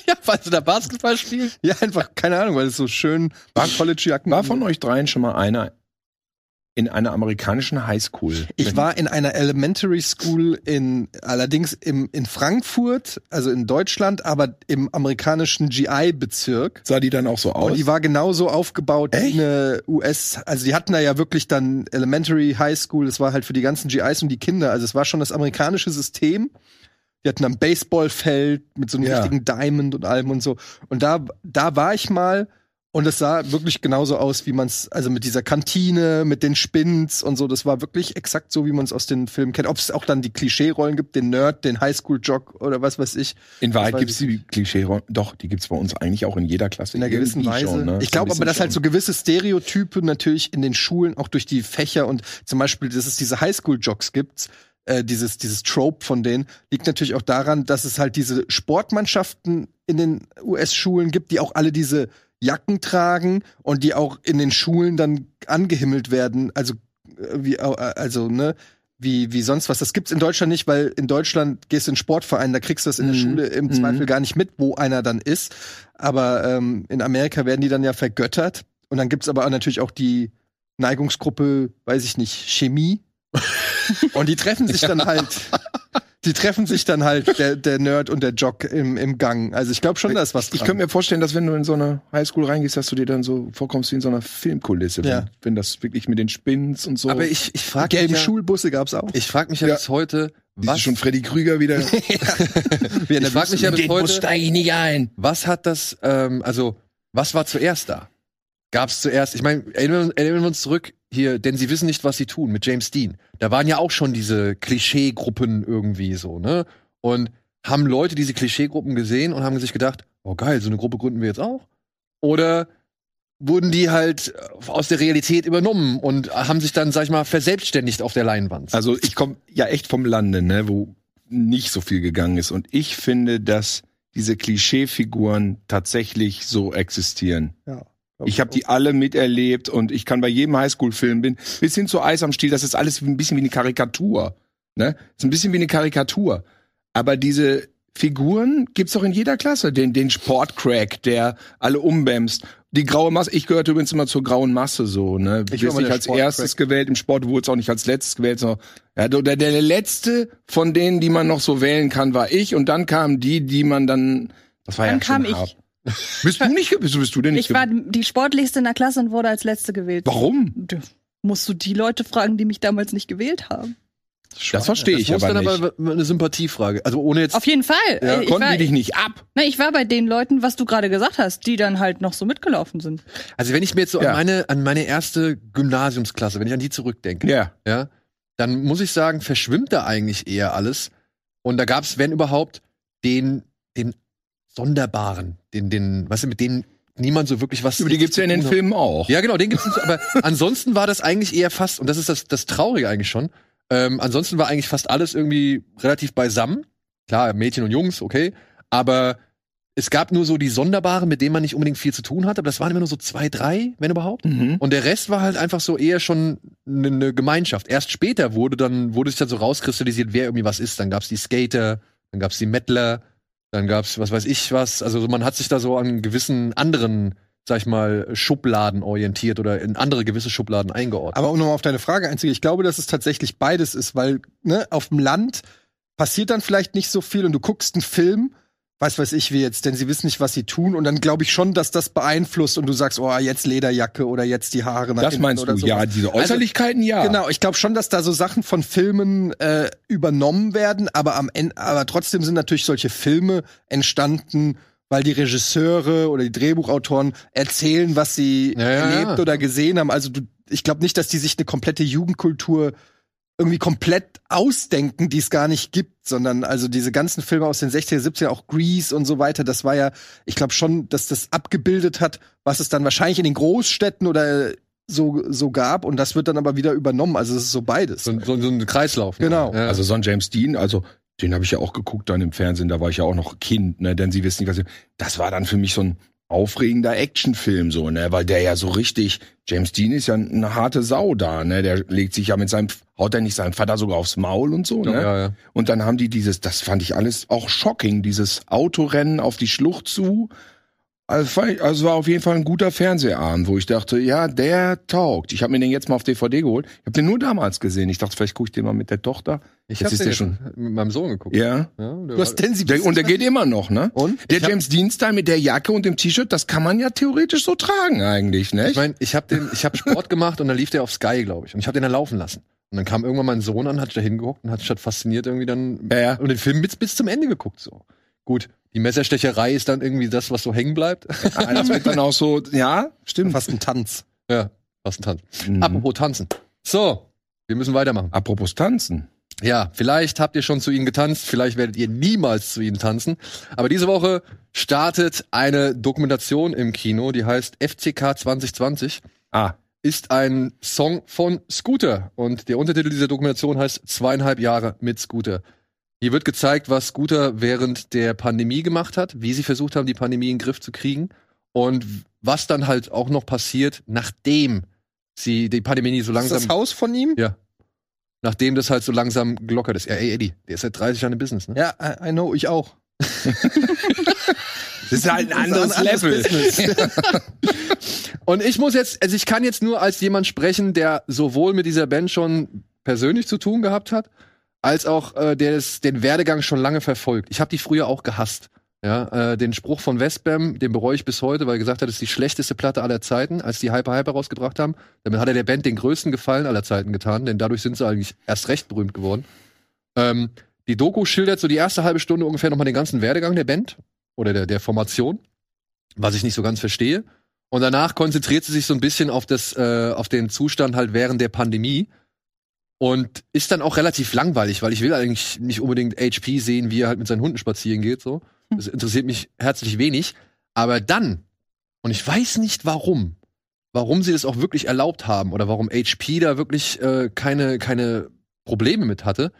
Speaker 4: Ja, falls du da Basketball spielst.
Speaker 6: Ja, einfach, keine Ahnung, weil es so schön war. College-Jacken.
Speaker 5: War von euch dreien schon mal einer in einer amerikanischen Highschool?
Speaker 6: Ich war in einer Elementary School in, allerdings im, in Frankfurt, also in Deutschland, aber im amerikanischen GI-Bezirk.
Speaker 5: sah die dann auch so aus?
Speaker 6: Und die war genauso aufgebaut
Speaker 5: Echt?
Speaker 6: wie eine US, also die hatten da ja wirklich dann Elementary, High School, das war halt für die ganzen GIs und die Kinder, also es war schon das amerikanische System. Die hatten ein Baseballfeld mit so einem
Speaker 5: Ja.
Speaker 6: richtigen Diamond und allem und so. Und da, da war ich mal Und es sah wirklich genauso aus, wie man es, also mit dieser Kantine, mit den Spins und so, das war wirklich exakt so, wie man es aus den Filmen kennt. Ob es auch dann die Klischee-Rollen gibt, den Nerd, den Highschool-Jock oder was weiß ich.
Speaker 5: In Wahrheit
Speaker 6: weiß
Speaker 5: gibt es
Speaker 6: ich
Speaker 5: die Klischee, doch, die gibt es bei uns eigentlich auch in jeder Klasse.
Speaker 6: In einer gewissen
Speaker 5: Irgendwie
Speaker 6: Weise.
Speaker 5: schon, ne?
Speaker 6: Ich glaube
Speaker 5: Ein
Speaker 6: aber, dass
Speaker 5: bisschen
Speaker 6: halt so
Speaker 5: schon.
Speaker 6: gewisse Stereotype natürlich in den Schulen auch durch die Fächer und zum Beispiel, dass es diese Highschool-Jocks gibt, äh, dieses, dieses Trope von denen, liegt natürlich auch daran, dass es halt diese Sportmannschaften in den US-Schulen gibt, die auch alle diese Jacken tragen und die auch in den Schulen dann angehimmelt werden. Also, äh, wie, au- äh, also, ne? Wie, wie sonst was. Das gibt's in Deutschland nicht, weil in Deutschland gehst du in den Sportverein, da kriegst du das in der
Speaker 4: Mhm.
Speaker 6: Schule im Zweifel gar nicht mit, wo einer dann ist. Aber ähm, in Amerika werden die dann ja vergöttert. Und dann gibt's aber auch natürlich auch die Neigungsgruppe, weiß ich nicht, Chemie. und die treffen sich dann halt. Die treffen sich dann halt, der, der Nerd und der Jock im, im Gang. Also ich glaube schon, da ist was dran.
Speaker 5: Ich könnte mir vorstellen, dass wenn du in so eine Highschool reingehst, dass du dir dann so vorkommst wie in so einer Filmkulisse.
Speaker 6: Ja.
Speaker 5: Wenn, wenn das wirklich mit den Spins und so.
Speaker 4: Aber ich, ich frage mich
Speaker 6: Gelbe
Speaker 4: ja,
Speaker 6: Schulbusse gab's auch.
Speaker 4: ich frag mich ja,
Speaker 5: Ja.
Speaker 4: bis heute,
Speaker 5: Siehst du
Speaker 4: was,
Speaker 5: schon Freddy Krüger wieder.
Speaker 6: Wie in
Speaker 4: ich
Speaker 6: der
Speaker 4: frag mich ja bis heute,
Speaker 5: steige ich nicht ein.
Speaker 4: was hat das, ähm, also, was war zuerst da? Gab es zuerst, ich meine, erinnern, erinnern wir uns zurück hier, denn sie wissen nicht, was sie tun, mit James Dean. Da waren ja auch schon diese Klischeegruppen irgendwie so, ne? Und haben Leute diese Klischeegruppen gesehen und haben sich gedacht, oh geil, so eine Gruppe gründen wir jetzt auch? Oder wurden die halt aus der Realität übernommen und haben sich dann, sag ich mal, verselbstständigt auf der Leinwand?
Speaker 5: Also ich komme ja echt vom Lande, ne, wo nicht so viel gegangen ist. Und ich finde, dass diese Klischeefiguren tatsächlich so existieren.
Speaker 6: Ja.
Speaker 5: Ich habe die alle miterlebt und ich kann bei jedem Highschool-Film bin bis hin zu Eis am Stiel. Das ist alles ein bisschen wie eine Karikatur. Ne, ist ein bisschen wie eine Karikatur. Aber diese Figuren gibt's doch in jeder Klasse. Den, den Sportcrack, der alle umbämst. Die graue Masse. Ich gehörte übrigens immer zur grauen Masse so. Ne,
Speaker 6: Ich
Speaker 5: ich
Speaker 6: war
Speaker 5: wirst
Speaker 6: immer
Speaker 5: nicht
Speaker 6: der
Speaker 5: als
Speaker 6: Sportcrack.
Speaker 5: erstes gewählt. Im Sport wurde es auch nicht als letztes gewählt. Sondern, ja, der, der letzte von denen, die man noch so wählen kann, war ich. Und dann kamen die, die man dann. Das war
Speaker 7: Dann
Speaker 5: ja schon
Speaker 7: kam ich.
Speaker 5: hart. Bist du nicht? ge- Bist du, bist du denn nicht?
Speaker 7: Ich war
Speaker 5: ge-
Speaker 7: die sportlichste in der Klasse und wurde als letzte gewählt.
Speaker 5: Warum?
Speaker 7: D- Musst du die Leute fragen, die mich damals nicht gewählt haben?
Speaker 5: Das verstehe ich
Speaker 4: muss
Speaker 5: aber
Speaker 4: dann
Speaker 5: nicht.
Speaker 4: aber eine Sympathiefrage. Also ohne jetzt
Speaker 7: Auf jeden Fall.
Speaker 5: ja,
Speaker 7: Äh, ich,
Speaker 5: konnten
Speaker 7: war,
Speaker 5: die dich nicht ab?
Speaker 7: ne, ich war bei den Leuten, was du gerade gesagt hast, die dann halt noch so mitgelaufen sind.
Speaker 4: Also wenn ich mir jetzt so
Speaker 5: Ja.
Speaker 4: an meine an meine erste Gymnasiumsklasse, wenn ich an die zurückdenke, ja.
Speaker 5: Ja.
Speaker 4: dann muss ich sagen, verschwimmt da eigentlich eher alles. Und da gab es, wenn überhaupt, den den sonderbaren, den den, weißt du, mit denen niemand so wirklich was.
Speaker 5: Über die gibt's ja in den
Speaker 4: zu tun hat.
Speaker 5: Filmen auch.
Speaker 4: Ja, genau, den gibt's. nicht so, aber ansonsten war das eigentlich eher fast und das ist das das Traurige eigentlich schon. Ähm, ansonsten war eigentlich fast alles irgendwie relativ beisammen. Klar, Mädchen und Jungs, okay, aber es gab nur so die Sonderbaren, mit denen man nicht unbedingt viel zu tun hatte, aber das waren immer nur so zwei, drei, wenn überhaupt.
Speaker 5: Mhm.
Speaker 4: Und der Rest war halt einfach so eher schon eine ne Gemeinschaft. Erst später wurde dann wurde sich dann so rauskristallisiert, wer irgendwie was ist. Dann gab's die Skater, dann gab's die Mettler, dann gab's was weiß ich was. Also man hat sich da so an gewissen anderen, sag ich mal, Schubladen orientiert oder in andere gewisse Schubladen eingeordnet.
Speaker 6: Aber um nochmal auf deine Frage einzugehen, ich glaube, dass es tatsächlich beides ist, weil ne, auf dem Land passiert dann vielleicht nicht so viel und du guckst einen Film, weiß weiß ich wie jetzt, denn sie wissen nicht, was sie tun und dann glaube ich schon, dass das beeinflusst und du sagst, oh, jetzt Lederjacke oder jetzt die Haare nach
Speaker 5: Das
Speaker 6: hinten
Speaker 5: meinst
Speaker 6: oder
Speaker 5: du,
Speaker 6: sowas. Also
Speaker 5: ja. Diese Äußerlichkeiten, ja.
Speaker 6: Genau, ich glaube schon, dass da so Sachen von Filmen äh, übernommen werden, aber am Ende, aber trotzdem sind natürlich solche Filme entstanden, weil die Regisseure oder die Drehbuchautoren erzählen, was sie
Speaker 4: Ja, ja,
Speaker 6: erlebt
Speaker 4: ja.
Speaker 6: oder gesehen haben. Also du, ich glaube nicht, dass die sich eine komplette Jugendkultur irgendwie komplett ausdenken, die es gar nicht gibt, sondern also diese ganzen Filme aus den 60er, 70er, auch Grease und so weiter, das war ja, ich glaube schon, dass das abgebildet hat, was es dann wahrscheinlich in den Großstädten oder so, so gab und das wird dann aber wieder übernommen. Also es ist so beides.
Speaker 4: so, so, so ein Kreislauf.
Speaker 6: Genau.
Speaker 4: Ja.
Speaker 5: Also so ein James Dean, also den habe ich ja auch geguckt dann im Fernsehen, da war ich ja auch noch Kind, ne, denn sie wissen nicht, was ich, das war dann für mich so ein aufregender Actionfilm so, ne, weil der ja so richtig James Dean ist ja eine harte Sau da, ne, der legt sich ja mit seinem haut er nicht seinen Vater sogar aufs Maul und so, ne?
Speaker 4: ja, ja.
Speaker 5: Und dann haben die dieses, das fand ich alles auch shocking, dieses Autorennen auf die Schlucht zu. Also, fand ich- also war auf jeden Fall ein guter Fernsehabend, wo ich dachte, ja, der taugt. Ich habe mir den jetzt mal auf DVD geholt. Ich habe den nur damals gesehen. Ich dachte, vielleicht gucke ich den mal mit der Tochter.
Speaker 4: Ich
Speaker 5: Jetzt
Speaker 4: habe
Speaker 5: ist
Speaker 4: den
Speaker 5: der
Speaker 4: jetzt
Speaker 5: schon-
Speaker 4: mit meinem Sohn geguckt.
Speaker 5: Ja.
Speaker 4: Ja, der
Speaker 6: Du hast denn sie
Speaker 5: Der, und der geht immer noch, ne?
Speaker 6: Und?
Speaker 5: Der James Dean Style mit der Jacke und dem T-Shirt, das kann man ja theoretisch so tragen eigentlich, ne?
Speaker 4: Ich meine, ich habe den, ich habe Sport gemacht und dann lief der auf Sky, glaube ich, und ich habe den dann laufen lassen. Und dann kam irgendwann mein Sohn an, hat da hingeguckt und hat statt fasziniert halt irgendwie dann
Speaker 5: Ja, ja.
Speaker 4: und den Film bis, bis zum Ende geguckt so. Gut, die Messerstecherei ist dann irgendwie das, was so hängen bleibt.
Speaker 5: Ah, das wird dann auch so, ja, stimmt.
Speaker 6: Fast ein Tanz.
Speaker 4: ja, was ein Tanz.
Speaker 5: Mhm.
Speaker 4: Apropos Tanzen. So, wir müssen weitermachen.
Speaker 5: Apropos tanzen.
Speaker 4: Ja, vielleicht habt ihr schon zu ihnen getanzt, vielleicht werdet ihr niemals zu ihnen tanzen. Aber diese Woche startet eine Dokumentation im Kino, die heißt FCK 2020.
Speaker 5: Ah,
Speaker 4: Ist ein Song von Scooter und der Untertitel dieser Dokumentation heißt Zweieinhalb Jahre mit Scooter. Hier wird gezeigt, was Scooter während der Pandemie gemacht hat, wie sie versucht haben, die Pandemie in den Griff zu kriegen und was dann halt auch noch passiert, nachdem sie die Pandemie so langsam
Speaker 6: Ist das Haus von ihm?
Speaker 4: ja. Nachdem das halt so langsam gelockert ist. Ja, ey, Eddie, der ist seit 30 Jahren im Business, ne?
Speaker 6: Ja, I, I know, ich auch.
Speaker 5: das ist halt ein
Speaker 6: anderes
Speaker 5: anderes, Level.
Speaker 4: Und ich muss jetzt, also ich kann jetzt nur als jemand sprechen, der sowohl mit dieser Band schon persönlich zu tun gehabt hat, als auch äh, der es, den Werdegang schon lange verfolgt. Ich habe die früher auch gehasst. Ja, äh, den Spruch von Westbam, den bereue ich bis heute, weil er gesagt hat, es ist die schlechteste Platte aller Zeiten, als die Hyper Hyper rausgebracht haben. Damit hat er der Band den größten Gefallen aller Zeiten getan, denn dadurch sind sie eigentlich erst recht berühmt geworden. Ähm, die Doku schildert so die erste halbe Stunde ungefähr nochmal den ganzen Werdegang der Band oder der, der Formation, was ich nicht so ganz verstehe. Und danach konzentriert sie sich so ein bisschen auf, das, äh, auf den Zustand halt während der Pandemie und ist dann auch relativ langweilig, weil ich will eigentlich nicht unbedingt HP sehen, wie er halt mit seinen Hunden spazieren geht. So. Das interessiert mich herzlich wenig. Aber dann, und ich weiß nicht warum, warum sie das auch wirklich erlaubt haben oder warum HP da wirklich äh, keine, keine Probleme mit hatte,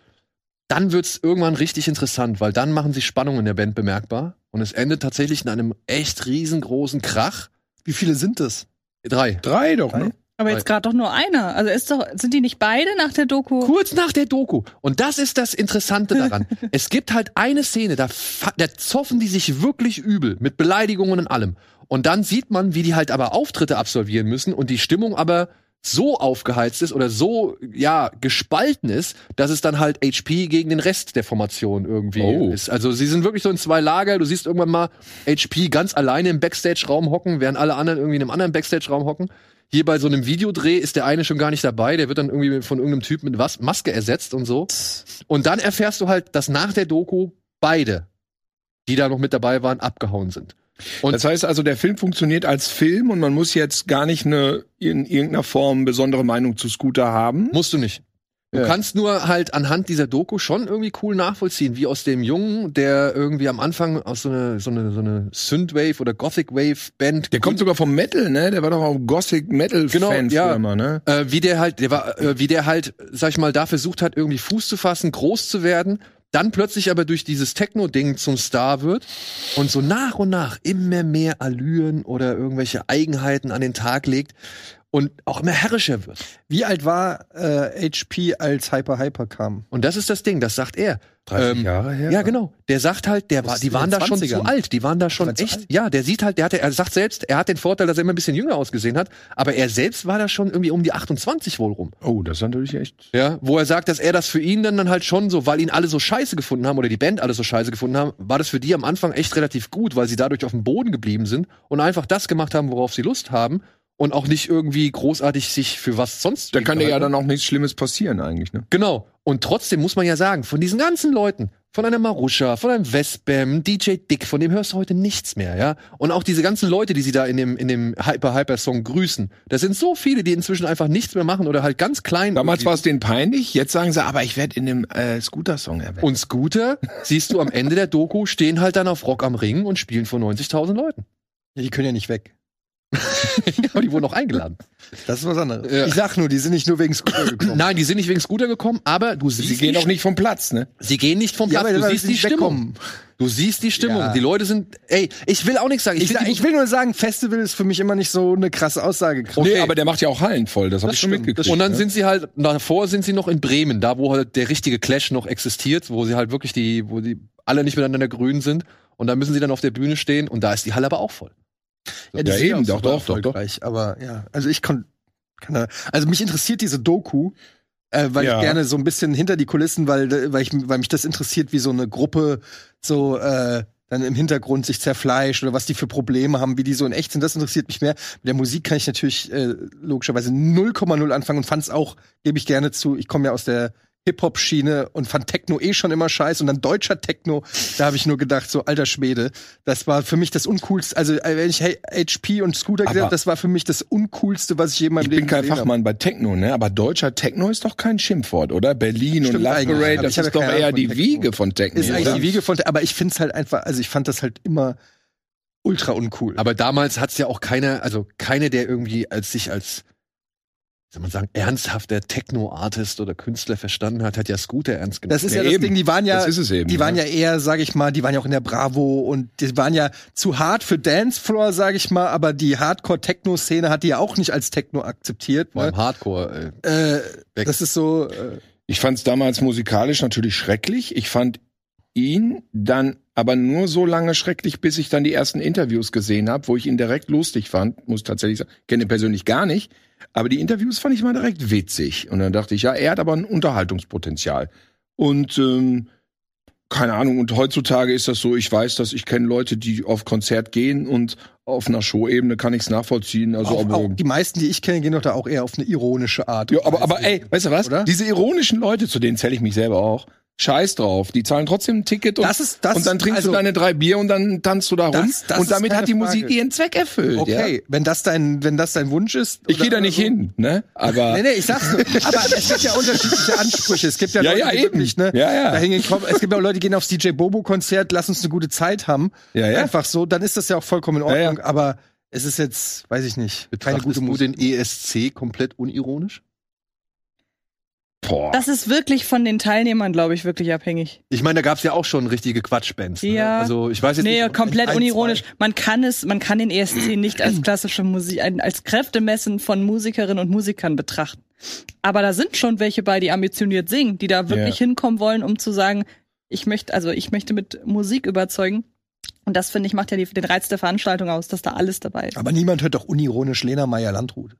Speaker 4: dann wird's irgendwann richtig interessant, weil dann machen sie Spannung in der Band bemerkbar und es endet tatsächlich in einem echt riesengroßen Krach.
Speaker 6: Wie viele sind es?
Speaker 4: Drei.
Speaker 5: Drei doch, ne?
Speaker 7: Aber jetzt gerade doch nur einer. Also ist doch, sind die nicht beide nach der Doku?
Speaker 4: Kurz nach der Doku. Und das ist das Interessante daran. es gibt halt eine Szene, da, fa- da zoffen die sich wirklich übel mit Beleidigungen und allem. Und dann sieht man, wie die halt aber Auftritte absolvieren müssen und die Stimmung aber so aufgeheizt ist oder so, ja, gespalten ist, dass es dann halt HP gegen den Rest der Formation irgendwie
Speaker 5: Oh.
Speaker 4: ist. Also sie sind wirklich so in zwei Lager. Du siehst irgendwann mal HP ganz alleine im Backstage-Raum hocken, während alle anderen irgendwie in einem anderen Backstage-Raum hocken. Hier bei so einem Videodreh ist der eine schon gar nicht dabei, der wird dann irgendwie von irgendeinem Typ mit was Maske ersetzt und so. Und dann erfährst du halt, dass nach der Doku beide, die da noch mit dabei waren, abgehauen sind. Und
Speaker 5: Das heißt also, der Film funktioniert als Film und man muss jetzt gar nicht eine in irgendeiner Form besondere Meinung zu Scooter haben.
Speaker 4: Musst du nicht. Du
Speaker 5: Ja.
Speaker 4: kannst nur halt anhand dieser Doku schon irgendwie cool nachvollziehen, wie aus dem Jungen, der irgendwie am Anfang aus so eine so eine so eine Synthwave oder Gothic Wave Band,
Speaker 5: Der kommt sogar vom Metal, ne? Der war doch auch Gothic Metal
Speaker 4: Genau,
Speaker 5: Fan
Speaker 4: ja.
Speaker 5: früher mal, ne?
Speaker 4: äh, wie der halt, der war, äh, wie der halt, sag ich mal, da versucht hat irgendwie Fuß zu fassen, groß zu werden, dann plötzlich aber durch dieses Techno Ding zum Star wird und so nach und nach immer mehr Allüren oder irgendwelche Eigenheiten an den Tag legt und auch immer herrischer wird.
Speaker 6: Wie alt war äh, HP, als Hyper Hyper kam?
Speaker 4: Und das ist das Ding, das sagt er.
Speaker 5: 30
Speaker 4: Ähm,
Speaker 5: Jahre her.
Speaker 4: Ja, genau. Der sagt halt, der war,
Speaker 6: Aus
Speaker 4: die waren
Speaker 6: den
Speaker 4: da schon
Speaker 6: 20ern.
Speaker 4: zu alt. Die waren da schon
Speaker 6: Waren zu alt.
Speaker 4: echt. Ja, der sieht halt, der hatte, er sagt selbst, er hat den Vorteil, dass er immer ein bisschen jünger ausgesehen hat, aber er selbst war da schon irgendwie um die 28 wohl rum.
Speaker 5: Oh, das ist natürlich echt.
Speaker 4: Ja, wo er sagt, dass er das für ihn dann, dann halt schon so, weil ihn alle so scheiße gefunden haben oder die Band alle so scheiße gefunden haben, war das für die am Anfang echt relativ gut, weil sie dadurch auf dem Boden geblieben sind und einfach das gemacht haben, worauf sie Lust haben und auch nicht irgendwie großartig sich für was sonst.
Speaker 5: Da kann dir ja
Speaker 4: dann
Speaker 5: dann auch nichts Schlimmes passieren eigentlich, ne?
Speaker 4: Genau. Und trotzdem muss man ja sagen, von diesen ganzen Leuten, von einer Marusha, von einem Westbam, DJ Dick, von dem hörst du heute nichts mehr, ja? Und auch diese ganzen Leute, die sie da in dem, in dem Hyper-Hyper-Song grüßen, das sind so viele, die inzwischen einfach nichts mehr machen oder halt ganz klein.
Speaker 5: Damals war es denen peinlich, jetzt sagen sie, aber ich werde in dem äh, Scooter-Song erwähnt.
Speaker 4: Und Scooter, siehst du am Ende der Doku, stehen halt dann auf Rock am Ring und spielen vor 90.000 Leuten.
Speaker 6: Ja, die können ja nicht weg.
Speaker 4: Aber die wurden auch eingeladen.
Speaker 6: Das ist was anderes.
Speaker 4: Ja.
Speaker 6: Ich sag nur, die sind nicht nur wegen Scooter gekommen.
Speaker 4: Nein, die sind nicht wegen Scooter gekommen, aber du siehst
Speaker 5: Sie gehen
Speaker 4: die-
Speaker 5: auch nicht vom Platz, ne?
Speaker 4: Sie gehen nicht vom
Speaker 6: Ja,
Speaker 4: Platz,
Speaker 6: aber
Speaker 4: du
Speaker 6: weil
Speaker 4: siehst
Speaker 6: sie
Speaker 4: die
Speaker 6: nicht
Speaker 4: Stimmung.
Speaker 6: wegkommen.
Speaker 4: Du siehst die Stimmung.
Speaker 6: Ja.
Speaker 4: Die Leute sind, ey, ich will auch nichts sagen. Ich,
Speaker 6: Ich,
Speaker 4: find
Speaker 6: sag,
Speaker 4: die
Speaker 6: ich will nur sagen, Festival ist für mich immer nicht so eine krasse Aussage.
Speaker 5: Nee, aber der macht ja auch Hallen voll, das habe ich schon
Speaker 6: stimmt,
Speaker 5: mitgekriegt.
Speaker 4: Und dann
Speaker 5: ne?
Speaker 4: sind sie halt, davor sind sie noch in Bremen, da wo halt der richtige Clash noch existiert, wo sie halt wirklich die, wo die alle nicht miteinander grün sind. Und da müssen sie dann auf der Bühne stehen und da ist die Halle aber auch voll.
Speaker 5: Ja,
Speaker 6: sind
Speaker 5: eben, doch, doch,
Speaker 6: auch super
Speaker 5: doch, doch.
Speaker 6: erfolgreich, Aber ja, also ich kon, kann, da- also mich interessiert diese Doku, äh, weil
Speaker 5: Ja.
Speaker 6: ich gerne so ein bisschen hinter die Kulissen, weil, weil, ich, weil mich das interessiert, wie so eine Gruppe so äh, dann im Hintergrund sich zerfleischt oder was die für Probleme haben, wie die so in echt sind. Das interessiert mich mehr. Mit der Musik kann ich natürlich äh, logischerweise 0,0 anfangen und fand es auch, gebe ich gerne zu, ich komme ja aus der Hip-Hop-Schiene und fand Techno eh schon immer scheiße und dann deutscher Techno, da habe ich nur gedacht, so alter Schwede, das war für mich das uncoolste, also äh, wenn ich hey, HP und Scooter gesagt hab, das war für mich das uncoolste, was ich je in meinem
Speaker 5: Ich
Speaker 6: Leben
Speaker 5: bin kein
Speaker 6: gesehen hab.
Speaker 5: Fachmann bei Techno, ne? Aber deutscher Techno ist doch kein Schimpfwort, oder? Berlin und
Speaker 6: Stimmt
Speaker 5: Love
Speaker 6: eigentlich,
Speaker 5: Parade,
Speaker 6: aber
Speaker 5: das
Speaker 6: ich habe
Speaker 5: ist doch
Speaker 6: keine
Speaker 5: eher
Speaker 6: Ahnung
Speaker 5: die
Speaker 6: von Techno.
Speaker 5: Wiege von Techno.
Speaker 6: Ist eigentlich
Speaker 5: oder?
Speaker 6: die Wiege von, aber ich find's halt einfach, also ich fand das halt immer ultra uncool.
Speaker 4: Aber damals hat's ja auch keiner, also keine, der irgendwie als sich als, soll man sagen, ernsthafter Techno-Artist oder Künstler verstanden hat, hat ja Scooter ernst genommen.
Speaker 6: Das ist
Speaker 5: Ja,
Speaker 6: ja, das
Speaker 5: eben.
Speaker 6: Ding, die waren ja,
Speaker 5: Das ist es eben,
Speaker 6: die waren
Speaker 5: ja.
Speaker 6: ja eher, sag ich mal, die waren ja auch in der Bravo und die waren ja zu hart für Dancefloor, sag ich mal, aber die Hardcore-Techno-Szene hat die ja auch nicht als Techno akzeptiert.
Speaker 4: Vor
Speaker 6: Ne?
Speaker 4: allem Hardcore, ey.
Speaker 6: Äh,
Speaker 4: Weg.
Speaker 6: das ist so, äh,
Speaker 5: Ich fand es damals musikalisch natürlich schrecklich. Ich fand ihn dann aber nur so lange schrecklich, bis ich dann die ersten Interviews gesehen habe, wo ich ihn direkt lustig fand. Muss tatsächlich sagen, kenne ihn persönlich gar nicht, aber die Interviews fand ich mal direkt witzig. Und dann dachte ich, ja, er hat aber ein Unterhaltungspotenzial. Und ähm, keine Ahnung, und heutzutage ist das so, ich weiß, dass ich kenne Leute, die auf Konzert gehen und auf einer Show-Ebene kann ich es nachvollziehen. Also
Speaker 6: auch,
Speaker 5: aber-
Speaker 6: auch, die meisten, die ich kenne, gehen doch da auch eher auf eine ironische Art.
Speaker 5: ja, aber, aber ey, weißt du was?
Speaker 6: Oder?
Speaker 5: Diese ironischen Leute, zu denen zähle ich mich selber auch, scheiß drauf. Die zahlen trotzdem ein Ticket und,
Speaker 6: Das ist- das
Speaker 5: und dann
Speaker 6: ist-
Speaker 5: trinkst
Speaker 6: also-
Speaker 5: du deine drei Bier und dann tanzt du da rum.
Speaker 6: Das- das
Speaker 5: und
Speaker 6: ist
Speaker 5: damit
Speaker 6: keine
Speaker 5: hat die
Speaker 6: Frage.
Speaker 5: Musik ihren Zweck erfüllt.
Speaker 6: okay,
Speaker 5: Ja?
Speaker 6: wenn das dein, wenn das dein Wunsch ist.
Speaker 5: Ich
Speaker 6: oder-
Speaker 5: gehe da nicht
Speaker 6: oder so.
Speaker 5: hin, ne? Aber
Speaker 6: Nee, nee, ich sag's nur. Aber es gibt ja unterschiedliche Ansprüche. Es gibt ja,
Speaker 5: Ja,
Speaker 6: Leute,
Speaker 5: ja,
Speaker 6: die
Speaker 5: eben.
Speaker 6: wirklich, ne,
Speaker 5: Ja, ja.
Speaker 6: dahin gekommen. Es gibt ja auch Leute, die gehen aufs DJ Bobo-Konzert, lass uns eine gute Zeit haben.
Speaker 5: Ja, ja.
Speaker 6: Einfach so, dann ist das ja auch vollkommen in
Speaker 5: ja.
Speaker 6: Ordnung. Aber es ist jetzt, weiß ich nicht, keine gute
Speaker 4: du
Speaker 6: Musik.
Speaker 4: den ESC komplett unironisch?
Speaker 5: boah.
Speaker 7: Das ist wirklich von den Teilnehmern, glaube ich, wirklich abhängig.
Speaker 4: Ich meine, da gab's ja auch schon richtige Quatschbands. Ne?
Speaker 7: Ja.
Speaker 4: Also ich weiß jetzt
Speaker 7: Nee,
Speaker 4: nicht. ob-
Speaker 7: komplett
Speaker 6: ein, zwei.
Speaker 7: unironisch. Man kann es, man kann den ESC nicht als klassische Musik, ein- als Kräftemessen von Musikerinnen und Musikern betrachten. Aber da sind schon welche bei, die ambitioniert singen, die da wirklich hinkommen wollen, um zu sagen, ich möchte, also ich möchte mit Musik überzeugen. Und das finde ich macht ja die, den Reiz der Veranstaltung aus, dass da alles dabei ist.
Speaker 6: Aber niemand hört doch unironisch Lena Meyer-Landrut.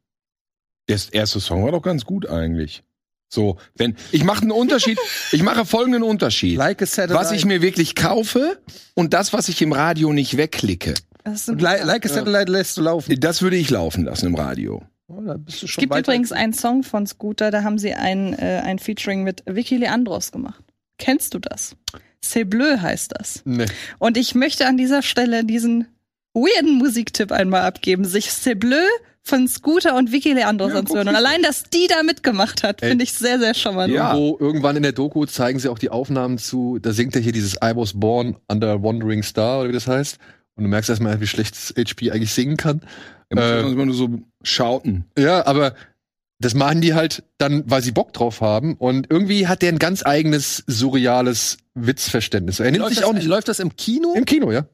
Speaker 5: Der erste Song war doch ganz gut eigentlich. So, wenn ich mache einen Unterschied, ich mache folgenden Unterschied.
Speaker 6: Like a Satellite.
Speaker 5: was ich mir wirklich kaufe und das, was ich im Radio nicht wegklicke,
Speaker 7: Das ist
Speaker 6: Und like, like a Satellite lässt du laufen.
Speaker 5: das würde ich laufen lassen im Radio.
Speaker 6: Oh, da bist du
Speaker 7: es
Speaker 6: schon
Speaker 7: gibt
Speaker 6: weiter.
Speaker 7: übrigens einen Song von Scooter, da haben sie ein, äh, ein Featuring mit Vicky Leandros gemacht. Kennst du das? C'est bleu heißt das.
Speaker 4: Nee.
Speaker 7: Und ich möchte an dieser Stelle diesen weirden Musiktipp einmal abgeben, sich C'est bleu von Scooter und Vicky Leandros anzuhören. Und allein, dass die da mitgemacht hat, finde ich sehr, sehr charmant.
Speaker 5: Ja.
Speaker 4: Wo irgendwann in der Doku zeigen sie auch die Aufnahmen zu, da singt er hier dieses I was born under a wandering star, oder wie das heißt. Und du merkst erstmal, wie schlecht HP eigentlich singen kann.
Speaker 5: Da muss
Speaker 4: Äh,
Speaker 5: man immer nur so schauten.
Speaker 4: Ja, aber das machen die halt dann, weil sie Bock drauf haben. Und irgendwie hat der ein ganz eigenes, surreales Witzverständnis. Er nimmt
Speaker 6: Läuft
Speaker 4: sich
Speaker 6: das,
Speaker 4: auch nicht
Speaker 6: läuft das im Kino?
Speaker 4: im Kino, ja.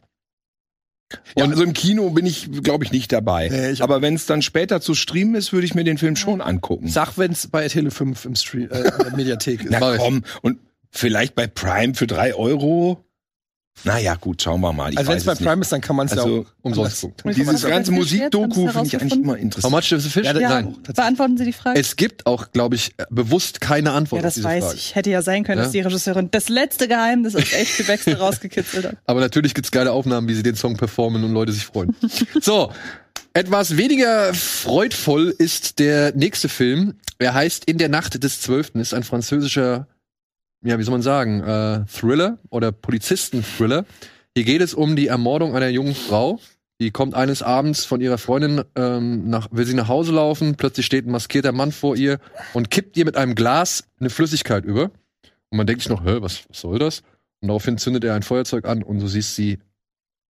Speaker 5: Ja, also im Kino bin ich, glaube ich, nicht dabei.
Speaker 6: Nee, ich-
Speaker 5: Aber wenn es dann später zu streamen ist, würde ich mir den Film schon angucken.
Speaker 6: Sag, wenn's bei Tele5 im Stream, äh, in der Mediathek ist.
Speaker 5: Na
Speaker 4: mach ich.
Speaker 5: komm, und vielleicht bei Prime für drei Euro? Naja, gut, schauen wir mal. Ich
Speaker 6: also wenn es bei
Speaker 5: weiß
Speaker 6: Prime ist, dann kann man es ja
Speaker 5: Also,
Speaker 6: auch
Speaker 4: umsonst
Speaker 6: anders-
Speaker 7: gucken.
Speaker 5: Dieses
Speaker 7: Aber
Speaker 5: ganze
Speaker 7: wenn es jetzt
Speaker 5: Musikdoku
Speaker 7: haben sie
Speaker 5: finde ich eigentlich
Speaker 7: herausgefunden?
Speaker 5: immer
Speaker 4: How
Speaker 5: interessant.
Speaker 4: much does a fish?
Speaker 7: ja.
Speaker 4: Nein.
Speaker 7: Beantworten Sie die Frage.
Speaker 4: Es gibt auch, glaube ich, äh, bewusst keine Antwort
Speaker 7: ja,
Speaker 4: auf
Speaker 7: das
Speaker 4: diese
Speaker 7: weiß
Speaker 4: Frage.
Speaker 7: ich. Hätte ja sein können,
Speaker 4: Ja.
Speaker 7: dass die Regisseurin das letzte Geheimnis aus HP Baxter rausgekitzelt hat.
Speaker 4: Aber natürlich gibt's geile Aufnahmen, wie sie den Song performen und Leute sich freuen. so, etwas weniger freudvoll ist der nächste Film. Er heißt In der Nacht des Zwölften, ist ein französischer, ja, wie soll man sagen, äh, Thriller oder Polizisten-Thriller. Hier geht es um die Ermordung einer jungen Frau. Die kommt eines Abends von ihrer Freundin ähm, nach, will sie nach Hause laufen, plötzlich steht ein maskierter Mann vor ihr und kippt ihr mit einem Glas eine Flüssigkeit über. Und man denkt sich noch, hä, was, was soll das? Und daraufhin zündet er ein Feuerzeug an und du siehst sie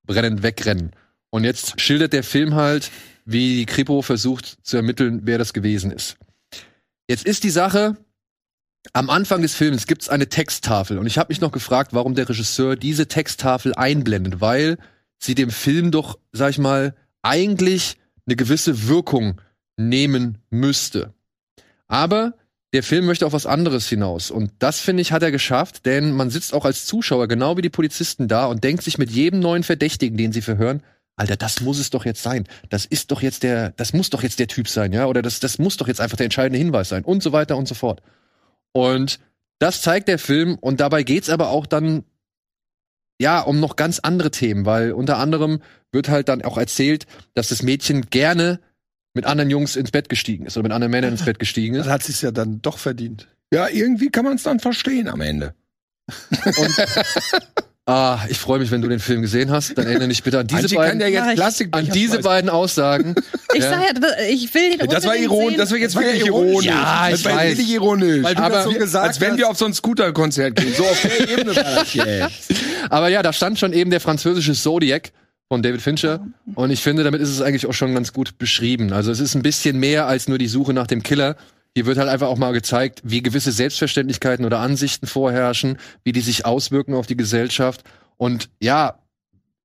Speaker 4: brennend wegrennen. Und jetzt schildert der Film halt, wie die Kripo versucht zu ermitteln, wer das gewesen ist. Jetzt ist die Sache, am Anfang des Films gibt es eine Texttafel und ich habe mich noch gefragt, warum der Regisseur diese Texttafel einblendet, weil sie dem Film doch, sag ich mal, eigentlich eine gewisse Wirkung nehmen müsste. Aber der Film möchte auf was anderes hinaus. Und das, finde ich, hat er geschafft, denn man sitzt auch als Zuschauer, genau wie die Polizisten da, und denkt sich mit jedem neuen Verdächtigen, den sie verhören, Alter, das muss es doch jetzt sein. Das ist doch jetzt der, das muss doch jetzt der Typ sein, ja? Oder das, das muss doch jetzt einfach der entscheidende Hinweis sein und so weiter und so fort. Und das zeigt der Film und dabei geht's aber auch dann, ja, um noch ganz andere Themen, weil unter anderem wird halt dann auch erzählt, dass das Mädchen gerne mit anderen Jungs ins Bett gestiegen ist oder mit anderen Männern ins Bett gestiegen ist.
Speaker 6: Dann hat sich's ja dann doch verdient.
Speaker 5: Ja, irgendwie kann man es dann verstehen am Ende.
Speaker 4: Ah, ich freue mich, wenn du den Film gesehen hast. Dann erinnere dich bitte an diese
Speaker 5: Angie
Speaker 4: beiden,
Speaker 5: ja
Speaker 7: Mach ich.
Speaker 5: Plastik
Speaker 4: an diese beiden Aussagen.
Speaker 7: Ich
Speaker 4: Ja.
Speaker 7: sag ja, das- ich will den
Speaker 5: Das war
Speaker 7: unbedingt
Speaker 5: ironisch,
Speaker 7: sehen.
Speaker 5: das war jetzt wirklich
Speaker 6: ja
Speaker 5: ironisch.
Speaker 6: ironisch.
Speaker 4: Ja,
Speaker 5: das
Speaker 4: ich
Speaker 5: war
Speaker 4: weiß.
Speaker 5: wirklich ironisch.
Speaker 6: Weil du das
Speaker 5: Aber
Speaker 6: so gesagt
Speaker 5: als wenn
Speaker 6: hast.
Speaker 5: wir auf so ein Scooter-Konzert gehen. So auf der Ebene war das jetzt.
Speaker 4: Aber ja, da stand schon eben der französische Zodiac von David Fincher. Und ich finde, damit ist es eigentlich auch schon ganz gut beschrieben. Also es ist ein bisschen mehr als nur die Suche nach dem Killer. Hier wird halt einfach auch mal gezeigt, wie gewisse Selbstverständlichkeiten oder Ansichten vorherrschen, wie die sich auswirken auf die Gesellschaft und ja,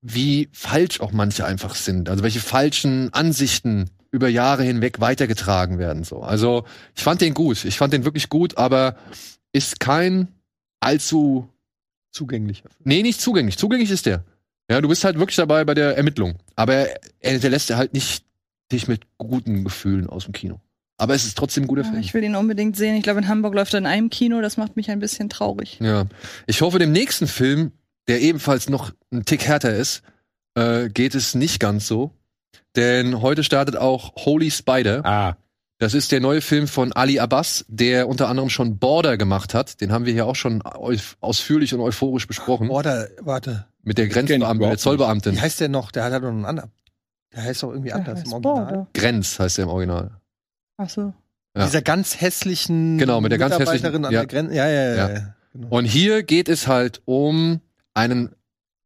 Speaker 4: wie falsch auch manche einfach sind. Also welche falschen Ansichten über Jahre hinweg weitergetragen werden. So. Also ich fand den gut. Ich fand den wirklich gut, aber ist kein allzu
Speaker 6: Zugänglicher.
Speaker 4: Nee, nicht zugänglich. Zugänglich ist der. Ja, du bist halt wirklich dabei bei der Ermittlung. Aber er er hinterlässt ja halt nicht dich mit guten Gefühlen aus dem Kino. Aber es ist trotzdem ein guter
Speaker 7: Ja,
Speaker 4: Film.
Speaker 7: ich will den unbedingt sehen. Ich glaube, in Hamburg läuft er in einem Kino. Das macht mich ein bisschen traurig.
Speaker 4: ja. Ich hoffe, dem nächsten Film, der ebenfalls noch ein Tick härter ist, äh, geht es nicht ganz so. Denn heute startet auch Holy Spider.
Speaker 5: Ah,
Speaker 4: Das ist der neue Film von Ali Abbas, der unter anderem schon Border gemacht hat. Den haben wir hier auch schon eu- ausführlich und euphorisch besprochen.
Speaker 6: Border, Oh, warte.
Speaker 4: Mit der Grenzbeamtin,
Speaker 5: überhaupt
Speaker 4: der
Speaker 5: nicht.
Speaker 4: Zollbeamtin.
Speaker 6: Wie heißt der noch? Der hat halt noch einen anderen. Der heißt doch irgendwie anders im Original.
Speaker 4: Grenz heißt er im Original.
Speaker 7: Achso.
Speaker 4: Ja.
Speaker 6: Dieser ganz hässlichen
Speaker 4: Genau, mit der ganz
Speaker 6: Mitarbeiterin
Speaker 4: hässlichen-
Speaker 6: an
Speaker 4: ja.
Speaker 6: der Grenze. Ja, ja, ja.
Speaker 4: Ja.
Speaker 6: ja. Genau.
Speaker 4: Und hier geht es halt um einen,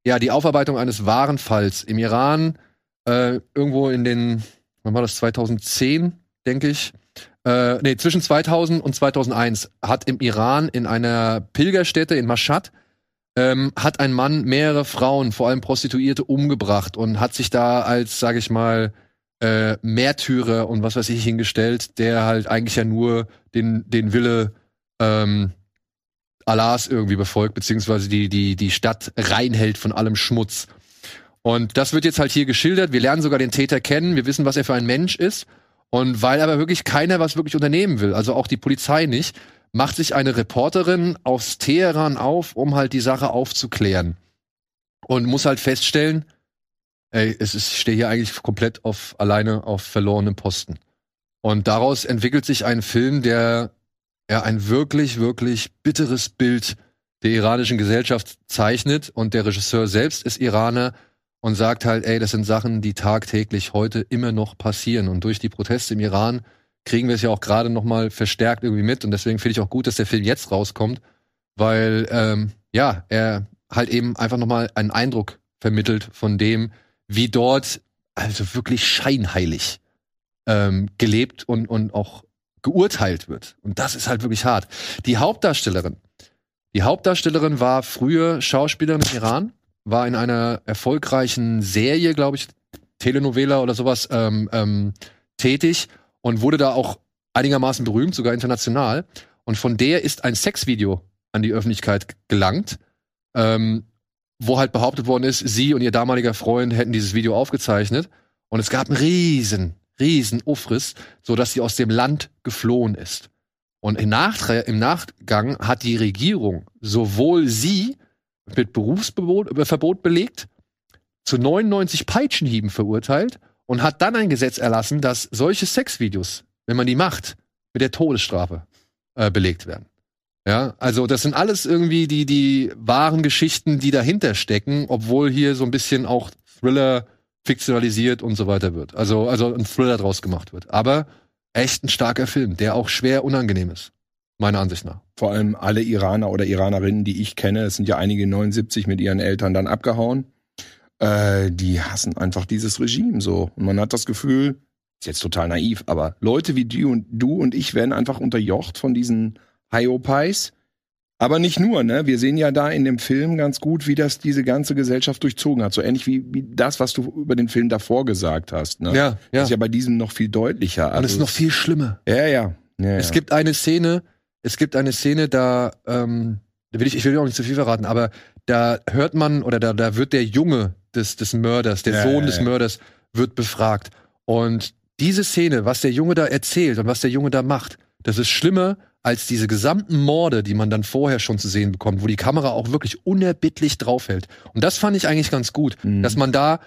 Speaker 4: ja, die Aufarbeitung eines wahren Falls im Iran, äh, irgendwo in den, wann war das, 2010, denke ich. Äh, nee, zwischen 2000 und 2001 hat im Iran in einer Pilgerstätte in Mashhad ähm, hat ein Mann mehrere Frauen, vor allem Prostituierte, umgebracht und hat sich da als, sage ich mal, äh, Märtyrer und was weiß ich hingestellt, der halt eigentlich ja nur den, den Wille ähm, Allahs irgendwie befolgt, beziehungsweise die, die, die Stadt reinhält von allem Schmutz. Und das wird jetzt halt hier geschildert. Wir lernen sogar den Täter kennen. Wir wissen, was er für ein Mensch ist. Und weil aber wirklich keiner was wirklich unternehmen will, also auch die Polizei nicht, macht sich eine Reporterin aus Teheran auf, um halt die Sache aufzuklären. Und muss halt feststellen, ey, es ist, ich stehe hier eigentlich komplett auf, alleine auf verlorenem Posten. Und daraus entwickelt sich ein Film, der ja ein wirklich, wirklich bitteres Bild der iranischen Gesellschaft zeichnet. Und der Regisseur selbst ist Iraner und sagt halt, ey, das sind Sachen, die tagtäglich heute immer noch passieren. Und durch die Proteste im Iran kriegen wir es ja auch gerade noch mal verstärkt irgendwie mit. Und deswegen finde ich auch gut, dass der Film jetzt rauskommt, weil ähm, ja, er halt eben einfach noch mal einen Eindruck vermittelt von dem, wie dort also wirklich scheinheilig ähm, gelebt und, und auch geurteilt wird. Und das ist halt wirklich hart. Die Hauptdarstellerin, die Hauptdarstellerin war früher Schauspielerin im Iran, war in einer erfolgreichen Serie, glaube ich, Telenovela oder sowas ähm, ähm, tätig und wurde da auch einigermaßen berühmt, sogar international. Und von der ist ein Sexvideo an die Öffentlichkeit g- gelangt, ähm, wo halt behauptet worden ist, sie und ihr damaliger Freund hätten dieses Video aufgezeichnet. Und es gab einen riesen, riesen Ufriss, sodass sie aus dem Land geflohen ist. Und im, Nachtre im Nachgang hat die Regierung sowohl sie mit Berufsverbot äh, Verbot belegt, zu 99 Peitschenhieben verurteilt und hat dann ein Gesetz erlassen, dass solche Sexvideos, wenn man die macht, mit der Todesstrafe äh, belegt werden. Ja, also das sind alles irgendwie die, die wahren Geschichten, die dahinter stecken, obwohl hier so ein bisschen auch Thriller fiktionalisiert und so weiter wird. Also, also ein Thriller draus gemacht wird. Aber echt ein starker Film, der auch schwer unangenehm ist. Meiner Ansicht nach.
Speaker 5: vor allem alle Iraner oder Iranerinnen, die ich kenne, es sind ja einige 79 mit ihren Eltern dann abgehauen, äh, die hassen einfach dieses Regime so. Und man hat das Gefühl, ist jetzt total naiv, aber Leute wie du und, du und ich werden einfach unterjocht von diesen Hyopies. Aber nicht nur, ne? Wir sehen ja da in dem Film ganz gut, wie das diese ganze Gesellschaft durchzogen hat. So ähnlich wie, wie das, was du über den Film davor gesagt hast. Ne?
Speaker 4: Ja,
Speaker 5: Das ist ja bei diesem noch viel deutlicher. Also
Speaker 4: Und es ist noch viel schlimmer.
Speaker 5: ja, ja. ja, ja.
Speaker 4: Es gibt eine Szene, es gibt eine Szene, da, ähm, da will ich, ich will auch nicht zu viel verraten, aber da hört man oder da, da wird der Junge des, des Mörders, der
Speaker 5: Ja,
Speaker 4: Sohn
Speaker 5: ja,
Speaker 4: des
Speaker 5: ja.
Speaker 4: Mörders, wird befragt. Und diese Szene, was der Junge da erzählt und was der Junge da macht, das ist schlimmer als diese gesamten Morde, die man dann vorher schon zu sehen bekommt, wo die Kamera auch wirklich unerbittlich draufhält. Und das fand ich eigentlich ganz gut,
Speaker 5: Mhm.
Speaker 4: dass man da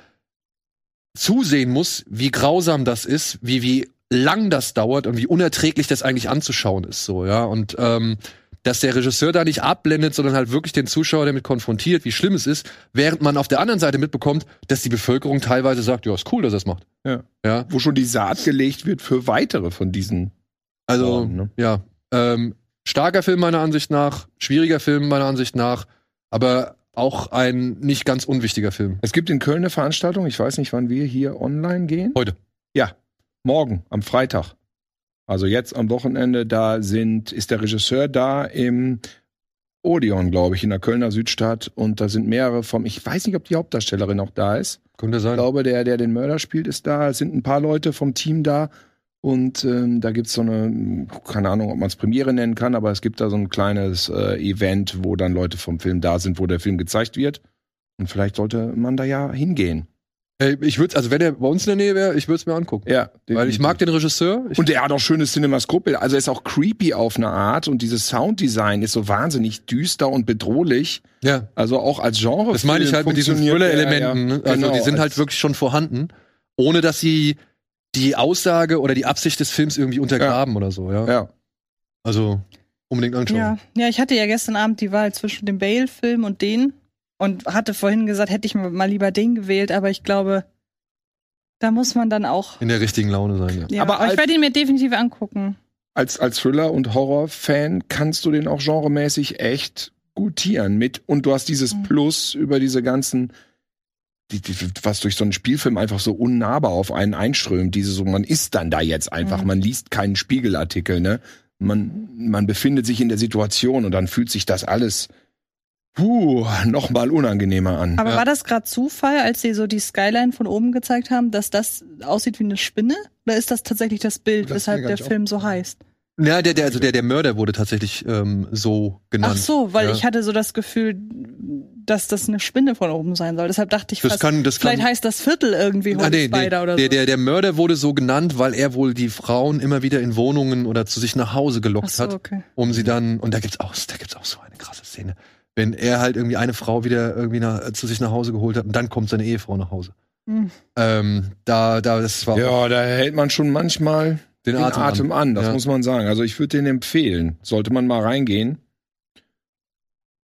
Speaker 4: zusehen muss, wie grausam das ist, wie, wie lang das dauert und wie unerträglich das eigentlich anzuschauen ist, so, ja. Und ähm, dass der Regisseur da nicht abblendet, sondern halt wirklich den Zuschauer damit konfrontiert, wie schlimm es ist, während man auf der anderen Seite mitbekommt, dass die Bevölkerung teilweise sagt, ja, ist cool, dass er es macht.
Speaker 5: Ja.
Speaker 4: ja.
Speaker 5: Wo schon die Saat gelegt wird für weitere von diesen.
Speaker 4: Also,
Speaker 5: Formen, ne?
Speaker 4: ja. Ähm, starker Film meiner Ansicht nach, schwieriger Film meiner Ansicht nach, aber auch ein nicht ganz unwichtiger Film.
Speaker 5: Es gibt in Köln eine Veranstaltung, ich weiß nicht, wann wir hier online gehen.
Speaker 4: Heute.
Speaker 5: Ja, morgen, am Freitag. Also jetzt am Wochenende, da sind, ist der Regisseur da im Odeon, glaube ich, in der Kölner Südstadt. Und da sind mehrere vom, ich weiß nicht, ob die Hauptdarstellerin auch da ist.
Speaker 4: Könnte
Speaker 5: Ich
Speaker 4: sein.
Speaker 5: glaube, der, der den Mörder spielt, ist da. Es sind ein paar Leute vom Team da. Und ähm, da gibt es so eine, keine Ahnung, ob man es Premiere nennen kann, aber es gibt da so ein kleines äh, Event, wo dann Leute vom Film da sind, wo der Film gezeigt wird. Und vielleicht sollte man da ja hingehen.
Speaker 4: Ey, ich würde, also wenn er bei uns in der Nähe wäre, ich würde es mir angucken.
Speaker 5: Ja,
Speaker 4: Weil ich mag den Regisseur. Ich,
Speaker 5: Und er hat auch schöne Cinemascope, also er ist auch creepy auf eine Art und dieses Sounddesign ist so wahnsinnig düster und bedrohlich.
Speaker 4: ja.
Speaker 5: Also auch als Genre.
Speaker 4: Das meine ich halt mit diesen Thriller-Elementen. ne?
Speaker 5: genau,
Speaker 4: Also die sind halt wirklich schon vorhanden, ohne dass sie die Aussage oder die Absicht des Films irgendwie untergraben oder so, ja.
Speaker 5: Ja.
Speaker 4: Also unbedingt anschauen.
Speaker 7: Ja, ja, ich hatte ja gestern Abend die Wahl zwischen dem Bale-Film und den und hatte vorhin gesagt, hätte ich mal lieber den gewählt, aber ich glaube, da muss man dann auch.
Speaker 4: In der richtigen Laune sein, ja.
Speaker 7: Ja,
Speaker 5: Aber
Speaker 7: aber
Speaker 5: als-
Speaker 7: ich werde ihn mir definitiv angucken.
Speaker 5: als, als Thriller- und Horror-Fan kannst du den auch genremäßig echt gutieren mit. Und du hast dieses
Speaker 7: Mhm.
Speaker 5: Plus über diese ganzen, die, die, was durch so einen Spielfilm einfach so unnahbar auf einen einströmt. Diese so, man ist dann da jetzt einfach,
Speaker 7: Mhm.
Speaker 5: man liest keinen Spiegelartikel, ne? Man, man befindet sich in der Situation und dann fühlt sich das alles puh, noch mal unangenehmer an.
Speaker 7: Aber
Speaker 4: Ja.
Speaker 7: war das gerade Zufall, als sie so die Skyline von oben gezeigt haben, dass das aussieht wie eine Spinne? Oder ist das tatsächlich das Bild,
Speaker 6: Das ist mir
Speaker 7: weshalb
Speaker 6: gar
Speaker 7: der
Speaker 6: nicht
Speaker 7: Film so heißt?
Speaker 4: Ja, der, der, also der, der Mörder wurde tatsächlich ähm, so genannt.
Speaker 7: Ach so, weil
Speaker 4: ja.
Speaker 7: ich hatte so das Gefühl, dass das eine Spinne von oben sein soll. Deshalb dachte ich
Speaker 4: Das
Speaker 7: fast,
Speaker 4: kann, das kann.
Speaker 7: vielleicht heißt das Viertel irgendwie Holy
Speaker 4: Ah, nee, nee.
Speaker 7: Spider oder so.
Speaker 4: der, der, der Mörder wurde so genannt, weil er wohl die Frauen immer wieder in Wohnungen oder zu sich nach Hause
Speaker 7: Ach
Speaker 4: gelockt
Speaker 7: so,
Speaker 4: hat.
Speaker 7: okay.
Speaker 4: um sie dann, und da gibt's auch, da gibt's auch so eine krasse Szene, wenn er halt irgendwie eine Frau wieder irgendwie nach, äh, zu sich nach Hause geholt hat und dann kommt seine Ehefrau nach Hause.
Speaker 7: Mhm.
Speaker 4: Ähm, da, da, das war
Speaker 5: Ja, da hält man schon manchmal
Speaker 4: den
Speaker 5: den
Speaker 4: Atem,
Speaker 5: Atem,
Speaker 4: an.
Speaker 5: an. das
Speaker 4: Ja.
Speaker 5: muss man sagen. Also ich würde den empfehlen. Sollte man mal reingehen.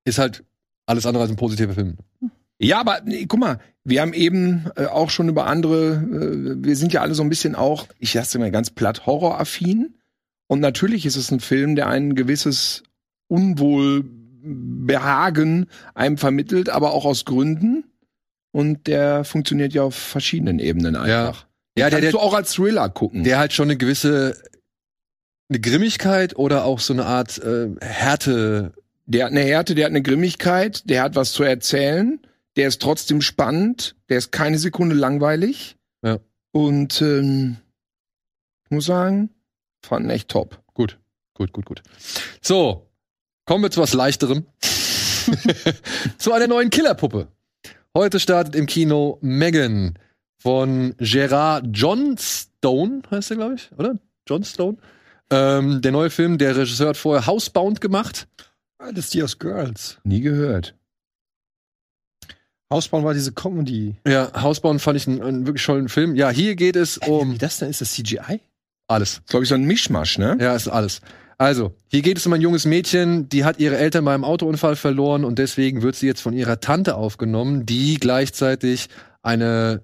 Speaker 4: Ist halt alles andere als ein positiver Film.
Speaker 5: Ja, aber nee, guck mal, wir haben eben äh, auch schon über andere, äh, wir sind ja alle so ein bisschen auch, ich lasse mal ganz platt, horroraffin. Und natürlich ist es ein Film, der ein gewisses Unwohlbehagen einem vermittelt, aber auch aus Gründen. Und der funktioniert ja auf verschiedenen Ebenen einfach.
Speaker 4: Ja, der,
Speaker 5: Kannst
Speaker 4: der,
Speaker 5: du auch als Thriller gucken.
Speaker 4: der halt schon eine gewisse eine Grimmigkeit oder auch so eine Art äh, Härte.
Speaker 5: Der hat eine Härte, der hat eine Grimmigkeit, der hat was zu erzählen, der ist trotzdem spannend, der ist keine Sekunde langweilig.
Speaker 4: Ja.
Speaker 5: Und ähm, ich muss sagen, fand ihn echt top.
Speaker 4: Gut, gut, gut, gut. So, kommen wir zu was Leichterem. zu einer neuen Killerpuppe. Heute startet im Kino Megan von Gerard Johnstone, heißt er, glaube ich, oder? Johnstone. Ähm, der neue Film, der Regisseur hat vorher Housebound gemacht.
Speaker 6: Ah, das ist die aus Girls.
Speaker 5: Nie gehört.
Speaker 6: Hausbauen war diese Comedy.
Speaker 4: Ja, Housebound fand ich einen, einen wirklich tollen Film. Ja, hier geht es um
Speaker 6: das denn? Ist das CGI?
Speaker 4: alles.
Speaker 5: Ist, glaube ich, so ein Mischmasch, ne?
Speaker 4: Ja, ist alles. Also, hier geht es um ein junges Mädchen, die hat ihre Eltern bei einem Autounfall verloren und deswegen wird sie jetzt von ihrer Tante aufgenommen, die gleichzeitig eine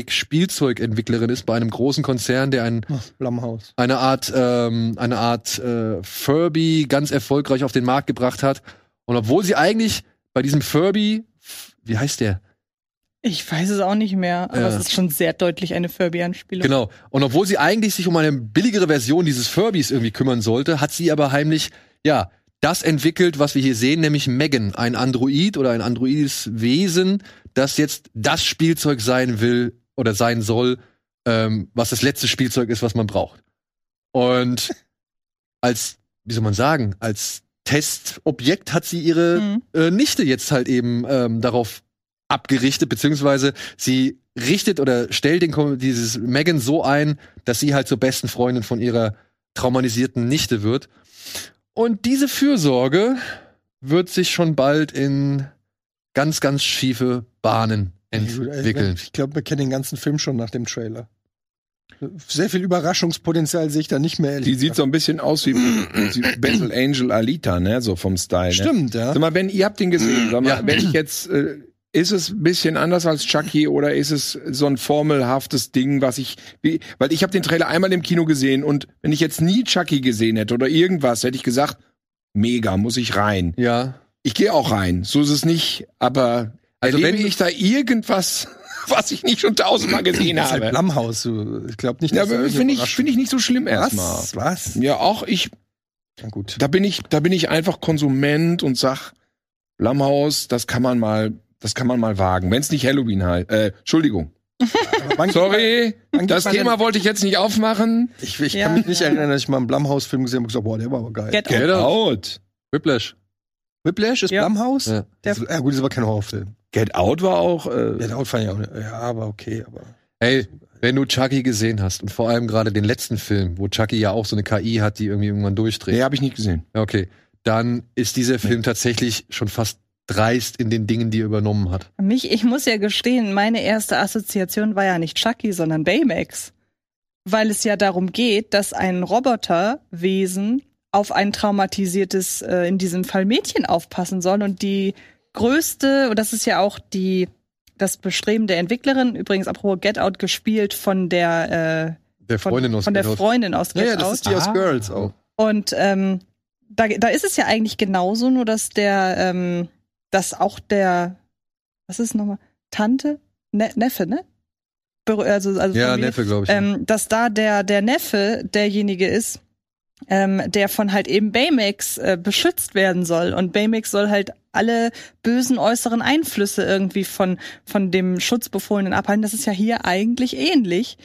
Speaker 4: Software-Technik-Spielzeugentwicklerin ist bei einem großen Konzern, der ein,
Speaker 6: Blumhaus.
Speaker 4: eine Art, ähm, eine Art äh, Furby ganz erfolgreich auf den Markt gebracht hat. Und obwohl sie eigentlich bei diesem Furby, wie heißt der?
Speaker 7: Ich weiß es auch nicht mehr, aber
Speaker 4: Ja.
Speaker 7: es ist schon sehr deutlich eine Furby-Anspielung.
Speaker 4: Genau. Und obwohl sie eigentlich sich um eine billigere Version dieses Furbys irgendwie kümmern sollte, hat sie aber heimlich, ja, das entwickelt, was wir hier sehen, nämlich Megan, ein Android oder ein androides Wesen, das jetzt das Spielzeug sein will oder sein soll, ähm, was das letzte Spielzeug ist, was man braucht. Und als, wie soll man sagen, als Testobjekt hat sie ihre
Speaker 7: Mhm.
Speaker 4: äh, Nichte jetzt halt eben ähm, darauf abgerichtet, beziehungsweise sie richtet oder stellt den, Kom- dieses Megan so ein, dass sie halt zur besten Freundin von ihrer traumatisierten Nichte wird. Und diese Fürsorge wird sich schon bald in ganz, ganz schiefe Bahnen entwickeln.
Speaker 6: also Ich glaube, wir kennen den ganzen Film schon nach dem Trailer. Sehr viel Überraschungspotenzial sehe ich da nicht mehr. ehrlich
Speaker 5: Die sieht so ein bisschen aus wie Battle Angel Alita, ne? So vom Style. Ne?
Speaker 6: Stimmt, ja.
Speaker 5: Sag mal, wenn ihr habt den gesehen,
Speaker 6: Mm,
Speaker 5: sag mal, wenn ich jetzt, äh, ist es ein bisschen anders als Chucky oder ist es so ein formelhaftes Ding, was ich, wie, weil ich habe den Trailer einmal im Kino gesehen und wenn ich jetzt nie Chucky gesehen hätte oder irgendwas, hätte ich gesagt, mega, muss ich rein.
Speaker 4: Ja.
Speaker 5: Ich gehe auch rein, so ist es nicht, aber also
Speaker 4: Also
Speaker 5: erlebe
Speaker 4: wenn-
Speaker 5: ich da irgendwas, was ich nicht schon tausendmal gesehen
Speaker 6: Das ist halt
Speaker 5: habe.
Speaker 6: Blumhaus. so. Ich glaube nicht,
Speaker 5: Ja,
Speaker 6: da
Speaker 5: aber
Speaker 6: irgendeine
Speaker 5: finde ich,
Speaker 6: Überraschung-
Speaker 5: finde ich nicht so schlimm erstmal.
Speaker 6: Was? Was?
Speaker 5: Ja, auch ich
Speaker 6: Na gut.
Speaker 5: da bin ich, da bin ich einfach Konsument und sag, Lammhaus, das kann man mal, das kann man mal wagen, wenn es nicht Halloween heißt. Äh, Entschuldigung.
Speaker 6: Wann-
Speaker 5: Sorry,
Speaker 6: wann geht
Speaker 5: das
Speaker 6: man
Speaker 5: Thema wollte ich jetzt nicht aufmachen.
Speaker 6: Ich, ich
Speaker 7: Ja.
Speaker 6: kann mich nicht erinnern, dass ich mal einen Blumhaus-Film gesehen habe und gesagt boah, der war aber geil.
Speaker 7: Get Out.
Speaker 4: Get Out.
Speaker 5: Out.
Speaker 4: Whiplash.
Speaker 6: Whiplash ist
Speaker 7: Ja.
Speaker 6: Blumhaus?
Speaker 4: Ja.
Speaker 7: Der-
Speaker 6: Das- Ja. gut, das war kein Horrorfilm.
Speaker 5: Get Out war auch. Äh,
Speaker 6: Get Out fand ich auch nicht. Ja, aber okay. Aber
Speaker 4: Ey, wenn du Chucky gesehen hast und vor allem gerade den letzten Film, wo Chucky ja auch so eine KI hat, die irgendwie irgendwann durchdreht.
Speaker 5: nee, habe ich nicht gesehen.
Speaker 4: Ja, Okay, dann ist dieser Film tatsächlich schon fast dreist in den Dingen, die er übernommen hat.
Speaker 7: Mich, ich muss ja gestehen, meine erste Assoziation war ja nicht Chucky, sondern Baymax. Weil es ja darum geht, dass ein Roboterwesen auf ein traumatisiertes, äh, in diesem Fall Mädchen aufpassen soll und die größte, und das ist ja auch die, das Bestreben der Entwicklerin, übrigens apropos Get Out gespielt von der,
Speaker 4: Der
Speaker 7: äh, von,
Speaker 4: Freundin aus
Speaker 7: von der
Speaker 4: Get Out.
Speaker 7: Freundin aus Get
Speaker 6: ja, ja, das
Speaker 7: Out.
Speaker 6: ist die aus
Speaker 4: Ah.
Speaker 6: Girls auch.
Speaker 7: Und ähm, da, da ist es ja eigentlich genauso, nur dass der, ähm, dass auch der, was ist nochmal, Tante, ne Neffe, ne? Berü- Also, also
Speaker 4: Ja,
Speaker 7: Familie-
Speaker 4: Neffe, glaube ich. ne?
Speaker 7: ähm, dass da der, der Neffe derjenige ist, ähm, der von halt eben Baymax äh, beschützt werden soll. Und Baymax soll halt alle bösen äußeren Einflüsse irgendwie von, von dem Schutzbefohlenen abhalten. Das ist ja hier eigentlich ähnlich.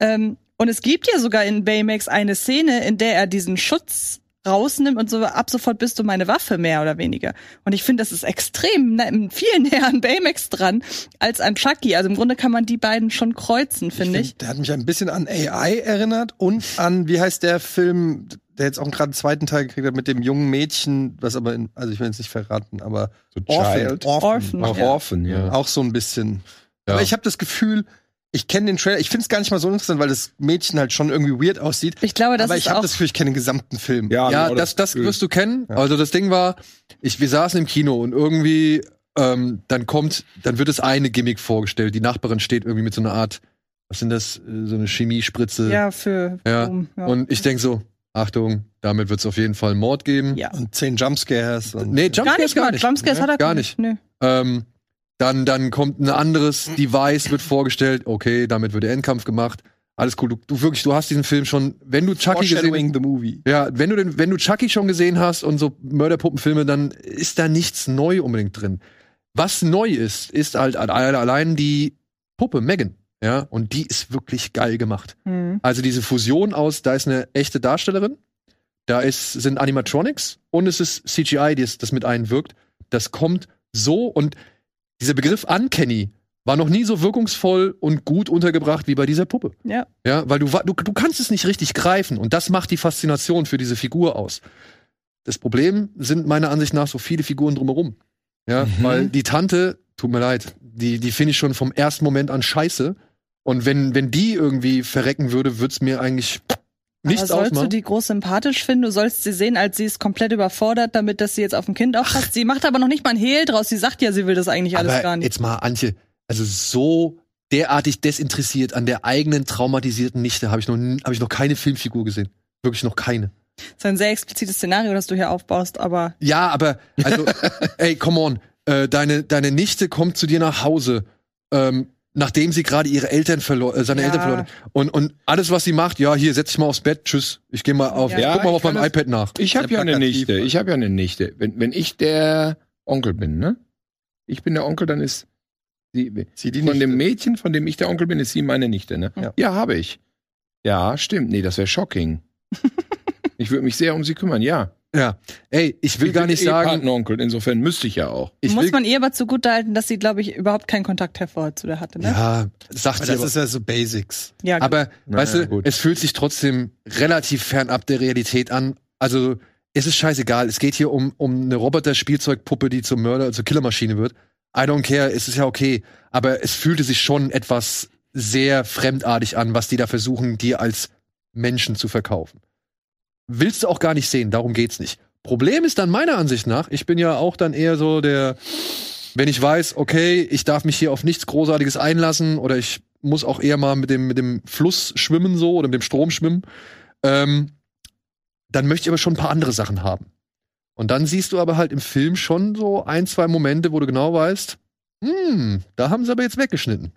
Speaker 7: Ähm, und es gibt ja sogar in Baymax eine Szene, in der er diesen Schutz rausnimmt und so ab sofort bist du meine Waffe mehr oder weniger. Und ich finde, das ist extrem ne, viel näher an Baymax dran als an Chucky. Also im Grunde kann man die beiden schon kreuzen, finde ich.
Speaker 6: find, Der hat mich ein bisschen an AI erinnert und an, wie heißt der Film, der jetzt auch gerade einen zweiten Teil gekriegt hat mit dem jungen Mädchen, was aber, in, also ich will jetzt nicht verraten, aber
Speaker 5: So
Speaker 6: Orphan. Orphan.
Speaker 7: Orphan,
Speaker 5: Auch
Speaker 7: ja.
Speaker 5: Orphan, ja.
Speaker 6: Auch so ein bisschen.
Speaker 4: Ja.
Speaker 6: Aber ich habe das Gefühl, ich kenne den Trailer, ich finde es gar nicht mal so interessant, weil das Mädchen halt schon irgendwie weird aussieht.
Speaker 7: Ich glaube, das
Speaker 6: aber
Speaker 7: ist
Speaker 6: ich habe
Speaker 7: auch-
Speaker 6: das Gefühl, ich kenne den gesamten Film.
Speaker 4: Ja, genau, das, das wirst du kennen. Also das Ding war, ich, wir saßen im Kino und irgendwie, ähm, dann kommt, dann wird es eine Gimmick vorgestellt. Die Nachbarin steht irgendwie mit so einer Art, was sind das, äh, so eine Chemiespritze.
Speaker 7: Ja, für
Speaker 4: Ja,
Speaker 7: um, ja.
Speaker 4: Und ich denk so, Achtung, damit wird es auf jeden Fall einen Mord geben.
Speaker 7: Ja.
Speaker 6: Und zehn Jumpscares. Und äh,
Speaker 4: Nee, Jumpscares
Speaker 7: gar nicht
Speaker 4: gar
Speaker 7: mal.
Speaker 4: nicht.
Speaker 7: Jumpscares hat er
Speaker 4: Gar nicht.
Speaker 7: Nö.
Speaker 4: Ähm, dann, dann kommt ein anderes
Speaker 6: Hm.
Speaker 4: Device, wird vorgestellt. Okay, damit wird der Endkampf gemacht. Alles cool. Du, du wirklich, du hast diesen Film schon, wenn du Chucky gesehen
Speaker 6: Foreshadowing the movie.
Speaker 4: ja, wenn du den, wenn du Chucky schon gesehen hast und so Mörderpuppenfilme, dann ist da nichts neu unbedingt drin. Was neu ist, ist halt alle- allein die Puppe Megan, ja, und die ist wirklich geil gemacht.
Speaker 7: Hm.
Speaker 4: Also diese Fusion aus, da ist eine echte Darstellerin, da ist, sind Animatronics und es ist CGI, das, das mit einwirkt. Das kommt so und dieser Begriff Uncanny war noch nie so wirkungsvoll und gut untergebracht wie bei dieser Puppe.
Speaker 7: Ja.
Speaker 4: Ja, weil du, wa- du, du kannst es nicht richtig greifen und das macht die Faszination für diese Figur aus. Das Problem sind meiner Ansicht nach so viele Figuren drumherum. Ja, weil die Tante, tut mir leid, die, die finde ich schon vom ersten Moment an scheiße. Und wenn, wenn die irgendwie verrecken würde, würde es mir eigentlich nichts
Speaker 7: Aber sollst
Speaker 4: ausmachen.
Speaker 7: du die groß sympathisch finden? Du sollst sie sehen, als sie ist komplett überfordert, damit dass sie jetzt auf ein Kind aufpasst. Sie macht aber noch nicht mal ein Hehl draus. Sie sagt ja, sie will das eigentlich alles
Speaker 4: Aber
Speaker 7: gar nicht.
Speaker 4: Jetzt mal, Antje, also so derartig desinteressiert an der eigenen traumatisierten Nichte habe ich, noch n- hab ich noch keine Filmfigur gesehen. Wirklich noch keine.
Speaker 7: Das ist ein sehr explizites Szenario, das du hier aufbaust, aber
Speaker 4: Ja, aber, also, ey, come on. Äh, deine, deine Nichte kommt zu dir nach Hause, ähm, nachdem sie gerade ihre Eltern verloren, äh, seine
Speaker 7: Ja.
Speaker 4: Eltern verloren hat. Und, und alles, was sie macht, ja, hier, setz dich mal aufs Bett, tschüss. Ich gehe mal auf,
Speaker 7: Ja.
Speaker 4: ich
Speaker 5: Ja,
Speaker 4: guck mal
Speaker 5: ich
Speaker 4: auf
Speaker 5: kann
Speaker 4: meinem
Speaker 5: das-
Speaker 4: iPad nach.
Speaker 5: Ich habe
Speaker 6: Sehr
Speaker 5: ja eine
Speaker 6: plakativ,
Speaker 5: Nichte.
Speaker 6: also.
Speaker 5: Ich habe ja eine Nichte. Wenn, wenn ich der Onkel bin, ne? Ich bin der Onkel, dann ist die,
Speaker 6: Sie die
Speaker 5: von dem
Speaker 6: nicht.
Speaker 5: Mädchen, von dem ich der Onkel bin, ist sie meine Nichte, ne? Ja,
Speaker 6: Ja.
Speaker 5: habe ich. Ja, stimmt. Nee, das wäre shocking. ich würde mich sehr um sie kümmern, ja.
Speaker 4: Ja. Ey, ich will
Speaker 5: Ich
Speaker 4: gar
Speaker 5: bin
Speaker 4: nicht
Speaker 5: eh
Speaker 4: sagen,
Speaker 5: Patenonkel, insofern müsste ich ja auch.
Speaker 4: ich
Speaker 7: muss
Speaker 4: will,
Speaker 7: man ihr aber zugute halten, dass sie, glaube ich, überhaupt keinen Kontakt hervor zu der hatte, ne?
Speaker 4: ja, sagt
Speaker 6: Aber
Speaker 4: sie
Speaker 6: das
Speaker 4: aber.
Speaker 6: ist ja so Basics.
Speaker 7: Ja,
Speaker 4: Aber,
Speaker 5: Na
Speaker 4: weißt
Speaker 5: ja,
Speaker 4: du,
Speaker 5: gut.
Speaker 4: es fühlt sich trotzdem relativ fernab der Realität an. Also, es ist scheißegal. Es geht hier um, um eine Roboter-Spielzeugpuppe, die zum Mörder, zur Killermaschine wird. I don't care, es ist ja okay. Aber es fühlte sich schon etwas sehr fremdartig an, was die da versuchen, dir als Menschen zu verkaufen. Willst du auch gar nicht sehen, darum geht's nicht. Problem ist dann meiner Ansicht nach, ich bin ja auch dann eher so der, wenn ich weiß, okay, ich darf mich hier auf nichts Großartiges einlassen oder ich muss auch eher mal mit dem, mit dem Fluss schwimmen so oder mit dem Strom schwimmen, ähm, dann möchte ich aber schon ein paar andere Sachen haben. Und dann siehst du aber halt im Film schon so ein, zwei Momente, wo du genau weißt, hm, da haben sie aber jetzt weggeschnitten.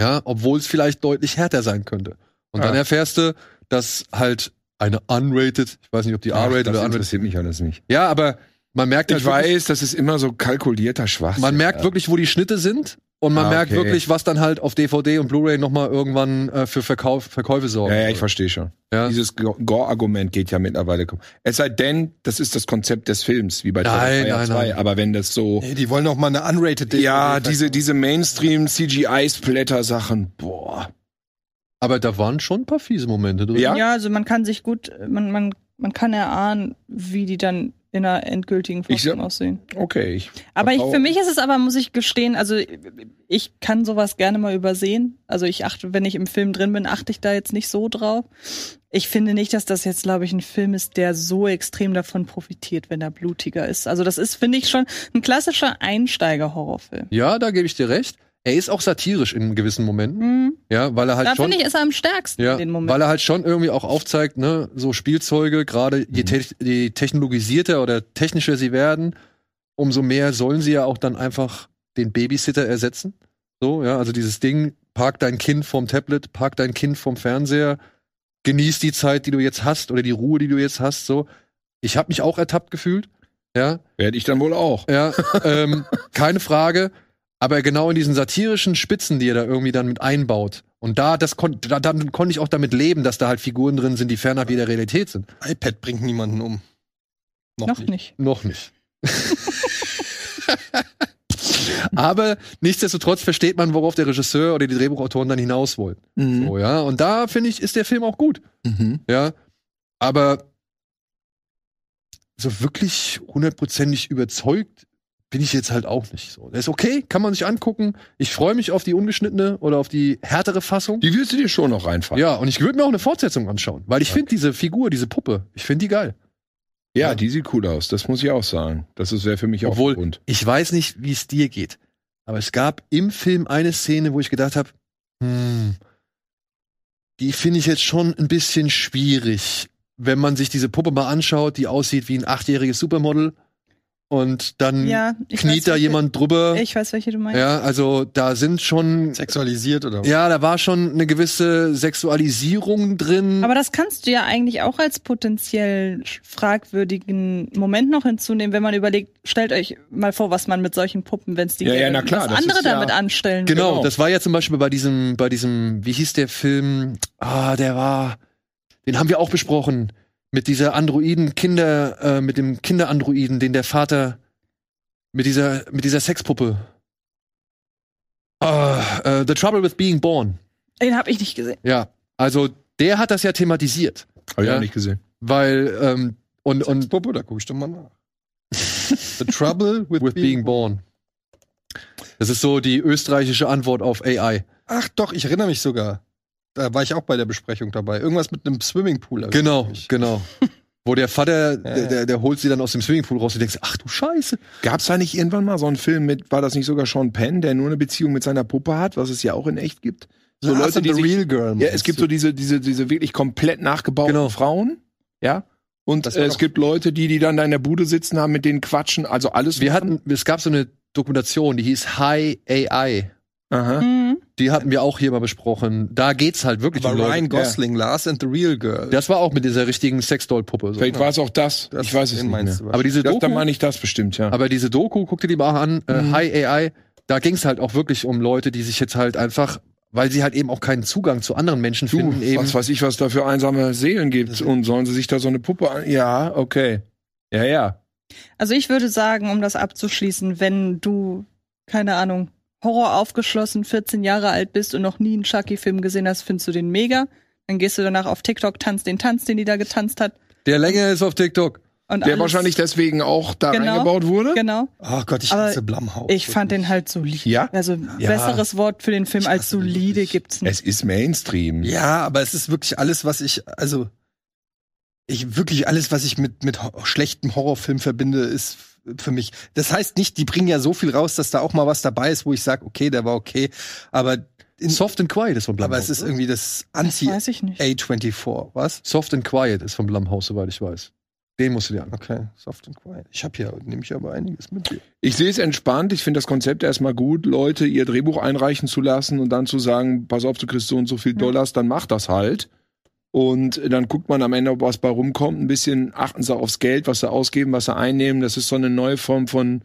Speaker 4: Ja, obwohl es vielleicht deutlich härter sein könnte. Und dann
Speaker 5: Ja.
Speaker 4: erfährst du, dass halt eine unrated, ich weiß nicht, ob die R-rated
Speaker 5: das
Speaker 4: oder unrated
Speaker 5: interessiert mich alles nicht.
Speaker 4: ja, aber man merkt halt
Speaker 5: Ich
Speaker 4: wirklich,
Speaker 5: weiß, das ist immer so kalkulierter Schwachsinn.
Speaker 4: man merkt
Speaker 5: ja.
Speaker 4: wirklich, wo die Schnitte sind und man
Speaker 5: Ah,
Speaker 4: merkt
Speaker 5: okay.
Speaker 4: wirklich, was dann halt auf DVD und Blu-ray nochmal irgendwann äh, für Verkauf, Verkäufe sorgen.
Speaker 5: Ja, ja, ich
Speaker 4: soll.
Speaker 5: verstehe schon.
Speaker 4: Ja.
Speaker 5: Dieses Go- Gore-Argument geht ja mittlerweile. kom- Es sei denn, das ist das Konzept des Films, wie bei
Speaker 4: Nein,
Speaker 5: Terrifier
Speaker 4: nein,
Speaker 5: 2.
Speaker 4: nein.
Speaker 5: Aber wenn das so.
Speaker 6: Nee, die wollen noch mal eine unrated DVD
Speaker 5: ja,
Speaker 6: verkaufen.
Speaker 4: halt
Speaker 5: diese, diese Mainstream-CGI-Splatter-Sachen. Boah.
Speaker 4: aber da waren schon ein paar fiese Momente drin.
Speaker 5: Ja?
Speaker 7: Ja, also man kann sich gut, man, man, man kann erahnen, wie die dann in einer endgültigen
Speaker 5: Ich
Speaker 7: Fassung
Speaker 5: glaub-
Speaker 7: aussehen.
Speaker 5: Okay. Ich
Speaker 7: Aber ich, für
Speaker 5: vertraue-
Speaker 7: mich ist es aber, muss ich gestehen, also ich kann sowas gerne mal übersehen. Also ich achte, wenn ich im Film drin bin, achte ich da jetzt nicht so drauf. Ich finde nicht, dass das jetzt, glaube ich, ein Film ist, der so extrem davon profitiert, wenn er blutiger ist. Also das ist, finde ich, schon ein klassischer Einsteiger-Horrorfilm.
Speaker 4: Ja, da gebe ich dir recht. Er ist auch satirisch in gewissen Momenten.
Speaker 7: Mhm.
Speaker 4: Ja, weil er halt
Speaker 7: Da
Speaker 4: schon.
Speaker 7: finde ich, ist er am stärksten
Speaker 4: ja,
Speaker 7: in den Moment.
Speaker 4: weil er halt schon irgendwie auch aufzeigt, ne, so Spielzeuge, gerade
Speaker 7: Mhm.
Speaker 4: je, te je technologisierter oder technischer sie werden, umso mehr sollen sie ja auch dann einfach den Babysitter ersetzen. So, ja, also dieses Ding, park dein Kind vom Tablet, park dein Kind vom Fernseher, genieß die Zeit, die du jetzt hast oder die Ruhe, die du jetzt hast, so. Ich habe mich auch ertappt gefühlt, ja,
Speaker 5: Werde ich dann wohl auch.
Speaker 4: ja, ähm, keine Frage. Aber genau in diesen satirischen Spitzen, die er da irgendwie dann mit einbaut. Und da, das kon da, dann konnte ich auch damit leben, dass da halt Figuren drin sind, die fernab jeder Realität sind.
Speaker 6: iPad bringt niemanden um.
Speaker 7: Noch nicht.
Speaker 4: Noch nicht. Aber nichtsdestotrotz versteht man, worauf der Regisseur oder die Drehbuchautoren dann hinaus wollen.
Speaker 6: Mhm.
Speaker 4: So, ja. Und da finde ich, ist der Film auch gut.
Speaker 6: Mhm.
Speaker 4: Ja. Aber so wirklich hundertprozentig überzeugt bin ich jetzt halt auch nicht so. Der ist okay, kann man sich angucken. Ich freue mich auf die ungeschnittene oder auf die härtere Fassung.
Speaker 5: Die würdest du dir schon noch reinfallen.
Speaker 4: ja, und ich würde mir auch eine Fortsetzung anschauen, weil ich finde diese Figur, diese Puppe, ich finde die geil.
Speaker 5: Ja, die sieht cool aus. Das muss ich auch sagen. Das ist- wäre für mich auch
Speaker 4: Obwohl-
Speaker 5: Grund.
Speaker 4: Ich weiß nicht, wie es dir geht, aber es gab im Film eine Szene, wo ich gedacht habe, hm, die finde ich jetzt schon ein bisschen schwierig, wenn man sich diese Puppe mal anschaut, die aussieht wie ein achtjähriges Supermodel und dann
Speaker 7: Ja, ich weiß,
Speaker 4: Hm, kniet da
Speaker 7: welche-
Speaker 4: jemand drüber.
Speaker 7: Ich weiß, welche du meinst.
Speaker 4: ja, also da sind schon,
Speaker 6: Sexualisiert oder was?
Speaker 4: ja, da war schon eine gewisse Sexualisierung
Speaker 5: Mhm.
Speaker 4: drin.
Speaker 7: Aber das kannst du ja eigentlich auch als potenziell fragwürdigen Moment noch hinzunehmen, wenn man überlegt, stellt euch mal vor, was man mit solchen Puppen, wenn es die
Speaker 5: Ja, ja,
Speaker 7: gäbe,
Speaker 5: na klar,
Speaker 7: was
Speaker 5: das
Speaker 7: andere
Speaker 5: ist ja-
Speaker 7: damit anstellen
Speaker 4: Genau,
Speaker 5: Genau.
Speaker 4: das war ja zum Beispiel bei diesem, bei diesem, wie hieß der Film? Ah, der war, den haben wir auch besprochen. Mit dieser Androiden-Kinder, äh, mit dem Kinderandroiden, den der Vater mit dieser, mit dieser Sexpuppe. Ah, äh, The Trouble with Being Born.
Speaker 7: Den habe ich nicht gesehen.
Speaker 4: Ja, also der hat das ja thematisiert,
Speaker 5: Habe ich
Speaker 4: Ja.
Speaker 5: auch nicht gesehen.
Speaker 4: weil ähm, und und
Speaker 6: Popo, da guck ich doch mal nach. The Trouble with,
Speaker 4: with Being Born. Das ist so die österreichische Antwort auf AI.
Speaker 6: Ach doch, ich erinnere mich sogar. Da war ich auch bei der Besprechung dabei. Irgendwas mit einem Swimmingpool. erinnere
Speaker 4: Genau,
Speaker 6: ich mich.
Speaker 4: genau. Wo der Vater,
Speaker 6: Ja,
Speaker 4: der,
Speaker 6: ja.
Speaker 4: der, der holt sie dann aus dem Swimmingpool raus und denkst, ach du Scheiße.
Speaker 5: Gab es da nicht irgendwann mal so einen Film mit, war das nicht sogar Sean Penn, der nur eine Beziehung mit seiner Puppe hat, was es ja auch in echt gibt? So
Speaker 4: Ah,
Speaker 6: Lars
Speaker 5: Leute,
Speaker 6: and
Speaker 5: die
Speaker 6: Ah, the
Speaker 5: sich,
Speaker 6: Real Girl.
Speaker 5: ja, es gibt so diese, diese, diese wirklich komplett nachgebauten
Speaker 4: Genau.
Speaker 5: Frauen, ja. Und
Speaker 6: Das
Speaker 5: äh,
Speaker 6: war
Speaker 5: es
Speaker 6: doch-
Speaker 5: gibt Leute, die, die dann da in der Bude sitzen haben, mit denen quatschen, also alles.
Speaker 4: Wir
Speaker 5: machen.
Speaker 4: hatten, es gab so eine Dokumentation, die hieß High AI.
Speaker 5: Aha.
Speaker 7: Mhm.
Speaker 4: Die hatten wir auch hier mal besprochen. Da geht's halt wirklich
Speaker 6: Aber
Speaker 4: um Leute.
Speaker 6: Ryan Gosling, Lars and the Real Girl.
Speaker 4: Das war auch mit dieser richtigen Sexdoll-Puppe. So.
Speaker 5: Vielleicht war es auch das.
Speaker 6: Das-
Speaker 5: ich weiß es
Speaker 6: den
Speaker 5: nicht
Speaker 6: meinst
Speaker 5: mehr.
Speaker 6: du
Speaker 4: Aber diese
Speaker 5: Das, dann
Speaker 4: Doku,
Speaker 5: meine ich das bestimmt, ja.
Speaker 4: aber diese Doku, guck dir die mal an,
Speaker 6: Mhm.
Speaker 4: äh, High AI, da ging's halt auch wirklich um Leute, die sich jetzt halt einfach, weil sie halt eben auch keinen Zugang zu anderen Menschen
Speaker 5: du,
Speaker 4: finden, eben.
Speaker 5: was weiß ich, was da für einsame Seelen gibt. Und sollen sie sich da so eine Puppe an. Ja, okay. Ja, ja.
Speaker 7: Also ich würde sagen, um das abzuschließen, wenn du, keine Ahnung, Horror aufgeschlossen, 14 Jahre alt bist und noch nie einen Chucky-Film gesehen hast, findest du den mega. Dann gehst du danach auf TikTok, tanzt den Tanz, den die da getanzt hat.
Speaker 4: Der Länge ist auf TikTok.
Speaker 7: Und
Speaker 5: Der
Speaker 7: alles-
Speaker 5: wahrscheinlich deswegen auch da
Speaker 7: Genau.
Speaker 5: reingebaut wurde.
Speaker 7: Genau.
Speaker 6: Oh Gott, ich
Speaker 7: Aber
Speaker 6: hasse Blumhouse.
Speaker 7: Ich fand den halt solide.
Speaker 5: Ja?
Speaker 7: Also besseres Wort für den Film
Speaker 6: Ich
Speaker 7: als
Speaker 6: hasse den
Speaker 7: solide
Speaker 6: wirklich.
Speaker 7: gibt's nicht.
Speaker 5: Es ist Mainstream.
Speaker 6: Ja, aber es ist wirklich alles, was ich, also ich wirklich alles, was ich mit mit ho- schlechtem Horrorfilm verbinde, ist f- für mich. Das heißt nicht, die bringen ja so viel raus, dass da auch mal was dabei ist, wo ich sage, okay, der war okay, aber in,
Speaker 4: Soft and Quiet ist von
Speaker 6: aber
Speaker 4: Blumhouse.
Speaker 6: es ist
Speaker 4: oder?
Speaker 6: irgendwie das
Speaker 7: Das
Speaker 6: Anti
Speaker 7: weiß ich nicht.
Speaker 6: A24, was?
Speaker 4: Soft and Quiet ist von Blumhouse, soweit ich weiß. Den musst du dir angucken.
Speaker 6: Okay, soft and quiet. Ich habe hier nehme ich aber einiges mit dir.
Speaker 5: Ich sehe es entspannt. Ich finde das Konzept erstmal gut, Leute ihr Drehbuch einreichen zu lassen und dann zu sagen, pass auf, du kriegst so und so viel Dollars, dann mach das halt. Und dann guckt man am Ende, ob was bei rumkommt. Ein bisschen achten sie aufs Geld, was sie ausgeben, was sie einnehmen. Das ist so eine neue Form von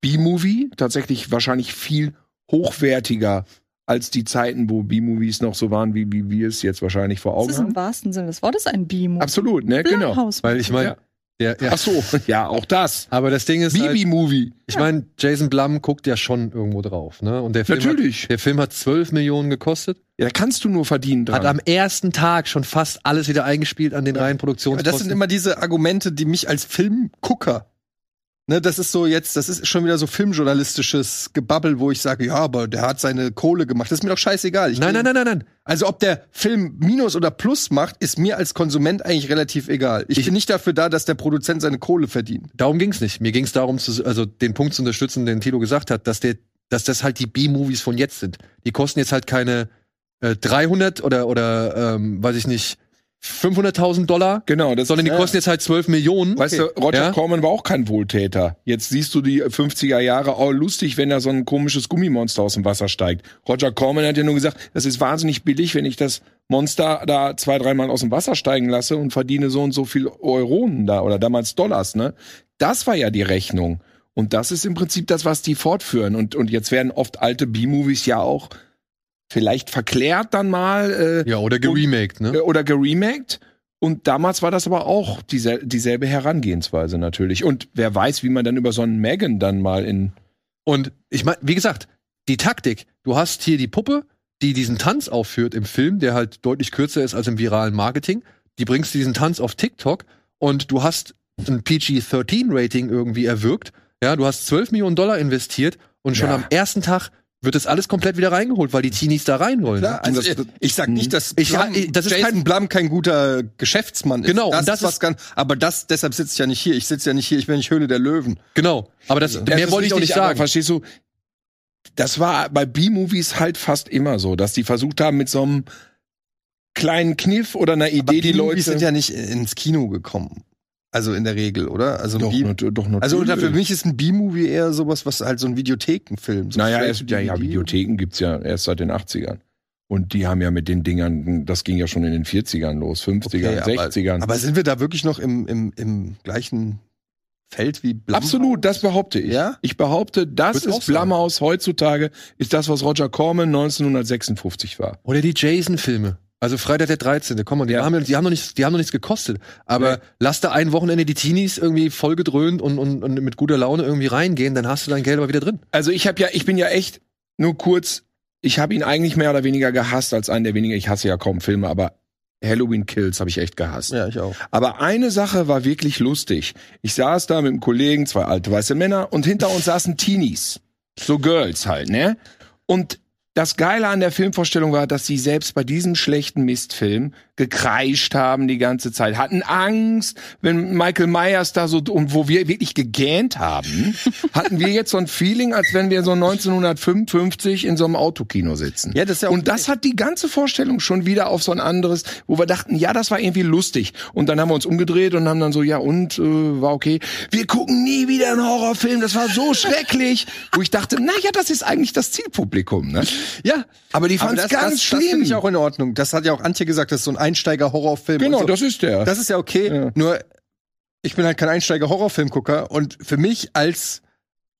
Speaker 5: B-Movie. Tatsächlich wahrscheinlich viel hochwertiger als die Zeiten, wo B-Movies noch so waren, wie, wie wir es jetzt wahrscheinlich vor
Speaker 7: Das
Speaker 5: Augen
Speaker 7: ist im
Speaker 5: haben.
Speaker 7: wahrsten Sinne des Wortes ein Bimo.
Speaker 5: Absolut, ne? Genau.
Speaker 7: Blumhouse.
Speaker 4: Weil ich meine, der, ja.
Speaker 5: Ach so, ja, auch das.
Speaker 4: Aber das Ding ist, halt,
Speaker 5: Bibi-Movie.
Speaker 4: ich meine, Jason Blum guckt ja schon irgendwo drauf, ne? Und der Film,
Speaker 5: Natürlich.
Speaker 4: Hat, der Film hat 12 Millionen gekostet,
Speaker 5: Ja, da kannst du nur verdienen dran.
Speaker 4: hat am ersten Tag schon fast alles wieder eingespielt an den reinen
Speaker 6: Aber das sind
Speaker 4: Produktionskosten.
Speaker 6: immer diese Argumente, die mich als Filmgucker, ne, das ist so jetzt, das ist schon wieder so filmjournalistisches Gebabbel, wo ich sage, ja, aber der hat seine Kohle gemacht. Das ist mir doch scheißegal. Ich
Speaker 4: nein,
Speaker 6: will-
Speaker 4: nein, nein, nein, nein.
Speaker 6: Also ob der Film Minus oder Plus macht, ist mir als Konsument eigentlich relativ egal. Ich,
Speaker 4: Ich-
Speaker 6: bin nicht dafür da, dass der Produzent seine Kohle verdient.
Speaker 4: Darum ging's nicht. Mir ging's darum, zu, also den Punkt zu unterstützen, den Tilo gesagt hat, dass der, dass das halt die B-Movies von jetzt sind. Die kosten jetzt halt keine äh, 300 oder oder ähm, weiß ich nicht 500.000 Dollar,
Speaker 5: genau, das
Speaker 4: sondern die
Speaker 5: ja.
Speaker 4: kosten jetzt halt 12 Millionen.
Speaker 5: Weißt du, Roger
Speaker 4: Ja?
Speaker 5: Corman war auch kein Wohltäter. Jetzt siehst du die 50er Jahre, oh, lustig, wenn da so ein komisches Gummimonster aus dem Wasser steigt. Roger Corman hat ja nur gesagt, das ist wahnsinnig billig, wenn ich das Monster da zwei, dreimal aus dem Wasser steigen lasse und verdiene so und so viel Euronen da oder damals Dollars, ne? Das war ja die Rechnung. Und das ist im Prinzip das, was die fortführen. Und, und jetzt werden oft alte B-Movies ja auch vielleicht verklärt dann mal, äh,
Speaker 4: Ja, oder geremaked, ne?
Speaker 5: äh, oder geremaked. Und damals war das aber auch diesel dieselbe Herangehensweise natürlich. Und wer weiß, wie man dann über so einen Megan dann mal in.
Speaker 4: Und ich meine, wie gesagt, die Taktik, du hast hier die Puppe, die diesen Tanz aufführt im Film, der halt deutlich kürzer ist als im viralen Marketing, die bringst diesen Tanz auf TikTok und du hast ein PG-13-Rating irgendwie erwirkt. Ja, du hast 12 Millionen Dollar investiert und schon
Speaker 5: Ja.
Speaker 4: am ersten Tag wird das alles komplett wieder reingeholt, weil die Teenies da ne? reinrollen.
Speaker 6: Klar, also ich, ich sag nicht, dass
Speaker 4: Ich-
Speaker 6: Blum,
Speaker 4: ich- das ist
Speaker 6: Jason
Speaker 4: kein-
Speaker 6: Blum kein guter Geschäftsmann ist.
Speaker 4: Genau,
Speaker 6: das,
Speaker 4: und das
Speaker 6: ist was
Speaker 4: ist-
Speaker 6: ganz, aber das deshalb sitze ich ja nicht hier. Ich sitze ja nicht hier, ich bin nicht Höhle der Löwen.
Speaker 4: Genau. Aber das, mehr
Speaker 5: ist
Speaker 4: wollte ich auch
Speaker 5: richtig,
Speaker 4: nicht
Speaker 5: aber
Speaker 4: sagen.
Speaker 5: Verstehst du? Das war bei B-Movies halt fast immer so, dass die versucht haben, mit so einem kleinen Kniff oder einer Idee die Leute.
Speaker 6: sind ja nicht ins Kino gekommen. Also in der Regel, oder? Also ein
Speaker 5: doch,
Speaker 4: ne.
Speaker 6: B-
Speaker 5: nat- doch natürlich.
Speaker 6: Also oder für mich ist ein B-Movie eher sowas, was halt so ein Videothekenfilm. So
Speaker 5: Naja,
Speaker 6: straight
Speaker 5: erst,
Speaker 6: to
Speaker 5: ja, ja,
Speaker 6: DVD.
Speaker 5: Videotheken gibt's ja erst seit den 80ern. Und die haben ja mit den Dingern, das ging ja schon in den 40ern los, 50ern,
Speaker 6: Okay, aber-
Speaker 5: 60ern.
Speaker 6: Aber sind wir da wirklich noch im, im, im gleichen Feld wie Blumhouse?
Speaker 5: Absolut, das behaupte ich.
Speaker 6: Ja?
Speaker 5: Ich behaupte, das
Speaker 6: Würd's auch
Speaker 5: ist
Speaker 6: sagen.
Speaker 5: Blumhouse heutzutage, ist das, was Roger Corman 1956 war.
Speaker 4: Oder die Jason-Filme. Also Freitag der 13. Komm mal, die,
Speaker 5: Ja.
Speaker 4: haben, ja- die, haben noch nichts, die haben noch nichts gekostet. Aber
Speaker 5: Nee.
Speaker 4: lass da ein Wochenende die Teenies irgendwie vollgedröhnt und, und, und mit guter Laune irgendwie reingehen, dann hast du dein Geld aber wieder drin.
Speaker 5: Also ich habe ja, ich bin ja echt nur kurz, ich habe ihn eigentlich mehr oder weniger gehasst als einen der weniger, ich hasse ja kaum Filme, aber Halloween Kills habe ich echt gehasst.
Speaker 6: Ja, ich auch.
Speaker 5: Aber eine Sache war wirklich lustig. Ich saß da mit einem Kollegen, zwei alte weiße Männer, und hinter uns saßen Teenies. So Girls halt, ne? Und das Geile an der Filmvorstellung war, dass sie selbst bei diesem schlechten Mistfilm gekreischt haben die ganze Zeit, hatten Angst, wenn Michael Myers da so, und wo wir wirklich gegähnt haben, hatten wir jetzt so ein Feeling, als wenn wir so 1955 in so einem Autokino sitzen.
Speaker 6: Ja, das ist ja auch
Speaker 5: und das hat die ganze Vorstellung schon wieder auf so ein anderes, wo wir dachten, ja, das war irgendwie lustig. Und dann haben wir uns umgedreht und haben dann so, ja, und äh, war okay. Wir gucken nie wieder einen Horrorfilm, das war so schrecklich. Wo ich dachte, na ja, das ist eigentlich das Zielpublikum. Ne?
Speaker 6: Ja,
Speaker 5: Aber die
Speaker 6: aber
Speaker 5: fanden
Speaker 6: das,
Speaker 5: es ganz
Speaker 6: das, Das
Speaker 5: schlimm.
Speaker 6: finde ich auch in Ordnung. Das hat ja auch Antje gesagt, das ist so ein Einsteiger-Horrorfilm.
Speaker 5: genau,
Speaker 6: und so.
Speaker 5: das ist der.
Speaker 6: Das ist ja okay,
Speaker 5: Ja.
Speaker 6: nur ich bin halt kein Einsteiger-Horrorfilmgucker und für mich als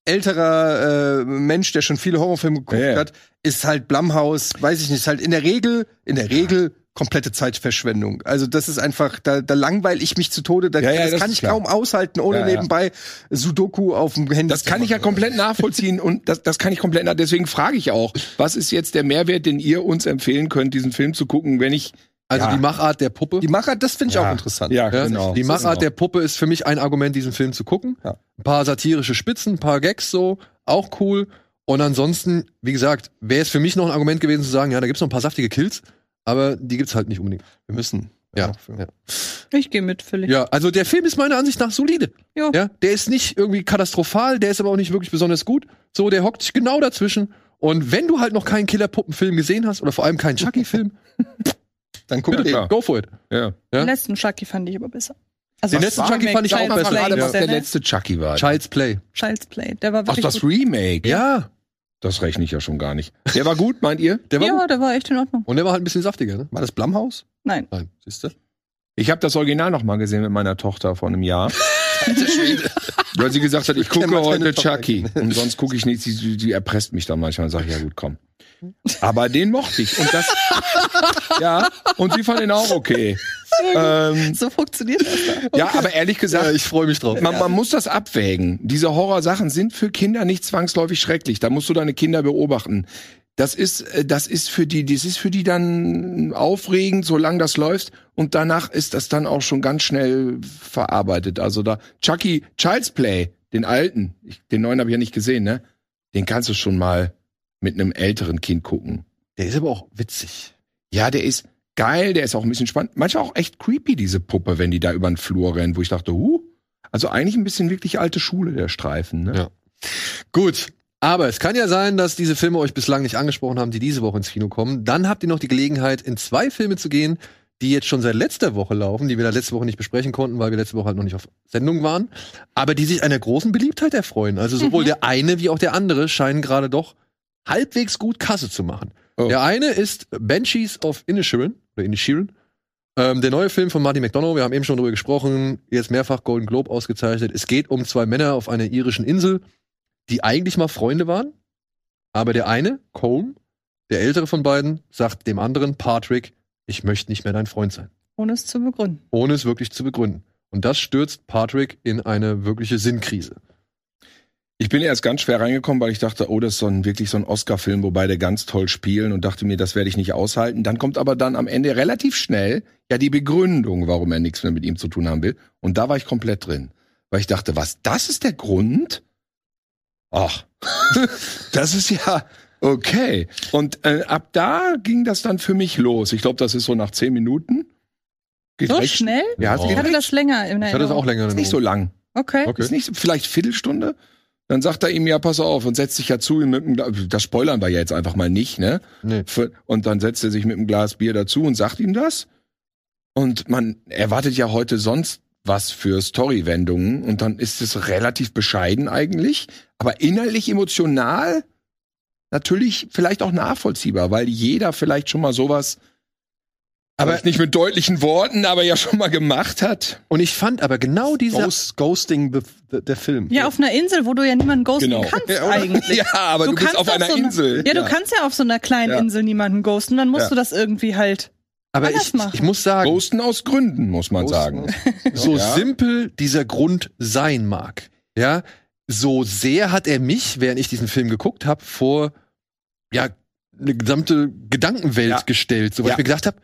Speaker 6: älterer äh, Mensch, der schon viele Horrorfilme geguckt
Speaker 5: Ja, ja.
Speaker 6: hat, ist halt Blumhaus, weiß ich nicht, ist halt in der Regel, in der Regel komplette Zeitverschwendung. Also das ist einfach, da, da langweil ich mich zu Tode, da,
Speaker 5: Ja, ja,
Speaker 6: das,
Speaker 5: das
Speaker 6: kann
Speaker 5: ist
Speaker 6: ich
Speaker 5: klar.
Speaker 6: kaum aushalten, ohne
Speaker 5: Ja, ja.
Speaker 6: nebenbei Sudoku auf dem Handy.
Speaker 5: Das
Speaker 6: zu
Speaker 5: kann ich ja
Speaker 6: machen.
Speaker 5: komplett nachvollziehen und das, das kann ich komplett nach. Deswegen frage ich auch, was ist jetzt der Mehrwert, den ihr uns empfehlen könnt, diesen Film zu gucken, wenn ich
Speaker 4: Also
Speaker 5: Ja.
Speaker 4: die Machart der Puppe.
Speaker 6: Die Macher, das finde ich
Speaker 5: Ja.
Speaker 6: auch interessant.
Speaker 5: Ja,
Speaker 4: Ja,
Speaker 5: genau.
Speaker 4: Die halt Machart
Speaker 5: genau.
Speaker 4: der Puppe ist für mich ein Argument, diesen Film zu gucken.
Speaker 6: Ja.
Speaker 4: Ein paar satirische Spitzen, ein paar Gags so, auch cool. Und ansonsten, wie gesagt, wäre es für mich noch ein Argument gewesen zu sagen, ja, da gibt es noch ein paar saftige Kills, aber die gibt's halt nicht unbedingt.
Speaker 6: Wir müssen.
Speaker 4: Ja, ja.
Speaker 6: ja.
Speaker 7: Ich gehe mit, Philipp.
Speaker 4: ja, also der Film ist meiner Ansicht nach solide.
Speaker 7: Ja.
Speaker 4: Ja, der ist nicht irgendwie katastrophal, der ist aber auch nicht wirklich besonders gut. So, der hockt sich genau dazwischen. Und wenn du halt noch keinen Killer-Puppenfilm gesehen hast oder vor allem keinen Chucky-Film,
Speaker 6: Dann guck
Speaker 5: Ja,
Speaker 6: dir.
Speaker 5: klar.
Speaker 4: go for it.
Speaker 5: Ja.
Speaker 4: ja.
Speaker 7: Den letzten Chucky fand ich aber besser. Also
Speaker 4: Den letzten
Speaker 7: war
Speaker 4: Chucky
Speaker 7: mir
Speaker 4: fand ich auch
Speaker 7: Child's
Speaker 4: besser.
Speaker 7: Play
Speaker 4: Gerade
Speaker 5: was
Speaker 7: ist
Speaker 5: der
Speaker 7: ne?
Speaker 5: letzte Chucky war.
Speaker 4: Child's Play.
Speaker 7: Child's Play. Der war
Speaker 5: Ach,
Speaker 7: wirklich
Speaker 5: das Remake.
Speaker 4: Ja,
Speaker 5: Das rechne ich ja schon gar nicht. Der war gut, meint ihr?
Speaker 4: der war gut.
Speaker 7: Ja, der war echt in Ordnung.
Speaker 4: Und der war halt ein bisschen saftiger, ne?
Speaker 6: War das Blumhaus?
Speaker 7: Nein.
Speaker 4: Nein, siehst du?
Speaker 5: Ich habe das Original noch mal gesehen mit meiner Tochter vor einem Jahr. Weil sie gesagt hat, ich gucke
Speaker 6: kenn
Speaker 5: heute
Speaker 6: meine Tochter
Speaker 5: Chucky. Und sonst gucke ich nichts. Die, die, die erpresst mich dann manchmal und sagt, ja gut, komm. Aber den mochte ich. Und das. ja, und sie fand ihn auch okay. Ähm,
Speaker 7: So funktioniert das. Da.
Speaker 5: ja, aber ehrlich gesagt,
Speaker 4: Ja, ich freue mich drauf.
Speaker 5: man, man muss das abwägen. Diese Horrorsachen sind für Kinder nicht zwangsläufig schrecklich. Da musst du deine Kinder beobachten. Das ist, äh, das ist für die, das ist für die dann aufregend, solange das läuft. Und danach ist das dann auch schon ganz schnell verarbeitet. Also da, Chucky, Child's Play, den alten, ich, den neuen habe ich ja nicht gesehen, ne? Den kannst du schon mal mit einem älteren Kind gucken.
Speaker 4: Der ist aber auch witzig.
Speaker 5: Ja, der ist geil, der ist auch ein bisschen spannend. Manchmal auch echt creepy, diese Puppe, wenn die da über den Flur rennt, wo ich dachte, huh. Also eigentlich ein bisschen wirklich alte Schule, der Streifen. Ne?
Speaker 4: Ja. Gut. Aber es kann ja sein, dass diese Filme euch bislang nicht angesprochen haben, die diese Woche ins Kino kommen. Dann habt ihr noch die Gelegenheit, in zwei Filme zu gehen, die jetzt schon seit letzter Woche laufen, die wir da letzte Woche nicht besprechen konnten, weil wir letzte Woche halt noch nicht auf Sendung waren, aber die sich einer großen Beliebtheit erfreuen. Also sowohl der eine wie auch der andere scheinen gerade doch halbwegs gut Kasse zu machen.
Speaker 5: Oh.
Speaker 4: Der eine ist Banshees of Inisherin, oder Inisherin, ähm, der neue Film von Martin McDonough, wir haben eben schon drüber gesprochen, jetzt mehrfach Golden Globe ausgezeichnet. Es geht um zwei Männer auf einer irischen Insel, die eigentlich mal Freunde waren. Aber der eine, Colm, der ältere von beiden, sagt dem anderen, Patrick, ich möchte nicht mehr dein Freund sein.
Speaker 7: Ohne es zu begründen.
Speaker 4: Ohne es wirklich zu begründen. Und das stürzt Patrick in eine wirkliche Sinnkrise.
Speaker 5: Ich bin erst ganz schwer reingekommen, weil ich dachte, oh, das ist so ein, wirklich so ein Oscar-Film, wo beide ganz toll spielen und dachte mir, das werde ich nicht aushalten. Dann kommt aber dann am Ende relativ schnell ja die Begründung, warum er nichts mehr mit ihm zu tun haben will. Und da war ich komplett drin. Weil ich dachte, was, das ist der Grund? Ach, das ist ja okay. Und äh, ab da ging das dann für mich los. Ich glaube, das ist so nach zehn Minuten. Geht
Speaker 7: So
Speaker 5: recht-
Speaker 7: schnell?
Speaker 5: Ja, es
Speaker 4: Ja.
Speaker 5: geht
Speaker 7: Ich hatte
Speaker 5: recht
Speaker 7: das länger in
Speaker 4: Ich hatte das auch länger.
Speaker 5: ist nicht so lang.
Speaker 7: Okay.
Speaker 4: Okay.
Speaker 5: Ist nicht so- vielleicht Viertelstunde? Dann sagt er ihm ja, pass auf, und setzt sich ja zu ihm mit dem Gla- Das spoilern wir ja jetzt einfach mal nicht, ne?
Speaker 4: Nee.
Speaker 5: Für- Und dann setzt er sich mit einem Glas Bier dazu und sagt ihm das. Und man erwartet ja heute sonst was für Storywendungen. Und dann ist es relativ bescheiden eigentlich, aber innerlich emotional natürlich vielleicht auch nachvollziehbar, weil jeder vielleicht schon mal sowas, aber
Speaker 4: Aber-
Speaker 5: vielleicht nicht mit deutlichen Worten, aber ja schon mal gemacht hat.
Speaker 4: Und ich fand aber genau dieser.
Speaker 6: Ghost, Ghosting the, the, der Film.
Speaker 7: Ja, auf einer Insel, wo du ja niemanden ghosten
Speaker 5: Genau.
Speaker 7: kannst
Speaker 5: Ja, oder?
Speaker 7: eigentlich.
Speaker 5: Ja, aber du, bist
Speaker 7: kannst
Speaker 5: auf einer
Speaker 7: so einer-
Speaker 5: Insel.
Speaker 7: Ja, du kannst ja auf so einer kleinen
Speaker 5: Ja.
Speaker 7: Insel niemanden ghosten, dann musst
Speaker 5: Ja.
Speaker 7: du das irgendwie halt.
Speaker 4: aber
Speaker 7: anders
Speaker 4: ich,
Speaker 7: machen.
Speaker 4: ich muss sagen,
Speaker 5: Ghosten aus Gründen, muss man
Speaker 4: Ghosten
Speaker 5: sagen.
Speaker 4: so
Speaker 5: Ja.
Speaker 4: simpel dieser Grund sein mag, ja, so sehr hat er mich, während ich diesen Film geguckt habe, vor ja eine gesamte Gedankenwelt
Speaker 5: Ja.
Speaker 4: gestellt, so weil
Speaker 5: Ja.
Speaker 4: ich mir gedacht habe,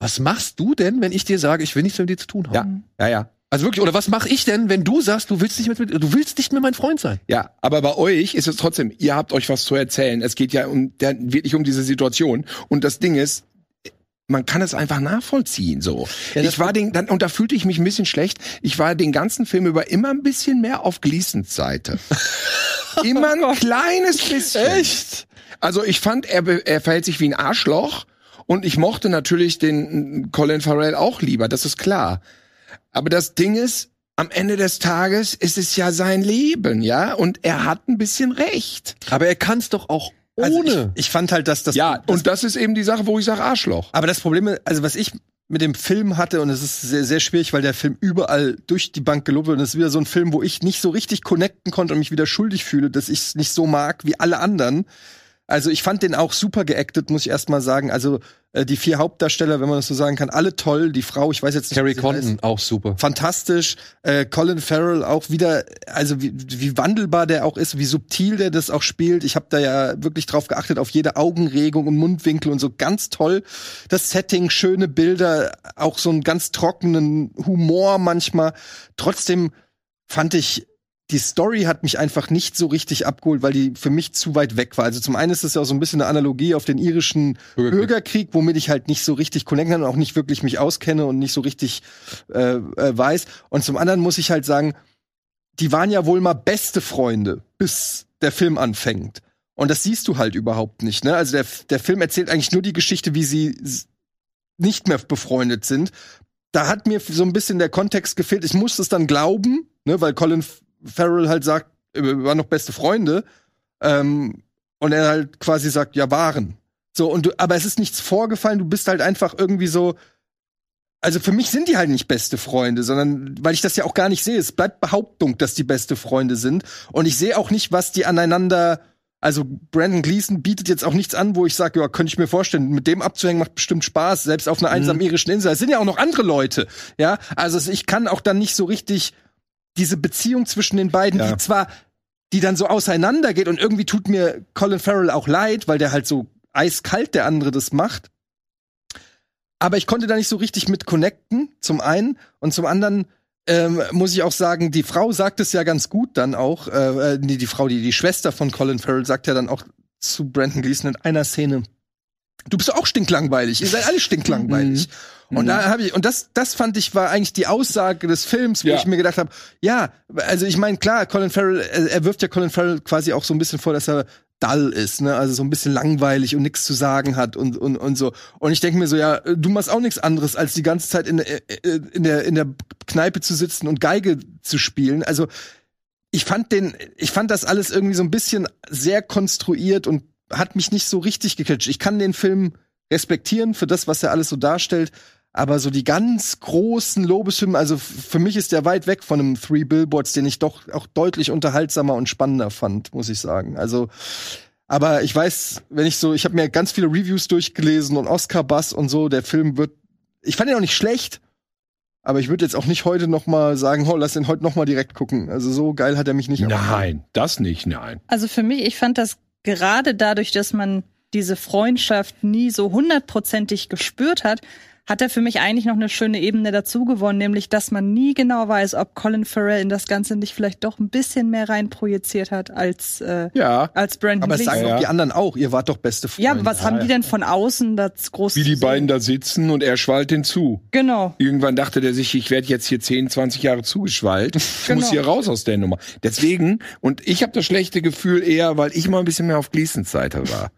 Speaker 4: was machst du denn, wenn ich dir sage, ich will nichts mit dir zu tun haben?
Speaker 5: Ja,
Speaker 7: hm.
Speaker 5: ja, ja.
Speaker 4: Also wirklich, oder was mache ich denn, wenn du sagst, du willst nicht mit, du willst nicht mehr mein Freund sein?
Speaker 5: Ja, aber bei euch ist es trotzdem, ihr habt euch was zu erzählen. Es geht ja um, der, wirklich um diese Situation. Und das Ding ist, man kann es einfach nachvollziehen, so. ich war den, dann, und da fühlte ich mich ein bisschen schlecht. Ich war den ganzen Film über immer ein bisschen mehr auf Gleasons Seite. immer ein kleines bisschen. Echt? Also ich fand, er, be- er verhält sich wie ein Arschloch. Und ich mochte natürlich den Colin Farrell auch lieber, das ist klar. Aber das Ding ist, am Ende des Tages ist es ja sein Leben, ja? Und er hat ein bisschen recht.
Speaker 4: Aber er kann es doch auch ohne.
Speaker 6: Also ich, ich fand halt, dass das.
Speaker 5: ja,
Speaker 6: das,
Speaker 5: und das ist eben die Sache, wo ich sage Arschloch.
Speaker 6: aber das Problem, ist, also was ich mit dem Film hatte, und es ist sehr, sehr schwierig, weil der Film überall durch die Bank gelobt wird, und es ist wieder so ein Film, wo ich nicht so richtig connecten konnte und mich wieder schuldig fühle, dass ich es nicht so mag wie alle anderen. Also ich fand den auch super geactet, muss ich erst mal sagen. Also Äh, die vier Hauptdarsteller, wenn man das so sagen kann, alle toll. Die Frau, ich weiß jetzt nicht,
Speaker 4: Carrie
Speaker 6: wie sie
Speaker 4: Condon,
Speaker 6: heißt.
Speaker 4: auch super.
Speaker 6: Fantastisch. Äh, Colin Farrell auch wieder, also wie, wie wandelbar der auch ist, wie subtil der das auch spielt. Ich habe da ja wirklich drauf geachtet, auf jede Augenregung und Mundwinkel und so ganz toll. Das Setting, schöne Bilder, auch so einen ganz trockenen Humor manchmal. Trotzdem fand ich, die Story hat mich einfach nicht so richtig abgeholt, weil die für mich zu weit weg war. Also zum einen ist es ja auch so ein bisschen eine Analogie auf den irischen
Speaker 4: Bürgerkrieg.
Speaker 6: Bürgerkrieg, womit ich halt nicht so richtig connecten kann und auch nicht wirklich mich auskenne und nicht so richtig äh, äh, weiß. Und zum anderen muss ich halt sagen, die waren ja wohl mal beste Freunde, bis der Film anfängt. Und das siehst du halt überhaupt nicht. Ne? Also der, der Film erzählt eigentlich nur die Geschichte, wie sie s- nicht mehr befreundet sind. Da hat mir so ein bisschen der Kontext gefehlt. Ich musste es dann glauben, ne? weil Colin F- Farrell halt sagt, äh, wir waren noch beste Freunde. Ähm, und er halt quasi sagt, ja, waren. So, und du, aber es ist nichts vorgefallen, du bist halt einfach irgendwie so. Also für mich sind die halt nicht beste Freunde, sondern weil ich das ja auch gar nicht sehe. Es bleibt Behauptung, dass die beste Freunde sind. Und ich sehe auch nicht, was die aneinander. Also Brandon Gleason bietet jetzt auch nichts an, wo ich sage, ja, könnte ich mir vorstellen, mit dem abzuhängen macht bestimmt Spaß, selbst auf einer
Speaker 5: Mhm.
Speaker 6: einsamen irischen Insel. Es sind ja auch noch andere Leute, ja. Also es- ich kann auch dann nicht so richtig diese Beziehung zwischen den beiden,
Speaker 5: Ja.
Speaker 6: die zwar, die dann so auseinandergeht und irgendwie tut mir Colin Farrell auch leid, weil der halt so eiskalt der andere das macht. Aber ich konnte da nicht so richtig mit connecten, zum einen. Und zum anderen ähm, muss ich auch sagen, die Frau sagt es ja ganz gut dann auch, äh, äh, nee, die Frau, die, die Schwester von Colin Farrell sagt ja dann auch zu Brandon Gleason in einer Szene, du bist auch stinklangweilig, ihr seid alle stinklangweilig. Und da habe ich, und das, das fand ich, war eigentlich die Aussage des Films, wo
Speaker 5: Ja.
Speaker 6: ich mir gedacht habe, ja, also ich meine, klar, Colin Farrell, äh, er wirft ja Colin Farrell quasi auch so ein bisschen vor, dass er dull ist, ne? Also so ein bisschen langweilig und nichts zu sagen hat und, und, und so. Und ich denke mir so, ja, äh, du machst auch nichts anderes, als die ganze Zeit in, äh, äh, in, der, in der Kneipe zu sitzen und Geige zu spielen. Also ich fand den, ich fand das alles irgendwie so ein bisschen sehr konstruiert und hat mich nicht so richtig gecatcht. Ich kann den Film respektieren für das, was er alles so darstellt, aber so die ganz großen Lobeshymnen, also f- für mich ist der weit weg von einem Three Billboards, den ich doch auch deutlich unterhaltsamer und spannender fand, muss ich sagen. Also, aber ich weiß, wenn ich so, ich habe mir ganz viele Reviews durchgelesen und Oscar-Bass und so, der Film wird, ich fand ihn auch nicht schlecht, aber ich würde jetzt auch nicht heute noch mal sagen, oh, lass den heute noch mal direkt gucken. Also so geil hat er mich nicht.
Speaker 5: Nein, das nicht, nein.
Speaker 7: Also für mich, ich fand das gerade dadurch, dass man diese Freundschaft nie so hundertprozentig gespürt hat, hat er für mich eigentlich noch eine schöne Ebene dazu gewonnen, nämlich dass man nie genau weiß, ob Colin Farrell in das Ganze nicht vielleicht doch ein bisschen mehr rein projiziert hat als äh,
Speaker 5: Ja.
Speaker 7: als Brandon
Speaker 6: Aber es
Speaker 7: Gleeson.
Speaker 6: sagen
Speaker 5: Ja.
Speaker 6: doch die anderen auch, ihr wart doch beste Freunde.
Speaker 7: Ja, was haben die denn von außen das groß
Speaker 5: Wie die
Speaker 7: zu sehen?
Speaker 5: beiden da Ne? sitzen und er schwallt den zu.
Speaker 7: Genau.
Speaker 5: Irgendwann dachte der sich, ich werde jetzt hier 10, 20 Jahre zugeschwallt. Ich
Speaker 6: Genau.
Speaker 5: muss hier raus aus der Nummer. Deswegen, und ich habe das schlechte Gefühl eher, weil ich mal ein bisschen mehr auf Gleasons Seite war.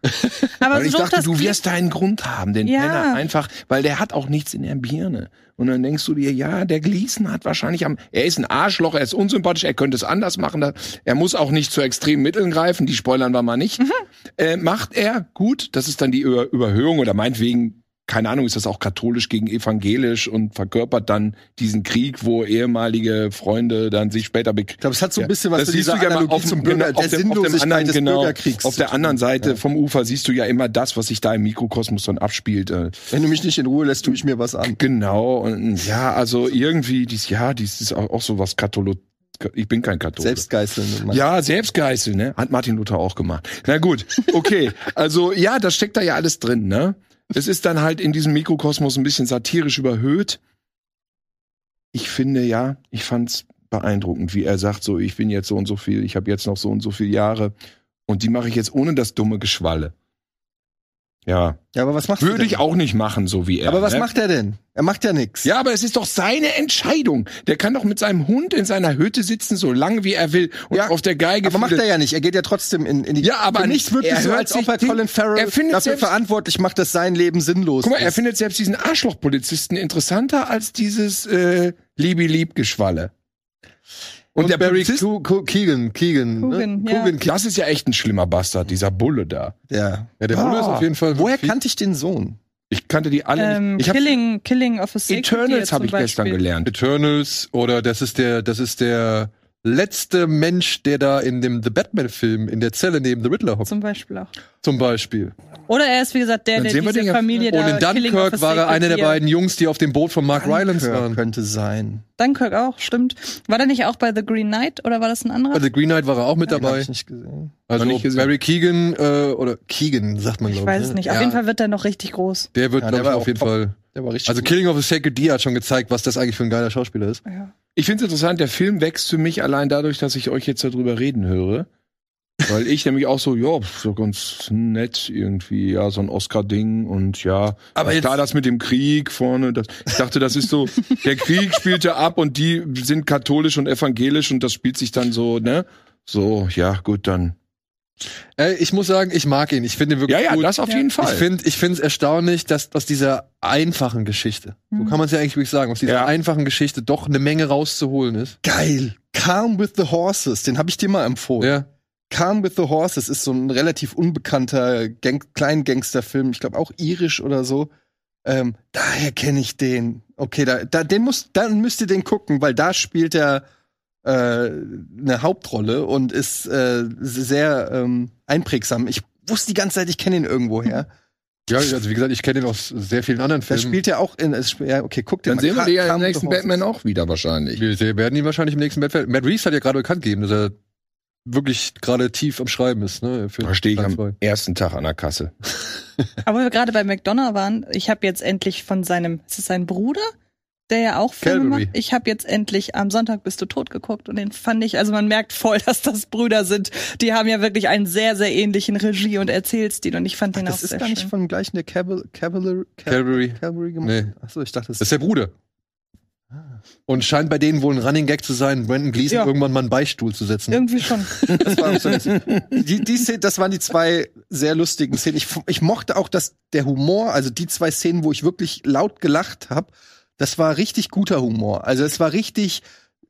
Speaker 7: Aber
Speaker 5: weil ich
Speaker 7: so
Speaker 5: dachte,
Speaker 7: das
Speaker 5: du wirst da einen Grund haben, den
Speaker 7: Ja.
Speaker 5: Penner einfach, weil der hat auch nichts in der Birne. Und dann denkst du dir, ja, der Gleason hat wahrscheinlich am, er ist ein Arschloch, er ist unsympathisch, er könnte es anders machen, da- er muss auch nicht zu extremen Mitteln greifen, die spoilern wir mal nicht. Äh, macht er gut, das ist dann die Über Überhöhung oder meinetwegen, keine Ahnung, ist das auch katholisch gegen evangelisch und verkörpert dann diesen Krieg, wo ehemalige Freunde dann sich später
Speaker 6: Ich glaube, es hat so ein bisschen was
Speaker 5: das
Speaker 6: mit
Speaker 5: siehst
Speaker 6: dieser
Speaker 5: du ja mal
Speaker 6: Analogie
Speaker 5: auf,
Speaker 6: zum
Speaker 5: dem-
Speaker 6: Bürger,
Speaker 5: genau, auf,
Speaker 6: der
Speaker 5: dem, auf dem
Speaker 6: Sinnlosigkeit
Speaker 5: anderen,
Speaker 6: des
Speaker 5: genau,
Speaker 6: Bürgerkriegs.
Speaker 5: auf der anderen Seite vom Ufer siehst du ja immer das, was sich da im Mikrokosmos dann abspielt. äh,
Speaker 6: Wenn du mich nicht in Ruhe lässt, tue ich mir was an.
Speaker 5: Genau, und ja, also irgendwie, dies, ja, dies ist auch, auch so was Katholot. Ich bin kein Katholik.
Speaker 6: Selbstgeißeln.
Speaker 5: Ja, Selbstgeißel, ne? Hat Martin Luther auch gemacht. Na gut, okay. Also ja, das steckt da ja alles drin, ne? Es ist dann halt in diesem Mikrokosmos ein bisschen satirisch überhöht. Ich finde ja, ich fand's beeindruckend, wie er sagt, so ich bin jetzt so und so viel, ich habe jetzt noch so und so viele Jahre und die mache ich jetzt ohne das dumme Geschwalle. Ja,
Speaker 6: ja, aber was macht er
Speaker 5: würde
Speaker 6: denn?
Speaker 5: ich auch nicht machen, so wie er.
Speaker 6: Aber was
Speaker 5: ne?
Speaker 6: macht er denn? Er macht ja nichts.
Speaker 5: Ja, aber es ist doch seine Entscheidung. Der kann doch mit seinem Hund in seiner Hütte sitzen, so lange wie er will und
Speaker 6: Ja,
Speaker 5: auf der Geige.
Speaker 6: aber macht
Speaker 5: viele-
Speaker 6: er ja nicht. Er geht ja trotzdem in, in die.
Speaker 5: Ja, aber
Speaker 6: Für mich wirklich
Speaker 5: er
Speaker 6: so,
Speaker 5: hört
Speaker 6: als
Speaker 5: sich
Speaker 6: ob er
Speaker 5: den-
Speaker 6: Colin Farrell
Speaker 5: er findet
Speaker 6: dafür
Speaker 5: selbst-
Speaker 6: verantwortlich macht, dass sein Leben sinnlos
Speaker 5: Guck mal, er
Speaker 6: ist.
Speaker 5: findet selbst diesen Arschlochpolizisten interessanter als dieses äh, Liebe-Lieb-Geschwalle. Und, der
Speaker 4: Barry
Speaker 5: Polizist,
Speaker 4: Ku- Ku- Keegan, Keegan,
Speaker 7: Coogan,
Speaker 4: ne?
Speaker 7: ja.
Speaker 4: Coogan, Ke-
Speaker 5: das ist ja echt ein schlimmer Bastard, dieser Bulle da.
Speaker 6: Ja.
Speaker 4: Ja, der Bruder ist auf jeden Fall.
Speaker 6: Ah. Woher
Speaker 4: viel-
Speaker 6: kannte ich den Sohn?
Speaker 5: Ich kannte die alle
Speaker 7: ähm,
Speaker 5: nicht. Ich hab,
Speaker 7: Killing, Killing of a Secret
Speaker 5: Eternals habe ich gestern gelernt.
Speaker 4: Eternals oder das ist der, das ist der letzte Mensch, der da in dem The Batman-Film in der Zelle neben The Riddler hockt,
Speaker 7: Zum Beispiel auch.
Speaker 4: zum Beispiel.
Speaker 7: Oder er ist, wie gesagt, der,
Speaker 6: Dann
Speaker 7: der
Speaker 6: sehen wir
Speaker 7: diese
Speaker 6: den ja.
Speaker 7: Familie da
Speaker 4: Und in
Speaker 7: Killing of a
Speaker 4: Dunkirk war er
Speaker 7: Sacred
Speaker 4: einer der
Speaker 7: Deer.
Speaker 4: beiden Jungs, die auf dem Boot von Mark Rylance
Speaker 6: Dunkirk
Speaker 4: waren.
Speaker 6: könnte sein.
Speaker 7: Dunkirk auch, stimmt. War der nicht auch bei The Green Knight oder war das ein anderer?
Speaker 4: Bei Also The Green Knight war er auch mit
Speaker 6: Den hab
Speaker 4: dabei.
Speaker 6: ich nicht gesehen.
Speaker 4: Also
Speaker 6: Noch nicht gesehen.
Speaker 4: Barry Keegan äh, oder Keegan sagt man
Speaker 7: ich
Speaker 4: glaube ich.
Speaker 7: weiß es
Speaker 4: ne?
Speaker 7: nicht. Auf
Speaker 4: Ja,
Speaker 7: jeden Fall wird der noch richtig groß.
Speaker 4: Der wird
Speaker 6: Ja,
Speaker 4: glaube
Speaker 6: der
Speaker 4: ich
Speaker 6: war
Speaker 4: auf
Speaker 6: auch
Speaker 4: jeden
Speaker 6: top.
Speaker 4: Fall.
Speaker 6: Der war richtig.
Speaker 4: Also
Speaker 6: gut.
Speaker 4: Killing of a Sacred Deer hat schon gezeigt, was das eigentlich für ein geiler Schauspieler ist.
Speaker 7: Ja.
Speaker 5: Ich finde es interessant, der Film wächst für mich allein dadurch, dass ich euch jetzt darüber reden höre. Weil ich nämlich auch so, ja, pf, so ganz nett irgendwie, ja, so ein Oscar-Ding und ja.
Speaker 4: Aber
Speaker 5: ja,
Speaker 4: jetzt-
Speaker 5: klar, das mit dem Krieg vorne. Das, ich dachte, das ist so, der Krieg spielte ab und die sind katholisch und evangelisch und das spielt sich dann so, ne? So, ja, gut, dann.
Speaker 4: Ey, ich muss sagen, ich mag ihn. Ich finde ihn wirklich
Speaker 5: Ja, ja,
Speaker 4: gut.
Speaker 5: das auf jeden Fall.
Speaker 4: Ich finde ich finde es erstaunlich, dass aus dieser einfachen Geschichte, so kann man es ja eigentlich wirklich sagen, aus dieser
Speaker 5: Ja.
Speaker 4: einfachen Geschichte doch eine Menge rauszuholen ist.
Speaker 6: geil. Calm with the Horses, den habe ich dir mal empfohlen.
Speaker 4: Ja.
Speaker 6: Calm with the Horses ist so ein relativ unbekannter Gang Kleingangsterfilm, ich glaube auch irisch oder so. Ähm, daher kenne ich den. Okay, da, da, den muss, dann müsst ihr den gucken, weil da spielt er äh, eine Hauptrolle und ist äh, sehr ähm, einprägsam. Ich wusste die ganze Zeit, ich kenne ihn
Speaker 5: Hm.
Speaker 6: irgendwoher.
Speaker 4: Ja, also wie gesagt, ich kenne ihn aus sehr vielen anderen
Speaker 6: Da
Speaker 4: Filmen.
Speaker 6: spielt er auch in. es sp- Ja, okay, guck dir
Speaker 5: Dann sehen wir die ja im
Speaker 6: Calm with the
Speaker 5: nächsten
Speaker 6: Horses.
Speaker 5: Batman auch wieder wahrscheinlich.
Speaker 4: wir se- werden ihn wahrscheinlich im nächsten Batman. Matt Reeves hat ja gerade bekannt gegeben, dass er wirklich gerade tief am Schreiben ist, ne? Für
Speaker 5: Da stehe ich
Speaker 4: Teil
Speaker 5: am
Speaker 4: zwei.
Speaker 5: ersten Tag an der Kasse.
Speaker 7: Aber wo wir gerade bei McDonough waren, ich habe jetzt endlich von seinem, ist es sein Bruder, der ja auch Filme
Speaker 4: Calvary.
Speaker 7: macht? Ich habe jetzt endlich am Sonntag bist du tot geguckt und den fand ich, also man merkt voll, dass das Brüder sind. Die haben ja wirklich einen sehr, sehr ähnlichen Regie- und Erzählstil und ich fand den auch
Speaker 6: Das ist
Speaker 7: sehr
Speaker 6: gar
Speaker 7: schön.
Speaker 6: nicht von dem gleichen, der Caval Cavalry, Cavalry,
Speaker 4: Calvary.
Speaker 6: Cavalry gemacht
Speaker 4: Nee.
Speaker 6: hat? Achso, ich dachte, das
Speaker 4: Das ist der Bruder. Und scheint bei denen wohl ein Running Gag zu sein, Brandon Gleason
Speaker 7: Ja.
Speaker 4: irgendwann mal einen Beistuhl zu setzen.
Speaker 7: Irgendwie schon.
Speaker 4: Mhm.
Speaker 6: Das, war so, die, die Szene, das waren die zwei sehr lustigen Szenen. Ich, ich mochte auch, dass der Humor, also die zwei Szenen, wo ich wirklich laut gelacht habe, das war richtig guter Humor. Also es war richtig,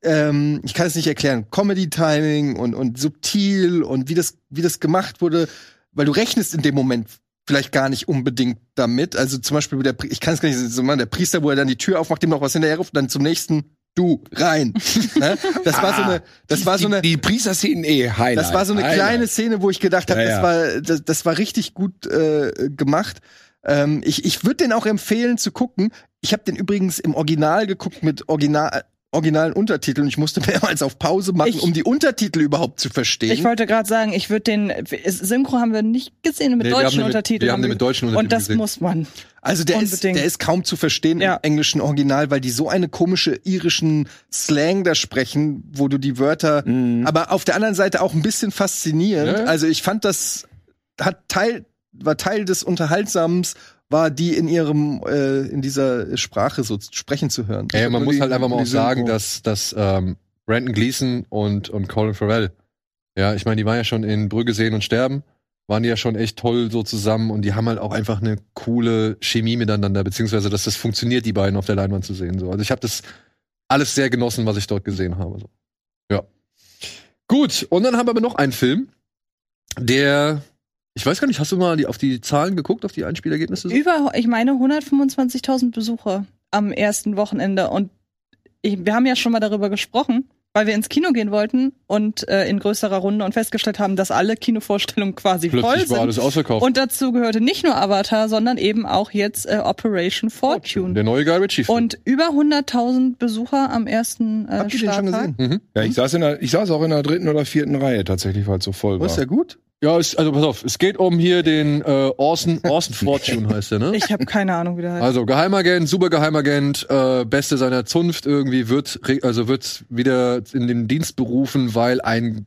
Speaker 6: ähm, ich kann es nicht erklären, Comedy-Timing und, und subtil und wie das, wie das gemacht wurde, weil du rechnest in dem Moment vielleicht gar nicht unbedingt damit. Also zum Beispiel, der, Pri- ich kann es gar nicht so machen, der Priester, wo er dann die Tür aufmacht, dem noch was hinterherruft und dann zum nächsten, du, rein. ne? Das war so eine, das war so eine,
Speaker 5: Ah, Die, die Priester-Szenen eh, Highlight.
Speaker 6: das war so eine
Speaker 5: Highlight.
Speaker 6: kleine Szene, wo ich gedacht habe,
Speaker 5: Ja, ja.
Speaker 6: das, war, das, das war richtig gut äh, gemacht. Ähm, ich ich würde den auch empfehlen zu gucken. Ich habe den übrigens im Original geguckt mit Original, originalen Untertiteln. Ich musste mehrmals auf Pause machen,
Speaker 7: Ich-
Speaker 6: um die Untertitel überhaupt zu verstehen.
Speaker 7: Ich wollte gerade sagen, ich würde den, Synchro haben wir nicht gesehen, mit
Speaker 4: Nee, wir haben den
Speaker 7: deutschen
Speaker 4: mit-
Speaker 7: Untertiteln.
Speaker 4: wir haben den mit deutschen
Speaker 7: Und das
Speaker 4: Untertiteln
Speaker 7: muss man.
Speaker 6: Also der ist,
Speaker 7: Unbedingt.
Speaker 6: der ist kaum zu verstehen
Speaker 7: Ja.
Speaker 6: im englischen Original, weil die so eine komische irischen Slang da sprechen, wo du die Wörter,
Speaker 5: Mhm.
Speaker 6: aber auf der anderen Seite auch ein bisschen faszinierend.
Speaker 4: Mhm. Ja.
Speaker 6: Also ich fand das hat Teil war Teil des Unterhaltsams war die in ihrem äh, in dieser Sprache so sprechen zu hören.
Speaker 4: Ey, man
Speaker 6: Nur
Speaker 4: muss
Speaker 6: die-
Speaker 4: halt einfach mal
Speaker 6: die
Speaker 4: auch sagen,
Speaker 6: Synchro.
Speaker 4: dass, dass ähm, Brandon Gleason und, und Colin Farrell, ja, ich meine, die waren ja schon in Brügge sehen und sterben, waren die ja schon echt toll so zusammen und die haben halt auch einfach eine coole Chemie miteinander, beziehungsweise dass das funktioniert, die beiden auf der Leinwand zu sehen. So. Also ich habe das alles sehr genossen, was ich dort gesehen habe. So. Ja. Gut, und dann haben wir aber noch einen Film, der, ich weiß gar nicht, hast du mal die, auf die Zahlen geguckt, auf die Einspielergebnisse? so?
Speaker 7: Über, ich meine, 125.000 Besucher am ersten Wochenende. Und ich, wir haben ja schon mal darüber gesprochen, weil wir ins Kino gehen wollten und äh, in größerer Runde und festgestellt haben, dass alle Kinovorstellungen quasi voll
Speaker 4: Plötzlich war
Speaker 7: sind.
Speaker 4: alles ausverkauft.
Speaker 7: und äh, dazu gehörte nicht nur Avatar, sondern eben auch jetzt äh, Operation Fortune.
Speaker 4: der neue Guy Ritchie-Film.
Speaker 7: Und über 100.000 Besucher am ersten äh,
Speaker 6: habt ihr den schon
Speaker 7: Starttag.
Speaker 6: gesehen?
Speaker 4: Mhm.
Speaker 5: Ja, ich saß, in der, ich saß auch in der dritten oder vierten Reihe tatsächlich, weil es so voll
Speaker 6: Oh,
Speaker 5: war.
Speaker 6: ist ja gut.
Speaker 4: Ja, es, also pass auf, es geht um hier den äh, Orson, Orson Fortune heißt der, ne?
Speaker 7: Ich habe keine Ahnung, wie der heißt.
Speaker 4: Also Geheimagent, Supergeheimagent, äh, Beste seiner Zunft irgendwie wird re- also wird wieder in den Dienst berufen, weil ein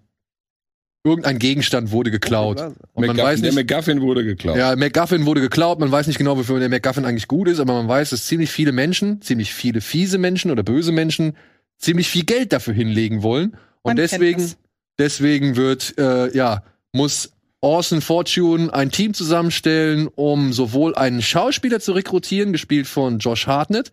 Speaker 4: irgendein Gegenstand wurde geklaut. Und man
Speaker 5: McGuffin-
Speaker 4: weiß
Speaker 5: der
Speaker 4: nicht,
Speaker 5: McGuffin wurde geklaut.
Speaker 4: ja, McGuffin wurde geklaut, man weiß nicht genau, wofür der McGuffin eigentlich gut ist, aber man weiß, dass ziemlich viele Menschen, ziemlich viele fiese Menschen oder böse Menschen ziemlich viel Geld dafür hinlegen wollen. Und
Speaker 7: Man kennt
Speaker 4: deswegen,
Speaker 7: das.
Speaker 4: deswegen wird, äh, ja, muss Orson Fortune ein Team zusammenstellen, um sowohl einen Schauspieler zu rekrutieren, gespielt von Josh Hartnett,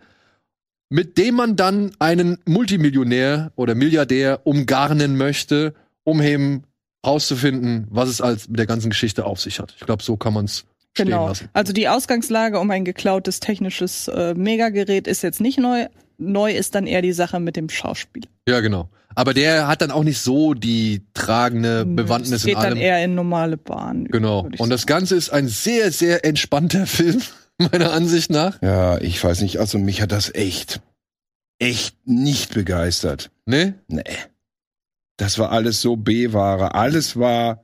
Speaker 4: mit dem man dann einen Multimillionär oder Milliardär umgarnen möchte, um eben rauszufinden, was es als mit der ganzen Geschichte auf sich hat. Ich glaube, so kann man es stehen
Speaker 7: Genau.
Speaker 4: lassen.
Speaker 7: Also die Ausgangslage um ein geklautes technisches äh, Megagerät ist jetzt nicht neu, neu ist dann eher die Sache mit dem Schauspiel.
Speaker 4: Ja, genau. Aber der hat dann auch nicht so die tragende
Speaker 7: Hm, es
Speaker 4: Äh, Bewandtnis
Speaker 7: geht
Speaker 4: in allem.
Speaker 7: dann eher in normale Bahnen.
Speaker 4: genau.
Speaker 7: würde ich
Speaker 4: Und das Ganze ist ein sehr, sehr entspannter Film, meiner Ansicht nach.
Speaker 5: Ja, ich weiß nicht. Also mich hat das echt, echt nicht begeistert.
Speaker 4: Ne?
Speaker 5: Nee. Das war alles so B-Ware. Alles war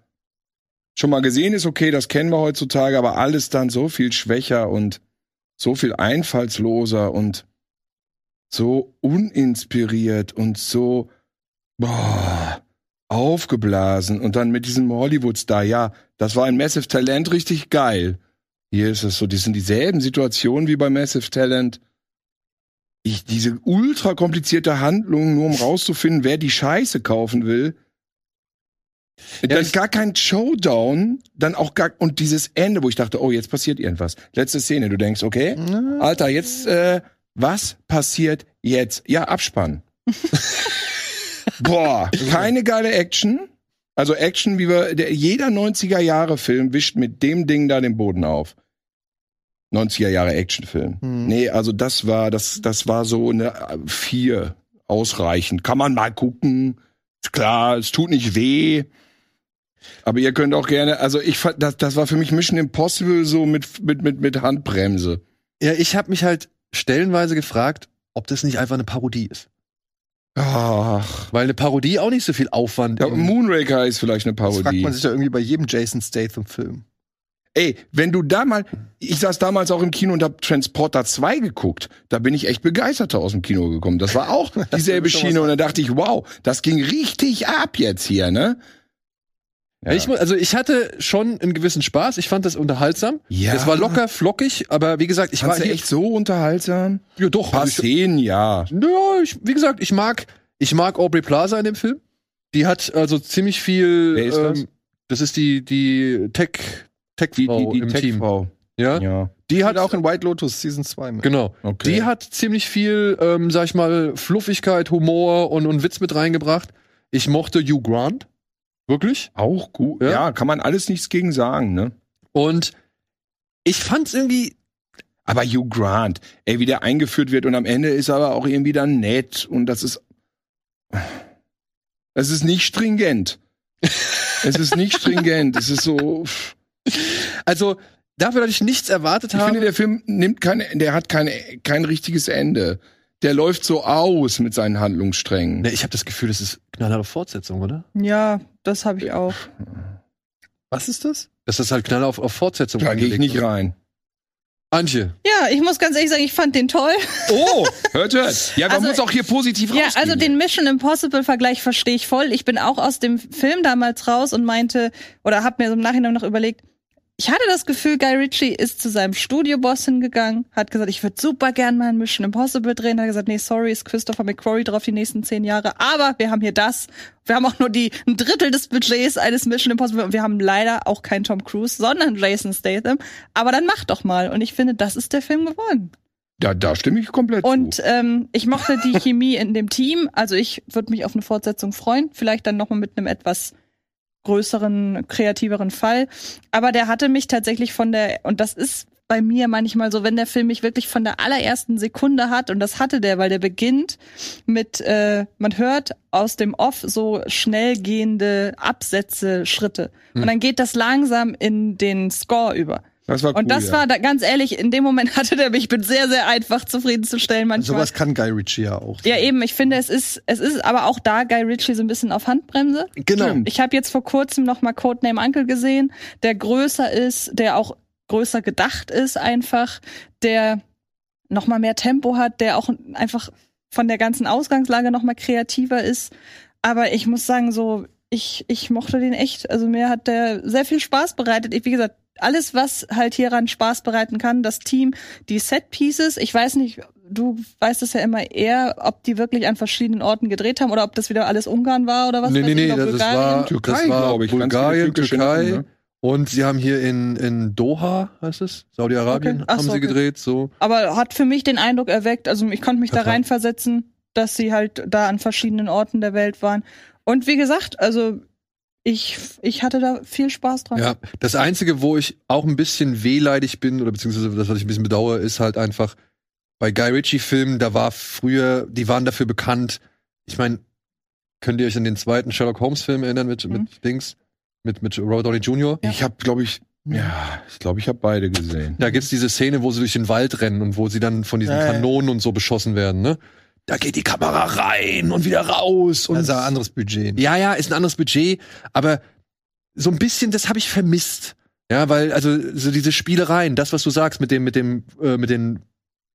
Speaker 5: schon mal gesehen ist okay, das kennen wir heutzutage, aber alles dann so viel schwächer und so viel einfallsloser und so uninspiriert und so boah, aufgeblasen und dann mit diesem Hollywood-Star, ja, das war ein Massive Talent richtig geil. Hier ist es so, die sind dieselben Situationen wie bei Massive Talent. Ich, diese ultra komplizierte Handlung, nur um rauszufinden, wer die Scheiße kaufen will. dann gar kein Showdown, dann auch gar, und dieses Ende, wo ich dachte, oh, jetzt passiert irgendwas. Letzte Szene, du denkst, okay, Alter, jetzt, äh, was passiert jetzt? Ja, Abspann. Boah, keine geile Action. Also Action, wie wir, der, jeder 90er Jahre Film wischt mit dem Ding da den Boden auf. 90er Jahre Actionfilm. Nee, also das war, das, das war so eine äh, vier ausreichend. Kann man mal gucken. Ist klar, es tut nicht weh. Aber ihr könnt auch gerne, also ich fand, das, das war für mich Mission Impossible so mit, mit, mit, mit Handbremse.
Speaker 4: Ja, ich habe mich halt stellenweise gefragt, ob das nicht einfach eine Parodie ist.
Speaker 5: Ach.
Speaker 4: Weil eine Parodie auch nicht so viel Aufwand
Speaker 5: Ja,
Speaker 4: im-
Speaker 5: Moonraker ist vielleicht eine
Speaker 6: Das fragt
Speaker 5: Parodie.
Speaker 6: man sich ja irgendwie bei jedem Jason Statham-Film.
Speaker 5: Ey, wenn du da mal, ich saß damals auch im Kino und hab Transporter 2 geguckt, da bin ich echt begeisterter aus dem Kino gekommen. Das war auch dieselbe Schiene und da dachte ich, wow, das ging richtig ab jetzt hier, ne?
Speaker 4: Ja. Ich, mu- also ich hatte schon einen gewissen Spaß. Ich fand das unterhaltsam.
Speaker 5: Ja.
Speaker 4: Es war locker, flockig, aber wie gesagt, ich
Speaker 5: War
Speaker 4: war hier
Speaker 5: echt so unterhaltsam?
Speaker 4: Ja, doch.
Speaker 5: Paar
Speaker 4: Also ich,
Speaker 5: Szenen, ja.
Speaker 4: ja, ich, wie gesagt, ich mag, ich mag Aubrey Plaza in dem Film. Die hat also ziemlich viel. ähm,
Speaker 5: Wer ist das?
Speaker 4: das ist die die Tech Tech
Speaker 5: Die,
Speaker 4: Frau
Speaker 5: die, ne? die
Speaker 4: im Team.
Speaker 5: Tech-Frau.
Speaker 4: Ja?
Speaker 5: Ja.
Speaker 4: die
Speaker 6: Hat
Speaker 4: hat
Speaker 6: auch in White Lotus Season 2 mit.
Speaker 4: genau.
Speaker 5: Okay.
Speaker 4: Die hat ziemlich viel, ähm, sag ich mal, Fluffigkeit, Humor und, und Witz mit reingebracht. Ich mochte Hugh Grant wirklich
Speaker 5: auch gut.
Speaker 4: Ja.
Speaker 5: Ja. kann man alles nichts gegen sagen, ne?
Speaker 4: und ich fand's irgendwie
Speaker 5: Aber Hugh Grant, ey, wie der eingeführt wird und am Ende ist er aber auch irgendwie dann nett und das ist. Das ist nicht stringent. es ist nicht stringent. Es ist so.
Speaker 4: also dafür, dass ich nichts erwartet
Speaker 5: Ich
Speaker 4: habe.
Speaker 5: finde, der Film nimmt keine, der hat keine, kein richtiges Ende. Der läuft so aus mit seinen Handlungssträngen.
Speaker 4: Ne, ich habe das Gefühl, das ist knallharte Fortsetzung, oder?
Speaker 7: sagen. Ja, das habe ich auch.
Speaker 6: Was ist das?
Speaker 4: Dass das halt knaller auf, auf Fortsetzung
Speaker 5: Da gehe ich
Speaker 4: angelegt
Speaker 5: nicht
Speaker 4: ist.
Speaker 5: rein.
Speaker 4: Antje.
Speaker 7: Ja, ich muss ganz ehrlich sagen, ich fand den toll.
Speaker 5: Oh, hört, hört. Ja, man
Speaker 7: Also-
Speaker 5: muss auch hier positiv
Speaker 7: Ja,
Speaker 5: rausgehen.
Speaker 7: also den Mission Impossible Vergleich verstehe ich voll. Ich bin auch aus dem Film damals raus und meinte oder habe mir so im Nachhinein noch überlegt, ich hatte das Gefühl, Guy Ritchie ist zu seinem Studioboss hingegangen, hat gesagt, ich würde super gern mal ein Mission Impossible drehen, hat gesagt, nee, sorry, ist Christopher McQuarrie drauf die nächsten zehn Jahre, aber wir haben hier das, wir haben auch nur die ein Drittel des Budgets eines Mission Impossible und wir haben leider auch keinen Tom Cruise, sondern Jason Statham, aber dann mach doch mal und ich finde, das ist der Film geworden.
Speaker 5: Da, da stimme ich komplett
Speaker 7: Und
Speaker 5: zu.
Speaker 7: ähm, ich mochte die Chemie in dem Team. Also ich würde mich auf eine Fortsetzung freuen. Vielleicht dann nochmal mit einem etwas größeren, kreativeren Fall. Aber der hatte mich tatsächlich von der, und das ist bei mir manchmal so, wenn der Film mich wirklich von der allerersten Sekunde hat, und das hatte der, weil der beginnt mit, äh, man hört aus dem Off so schnell gehende Absätze, Schritte. Und dann geht das langsam in den Score über.
Speaker 5: Das war cool,
Speaker 7: Und das
Speaker 5: Oh ja.
Speaker 7: war da, ganz ehrlich, in dem Moment hatte der mich, ich bin sehr, sehr einfach zufriedenzustellen
Speaker 4: Also
Speaker 7: manchmal.
Speaker 6: Sowas kann Guy Ritchie ja auch.
Speaker 7: ja, eben, ich finde, es ist, es ist aber auch da Guy Ritchie so ein bisschen auf Handbremse.
Speaker 6: Genau.
Speaker 7: Ich habe jetzt vor kurzem noch mal Codename Uncle gesehen, der größer ist, der auch größer gedacht ist einfach, der noch mal mehr Tempo hat, der auch einfach von der ganzen Ausgangslage noch mal kreativer ist. Aber ich muss sagen, so ich ich mochte den echt. Also mir hat der sehr viel Spaß bereitet. Ich, wie gesagt, alles was halt hieran Spaß bereiten kann, das Team, die Set Pieces. Ich weiß nicht, du weißt es ja immer eher, ob die wirklich an verschiedenen Orten gedreht haben oder ob das wieder alles Ungarn war oder was.
Speaker 4: nee,
Speaker 7: weiß
Speaker 4: nee,
Speaker 7: ich,
Speaker 4: nee,
Speaker 7: oder
Speaker 4: das, das
Speaker 7: Bulgarien.
Speaker 4: war,
Speaker 5: Türkei,
Speaker 4: das war
Speaker 5: glaub ich, ganz viele
Speaker 4: Bulgarien,
Speaker 5: türkische
Speaker 4: Türkei.
Speaker 5: Namen, ne?
Speaker 4: Und sie haben hier in, in Doha, heißt es, Saudi-Arabien,
Speaker 7: Okay. Ach
Speaker 4: haben
Speaker 7: so,
Speaker 4: sie
Speaker 7: okay.
Speaker 4: gedreht, so.
Speaker 7: Aber hat für mich den Eindruck erweckt, also ich konnte mich da
Speaker 4: Vertrag.
Speaker 7: reinversetzen, dass sie halt da an verschiedenen Orten der Welt waren. Und wie gesagt, also ich, ich hatte da viel Spaß dran.
Speaker 4: Ja, das Einzige, wo ich auch ein bisschen wehleidig bin, oder beziehungsweise das, was ich ein bisschen bedauere, ist halt einfach,
Speaker 6: bei Guy Ritchie-Filmen, da war früher, die waren dafür bekannt. Ich meine, könnt ihr euch an den zweiten Sherlock Holmes-Film erinnern mit, mit Dings, mit, mit Robert Downey Jr.?
Speaker 5: Ich habe, glaube ich, ja, ich glaube, ich habe beide gesehen.
Speaker 6: Da gibt's diese Szene, wo sie durch den Wald rennen und wo sie dann von diesen
Speaker 4: Ja, ja.
Speaker 6: Kanonen und so beschossen werden, ne? Da geht die Kamera rein und wieder raus und
Speaker 4: Also ein anderes Budget.
Speaker 6: ja, ja, ist ein anderes Budget, aber so ein bisschen das habe ich vermisst. Ja, weil also so diese Spielereien, das was du sagst mit dem mit dem äh, mit den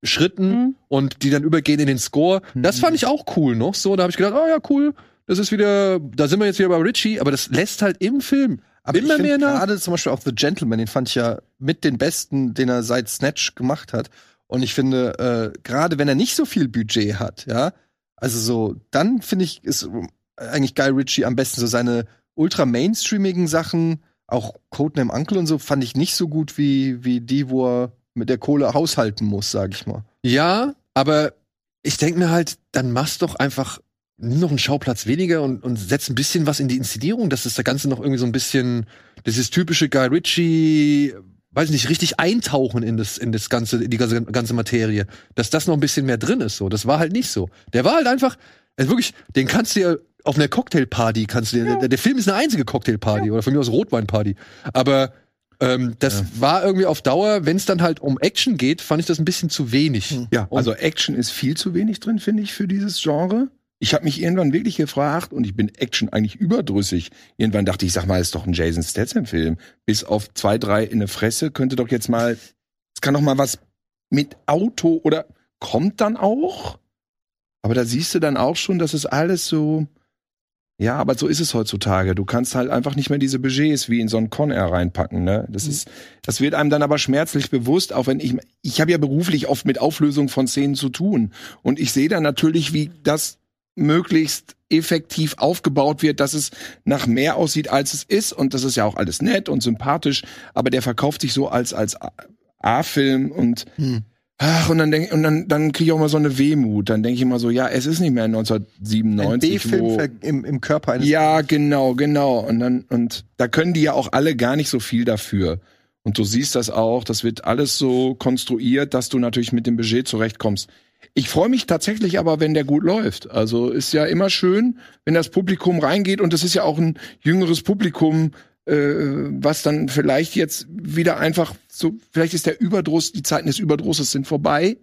Speaker 6: Schritten
Speaker 7: Mhm.
Speaker 6: und die dann übergehen in den Score, das fand ich auch cool noch so, da habe ich gedacht, oh ja, cool. Das ist wieder, da sind wir jetzt wieder bei Richie, aber das lässt halt im Film
Speaker 4: Aber
Speaker 6: immer
Speaker 4: ich
Speaker 6: mehr ne?
Speaker 4: finde
Speaker 6: nach.
Speaker 4: gerade zum Beispiel auch The Gentleman, den fand ich ja mit den besten, den er seit Snatch gemacht hat. Und ich finde, äh, gerade wenn er nicht so viel Budget hat, ja, also so, dann finde ich, ist eigentlich Guy Ritchie am besten. So seine ultra mainstreamigen Sachen, auch Codename Uncle und so, fand ich nicht so gut wie, wie die, wo er mit der Kohle haushalten muss, sag ich mal.
Speaker 6: Ja, aber ich denke mir halt, dann mach's doch einfach nimm noch einen Schauplatz weniger und, und setz ein bisschen was in die Inszenierung, dass das der Ganze noch irgendwie so ein bisschen dieses typische Guy Ritchie, weiß nicht, richtig eintauchen in das, in das ganze, in die ganze, ganze Materie, dass das noch ein bisschen mehr drin ist. So, das war halt nicht so. Der war halt einfach, also wirklich, den kannst du ja auf einer Cocktailparty kannst du dir, der, der Film ist eine einzige Cocktailparty oder von mir aus Rotweinparty, aber ähm, das war irgendwie auf Dauer, wenn es dann halt um Action geht, fand ich das ein bisschen zu wenig. Um
Speaker 5: Ja,
Speaker 6: Und-
Speaker 5: also Action ist viel zu wenig drin, finde ich, für dieses Genre. Ich habe mich irgendwann wirklich gefragt und ich bin Action eigentlich überdrüssig. Irgendwann dachte ich, sag mal, ist doch ein Jason Statham-Film. Bis auf zwei, drei in der Fresse könnte doch jetzt mal, es kann doch mal was mit Auto oder kommt dann auch. Aber da siehst du dann auch schon, dass es alles so, ja, aber so ist es heutzutage. Du kannst halt einfach nicht mehr diese Budgets wie in so einen Con-Air reinpacken, ne? Das ist, das wird einem dann aber schmerzlich bewusst, auch wenn ich, ich habe ja beruflich oft mit Auflösung von Szenen zu tun. Und ich sehe dann natürlich, wie das möglichst effektiv aufgebaut wird, dass es nach mehr aussieht, als es ist. Und das ist ja auch alles nett und sympathisch, aber der verkauft sich so als, als A- A-Film und, ach, und dann denk, und dann, dann kriege ich auch mal so eine Wehmut. Dann denke ich immer so, ja, es ist nicht mehr
Speaker 4: Ein
Speaker 5: 1997. wo-
Speaker 4: B-Film im, im Körper eines
Speaker 5: ja, genau, genau. Und dann, und da können die ja auch alle gar nicht so viel dafür. Und du siehst das auch, das wird alles so konstruiert, dass du natürlich mit dem Budget zurechtkommst. Ich freue mich tatsächlich aber, wenn der gut läuft. Also ist ja immer schön, wenn das Publikum reingeht und es ist ja auch ein jüngeres Publikum, äh, was dann vielleicht jetzt wieder einfach so, vielleicht ist der Überdruss, die Zeiten des Überdrusses sind vorbei.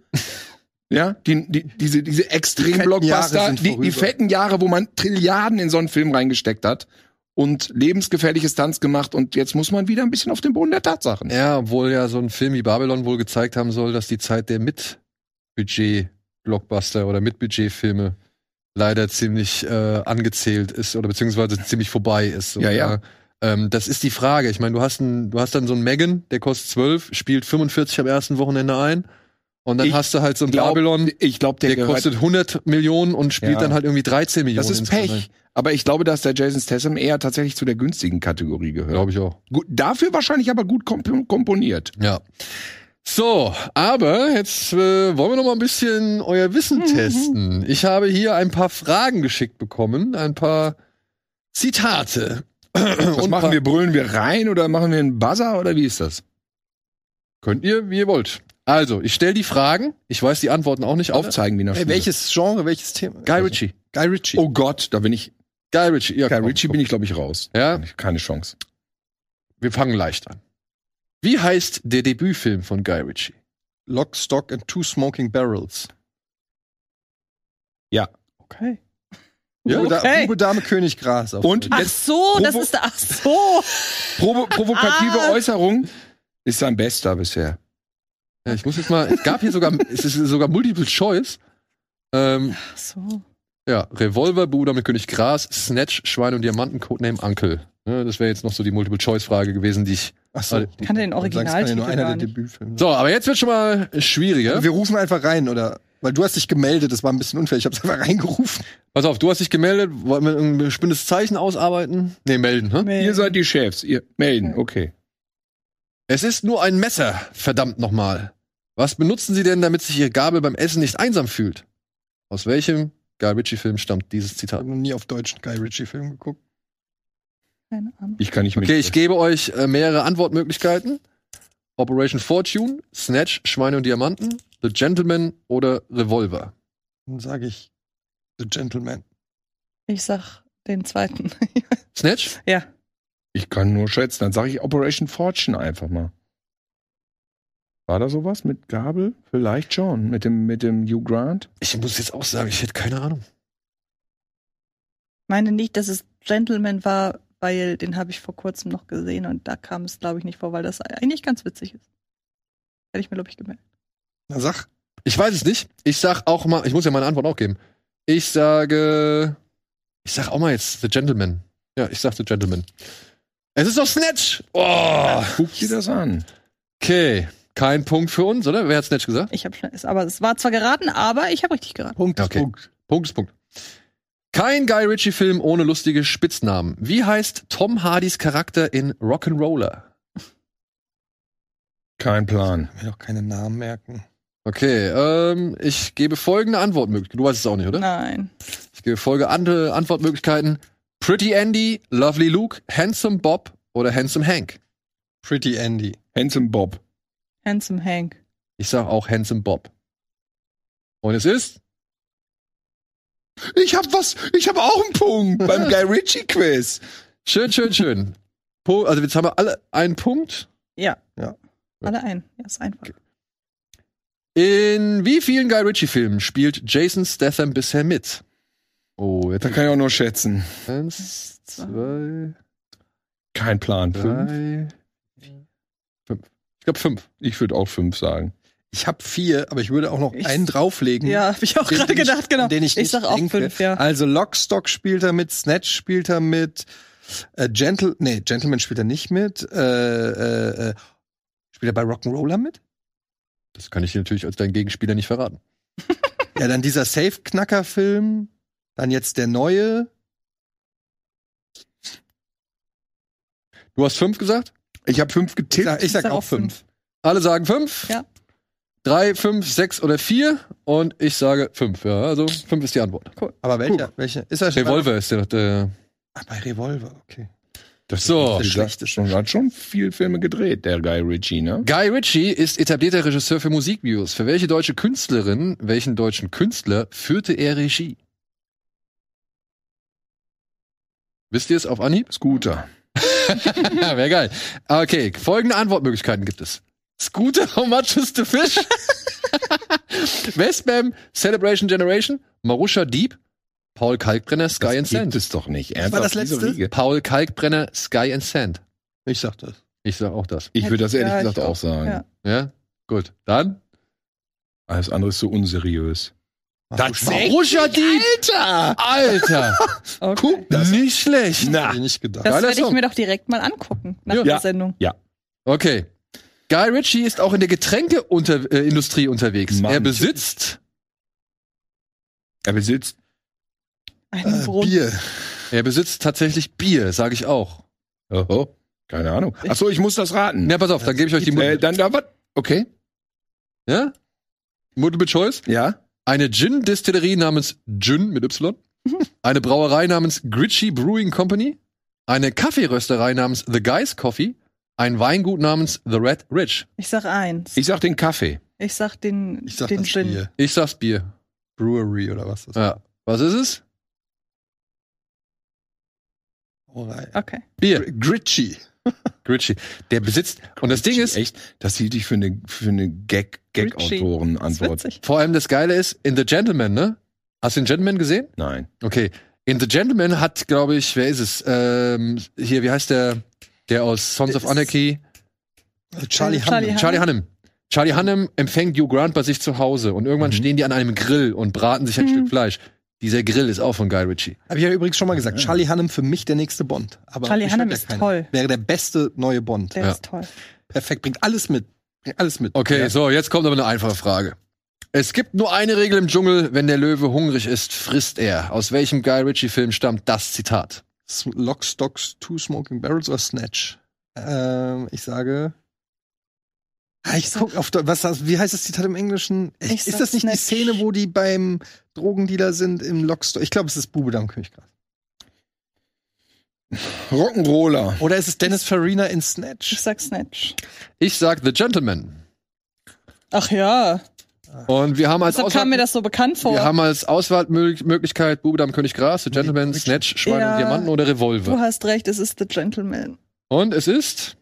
Speaker 5: Ja, die, die, diese, diese
Speaker 4: Jahre
Speaker 5: Extrem-Blockbuster,
Speaker 4: sind
Speaker 5: die, die
Speaker 4: vorüber.
Speaker 5: fetten Jahre, wo man Trilliarden in so einen Film reingesteckt hat und lebensgefährliche Stunts gemacht und jetzt muss man wieder ein bisschen auf den Boden der Tatsachen.
Speaker 6: Ja, obwohl ja so ein Film wie Babylon wohl gezeigt haben soll, dass die Zeit der Mit-Budget-Blockbuster oder Mit-Budget-Filme leider ziemlich äh, angezählt ist oder beziehungsweise ziemlich vorbei ist.
Speaker 5: Ja, ja.
Speaker 6: Oder, Ähm, das ist die Frage. Ich meine, du hast einen, du hast dann so einen Megan, der kostet 12, spielt 45 am ersten Wochenende ein. Und dann
Speaker 5: Ich
Speaker 6: hast du halt so einen
Speaker 5: glaub,
Speaker 6: Babylon,
Speaker 5: Ich glaube, der,
Speaker 6: der,
Speaker 5: gehört-
Speaker 6: kostet 100 Millionen und spielt
Speaker 5: Ja.
Speaker 6: dann halt irgendwie 13 Millionen.
Speaker 5: Das ist
Speaker 6: insgesamt.
Speaker 5: Pech. Aber ich glaube, dass der Jason Statham eher tatsächlich zu der günstigen Kategorie gehört.
Speaker 6: Glaube ich auch.
Speaker 5: Gut, dafür wahrscheinlich aber gut komp komponiert.
Speaker 6: Ja. So, aber jetzt äh, wollen wir noch mal ein bisschen euer Wissen
Speaker 5: Mhm.
Speaker 6: testen. Ich habe hier ein paar Fragen geschickt bekommen, ein paar Zitate.
Speaker 5: Was machen wir? Brüllen wir rein oder machen wir einen Buzzer oder wie ist das?
Speaker 6: Könnt ihr, wie ihr wollt. Also, ich stelle die Fragen. Ich weiß die Antworten auch nicht auf.
Speaker 5: Aufzeigen wie nach
Speaker 4: Ey,
Speaker 5: Schule.
Speaker 4: Äh, welches Genre, welches Thema?
Speaker 6: Guy Ritchie.
Speaker 4: Guy Ritchie.
Speaker 5: Oh Gott, da bin ich.
Speaker 6: Guy Ritchie. Ja,
Speaker 5: Guy
Speaker 6: komm,
Speaker 5: Ritchie
Speaker 6: komm.
Speaker 5: bin ich, glaube ich, raus.
Speaker 6: Ja,
Speaker 5: Keine Chance.
Speaker 6: wir fangen leicht an. Wie heißt der Debütfilm von Guy Ritchie?
Speaker 4: Lock, Stock and Two Smoking Barrels.
Speaker 5: Ja.
Speaker 7: Okay.
Speaker 4: Ja, Bube,
Speaker 7: Okay.
Speaker 4: Bube, Dame, König, Gras. auf
Speaker 5: Und
Speaker 4: Deutsch.
Speaker 7: Ach
Speaker 5: jetzt
Speaker 7: so, das
Speaker 5: Provo-
Speaker 7: ist der, ach so.
Speaker 5: provo provokative
Speaker 7: Ah.
Speaker 5: Äußerung ist sein bester bisher.
Speaker 6: Ja, ich muss jetzt mal, es gab hier sogar, es ist sogar Multiple Choice. Ähm,
Speaker 7: Ach so.
Speaker 6: Ja, Revolver, Bruder mit König Gras, Snatch, Schwein und Diamanten, Codename Uncle. Ne, das wäre jetzt noch so die Multiple-Choice-Frage gewesen, die ich.
Speaker 4: Ach so.
Speaker 7: Kann der
Speaker 4: Dann sagst
Speaker 7: den
Speaker 4: du
Speaker 7: Originaltitel
Speaker 4: nur einer
Speaker 7: gar
Speaker 4: der
Speaker 7: nicht.
Speaker 4: Debütfilme.
Speaker 6: So, aber jetzt wird schon mal schwieriger.
Speaker 4: Wir rufen einfach rein, oder? Weil du hast dich gemeldet, das war ein bisschen unfair. Ich hab's einfach reingerufen.
Speaker 6: Pass auf, du hast dich gemeldet, wollen wir ein bestimmtes Zeichen ausarbeiten? Nee, melden, hä?
Speaker 7: Nee.
Speaker 5: Ihr seid die Chefs. Ihr melden, okay.
Speaker 6: Es ist nur ein Messer, verdammt nochmal. Was benutzen Sie denn, damit sich Ihre Gabel beim Essen nicht einsam fühlt? Aus welchem Guy Ritchie-Film stammt dieses
Speaker 4: Ich
Speaker 6: Zitat?
Speaker 4: habe noch nie auf deutschen Guy Ritchie-Film geguckt.
Speaker 7: Keine Ahnung.
Speaker 5: Ich kann nicht mit.
Speaker 6: Okay, ich gebe euch äh, mehrere Antwortmöglichkeiten. Operation Fortune, Snatch, Schweine und Diamanten,
Speaker 4: The Gentleman oder Revolver?
Speaker 6: Dann sage ich The Gentleman.
Speaker 7: Ich sag den zweiten.
Speaker 4: Snatch?
Speaker 7: ja.
Speaker 5: Ich kann nur schätzen. Dann sage ich Operation Fortune einfach mal. War da sowas mit Gabel? Vielleicht schon. Mit dem, mit dem Hugh Grant?
Speaker 4: Ich muss jetzt auch sagen, ich hätte keine Ahnung.
Speaker 7: meine nicht, dass es Gentleman war, weil den habe ich vor kurzem noch gesehen und da kam es, glaube ich, nicht vor, weil das eigentlich ganz witzig ist. Hätte ich mir, glaube ich, gemerkt.
Speaker 6: Na sag.
Speaker 4: Ich weiß es nicht. Ich sag auch mal, ich muss ja meine Antwort auch geben. Ich sage, ich sag auch mal jetzt The Gentleman. Ja, ich sag The Gentleman. Es ist doch Snatch! Oh,
Speaker 5: Guck dir das an.
Speaker 4: okay. Kein Punkt für uns, oder? Wer hat Snatch gesagt?
Speaker 7: Ich habe schnell, aber es war zwar geraten, aber ich habe richtig geraten.
Speaker 6: Punkt,
Speaker 4: Okay.
Speaker 6: Punkt.
Speaker 4: Punkt ist Punkt. Kein Guy Ritchie-Film ohne lustige Spitznamen. Wie heißt Tom Hardys Charakter in Rock'n'Roller?
Speaker 5: Kein Plan.
Speaker 6: Ich will doch keine Namen merken.
Speaker 4: Okay, ähm, ich gebe folgende Antwortmöglichkeiten. Du weißt es auch nicht, oder?
Speaker 7: Nein.
Speaker 4: Ich gebe folgende andere Antwortmöglichkeiten. Pretty Andy, Lovely Luke, Handsome Bob oder Handsome Hank.
Speaker 6: Pretty Andy.
Speaker 5: Handsome Bob.
Speaker 7: Handsome Hank.
Speaker 4: Ich sag auch Handsome Bob. Und es ist? Ich hab was,
Speaker 5: Ich habe auch einen Punkt beim Guy Ritchie Quiz.
Speaker 4: Schön, schön, schön. Po also jetzt haben wir alle einen Punkt.
Speaker 7: Ja.
Speaker 6: Ja.
Speaker 7: Alle ein. Ja, ist einfach.
Speaker 4: In wie vielen Guy Ritchie-Filmen spielt Jason Statham bisher mit? Oh, jetzt
Speaker 5: Da kann ich auch nur schätzen.
Speaker 4: eins, zwei,
Speaker 5: Kein Plan. Fünf?
Speaker 4: drei, fünf. Ich glaube fünf.
Speaker 5: Ich würde auch fünf sagen.
Speaker 6: Ich habe vier, aber ich würde auch noch
Speaker 7: Ich-
Speaker 6: einen drauflegen.
Speaker 7: Ja, habe ich auch
Speaker 6: Den-
Speaker 7: gerade
Speaker 6: den ich-
Speaker 7: gedacht, genau.
Speaker 6: an Den ich,
Speaker 7: ich sag auch
Speaker 6: nicht denke.
Speaker 7: fünf, ja.
Speaker 6: Also Lockstock spielt er mit, Snatch spielt er mit, äh, Gentle, nee, Gentleman spielt er nicht mit, äh, äh, äh, spielt er bei Rock'n'Roller mit?
Speaker 4: Das kann ich dir natürlich als dein Gegenspieler nicht verraten.
Speaker 6: Ja, dann dieser Safe-Knacker-Film, dann jetzt der neue.
Speaker 4: Du hast fünf gesagt?
Speaker 5: Ich habe fünf
Speaker 6: Ich
Speaker 5: getippt.
Speaker 6: sag, ich sag auch fünf.
Speaker 4: Alle sagen fünf?
Speaker 7: Ja.
Speaker 4: Drei, fünf, sechs oder vier. Und ich sage fünf. Ja, also fünf ist die Antwort.
Speaker 6: Aber welcher? Welcher? Ist er
Speaker 4: Revolver ist der. der
Speaker 6: Ah, bei Revolver, okay.
Speaker 5: Das
Speaker 4: So.
Speaker 5: ist
Speaker 6: Das
Speaker 5: schlecht.
Speaker 6: ist
Speaker 5: Schon, hat schon viel Filme gedreht, der Guy Ritchie, ne?
Speaker 4: Guy Ritchie ist etablierter Regisseur für Musikvideos. Für welche deutsche Künstlerin, welchen deutschen Künstler führte er Regie? Wisst ihr es auf Anhieb?
Speaker 5: Scooter.
Speaker 4: Ja, Wäre geil. Okay, folgende Antwortmöglichkeiten gibt es. Scooter, how much is the fish? Westbam, Celebration Generation, Marusha Deep, Paul Kalkbrenner, Sky and
Speaker 5: das gibt
Speaker 4: Sand.
Speaker 5: es doch nicht.
Speaker 6: war das
Speaker 5: diese
Speaker 6: letzte?
Speaker 5: Riege.
Speaker 4: Paul Kalkbrenner, Sky and Sand.
Speaker 6: Ich sag das.
Speaker 4: Ich sag auch das.
Speaker 5: Ich würde das ehrlich
Speaker 7: Ja, ich
Speaker 5: gesagt auch
Speaker 7: auch.
Speaker 5: sagen.
Speaker 7: Ja.
Speaker 4: Ja, gut. Dann
Speaker 5: Alles andere ist so unseriös.
Speaker 4: Marusha Deep. Alter! Alter!
Speaker 7: Okay.
Speaker 4: Guck, das nicht schlecht.
Speaker 6: Hätte ich nicht gedacht.
Speaker 7: Das
Speaker 4: Geiler
Speaker 7: werde ich
Speaker 4: Song.
Speaker 7: mir doch direkt mal angucken nach
Speaker 5: Ja.
Speaker 7: der Sendung.
Speaker 4: Okay. Guy Ritchie ist auch in der Getränkeindustrie äh, Industrie unterwegs.
Speaker 5: Mann.
Speaker 4: Er besitzt,
Speaker 5: Er besitzt
Speaker 7: Einen
Speaker 6: Äh,
Speaker 7: Brunnen.
Speaker 6: Bier.
Speaker 4: er besitzt tatsächlich Bier, sage ich auch.
Speaker 5: Oho. Oh, Keine Ahnung. Achso, ich muss das raten.
Speaker 4: Ja, pass auf, dann gebe ich euch die
Speaker 5: äh,
Speaker 4: Mutter.
Speaker 5: dann da was. Okay.
Speaker 4: Ja? Multiple Choice.
Speaker 5: Ja.
Speaker 4: Eine Gin-Distillerie namens Gin mit Y.
Speaker 6: Mhm.
Speaker 4: Eine Brauerei namens Gritchy Brewing Company. Eine Kaffeerösterei namens The Guy's Coffee. Ein Weingut namens The Red Rich.
Speaker 7: Ich sag eins.
Speaker 5: Ich sag den Kaffee.
Speaker 7: Ich sag den,
Speaker 6: Ich sag
Speaker 7: den
Speaker 6: das
Speaker 7: Gin.
Speaker 6: Bier.
Speaker 4: Ich sag's Bier.
Speaker 6: Brewery oder was das
Speaker 4: Ja. Was ist es?
Speaker 6: ist.
Speaker 7: Okay.
Speaker 4: Bier.
Speaker 6: Gritchy.
Speaker 4: Gritchy. Der besitzt. Und das Ding ist,
Speaker 5: echt, das hielt ich für eine, für eine Gag,
Speaker 7: Das ist
Speaker 5: Gag-Autoren-Antwort.
Speaker 7: witzig.
Speaker 4: vor allem das Geile ist, in The Gentleman, ne? Hast du den Gentleman gesehen?
Speaker 5: Nein.
Speaker 4: Okay. In The Gentleman hat, glaube ich, wer ist es? Ähm, hier, wie heißt der? Der aus Sons of
Speaker 6: Ist-
Speaker 4: Anarchy.
Speaker 6: Charlie
Speaker 7: Charlie
Speaker 6: Hunnam.
Speaker 7: Hunnam.
Speaker 4: Charlie Hannem. Charlie Hannem empfängt Hugh Grant bei sich zu Hause und
Speaker 6: Mhm.
Speaker 4: irgendwann stehen die an einem Grill und braten sich ein Stück Fleisch. Dieser Grill ist auch von Guy Ritchie.
Speaker 6: Habe ich ja übrigens schon mal gesagt. Charlie Hunnam für mich der nächste Bond. Aber
Speaker 7: Charlie
Speaker 6: ich
Speaker 7: Hunnam
Speaker 6: hört ja
Speaker 7: ist toll.
Speaker 6: Wäre der beste neue Bond.
Speaker 7: Der
Speaker 4: Ja.
Speaker 7: ist toll.
Speaker 6: Perfekt. Bringt alles mit. Bringt alles mit.
Speaker 4: Okay,
Speaker 6: Ja.
Speaker 4: so, jetzt kommt aber eine einfache Frage. Es gibt nur eine Regel im Dschungel, wenn der Löwe hungrig ist, frisst er. Aus welchem Guy Ritchie-Film stammt das Zitat?
Speaker 6: S- Lock, Stocks, Two Smoking Barrels oder Snatch? Ähm, ich sage. Ah, ich guck auf. der- Was, das- wie heißt das Zitat im Englischen?
Speaker 7: Ich
Speaker 6: ist
Speaker 7: sag
Speaker 6: das nicht die
Speaker 7: Snatch.
Speaker 6: Szene, wo die beim Drogendealer sind im Lockstock? Ich glaube, es ist Bube da am Königgras.
Speaker 5: Rock'n'Roller.
Speaker 6: Oder ist es Dennis Farina in
Speaker 7: Ich
Speaker 6: Snatch?
Speaker 7: sag Snatch.
Speaker 4: Ich sag The Gentleman.
Speaker 7: Ach ja.
Speaker 4: Und wir haben als
Speaker 7: Deshalb kam mir
Speaker 4: Auswahl-
Speaker 7: das so bekannt vor.
Speaker 4: Also wir haben als Auswahlmöglichkeit Bube, Dame, König, Gras, The Gentleman, Snatch, Schwein
Speaker 7: Ja.
Speaker 4: und Diamanten oder
Speaker 7: du
Speaker 4: Revolver.
Speaker 7: hast recht, es ist The Gentleman.
Speaker 4: Und es ist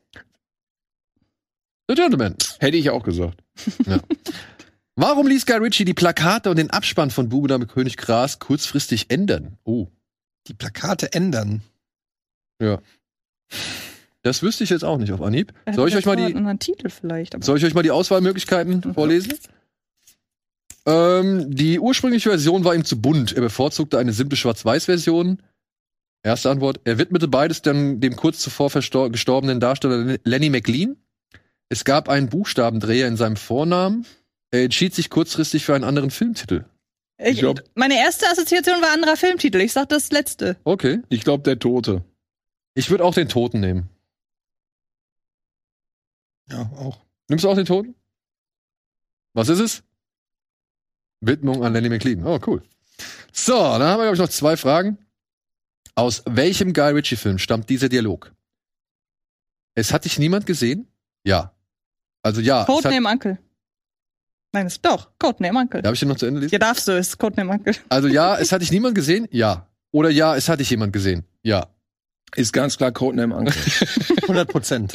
Speaker 4: The Gentleman.
Speaker 5: Hätte ich auch gesagt.
Speaker 4: Warum ließ Guy Ritchie die Plakate und den Abspann von Bube, Dame, König, Gras kurzfristig ändern? Oh,
Speaker 6: Die Plakate ändern.
Speaker 4: das wüsste ich jetzt auch nicht auf Anhieb.
Speaker 7: Er hat
Speaker 4: Soll ich
Speaker 7: ja
Speaker 4: euch mal
Speaker 7: vorher
Speaker 4: die,
Speaker 7: einen anderen Titel vielleicht. aber-
Speaker 4: Soll ich euch mal die
Speaker 7: Mhm.
Speaker 4: Auswahlmöglichkeiten vorlesen? Ähm, die ursprüngliche Version war ihm zu bunt. Er bevorzugte eine simple Schwarz-Weiß-Version. Erste Antwort. Er widmete beides dann dem kurz zuvor verstor- gestorbenen Darsteller Lenny McLean. Es gab einen Buchstabendreher in seinem Vornamen. Er entschied sich kurzfristig für einen anderen Filmtitel.
Speaker 7: Ich,
Speaker 5: Ich glaub-
Speaker 7: meine erste Assoziation war anderer Filmtitel. Ich sag das letzte.
Speaker 4: Okay.
Speaker 5: Ich glaube, der Tote.
Speaker 4: Ich würde auch den Toten nehmen.
Speaker 6: Ja, auch.
Speaker 4: Nimmst du auch den Toten? Was ist es? Widmung an Lenny McLean. Oh, cool. So, dann haben wir, glaube ich, noch zwei Fragen. Aus welchem Guy Ritchie-Film stammt dieser Dialog? Es hat dich niemand gesehen? Ja. Also ja. es hat,
Speaker 7: Codename Uncle. Nein, es doch. Codename Uncle. Ja.
Speaker 4: darf ich den noch zu Ende lesen?
Speaker 7: darfst du, es ist Codename Uncle.
Speaker 4: Also ja, es hat dich niemand gesehen? Ja. Oder ja, es hat dich jemand gesehen? Ja.
Speaker 5: Ist ganz klar Codename Angst.
Speaker 6: 100 Prozent.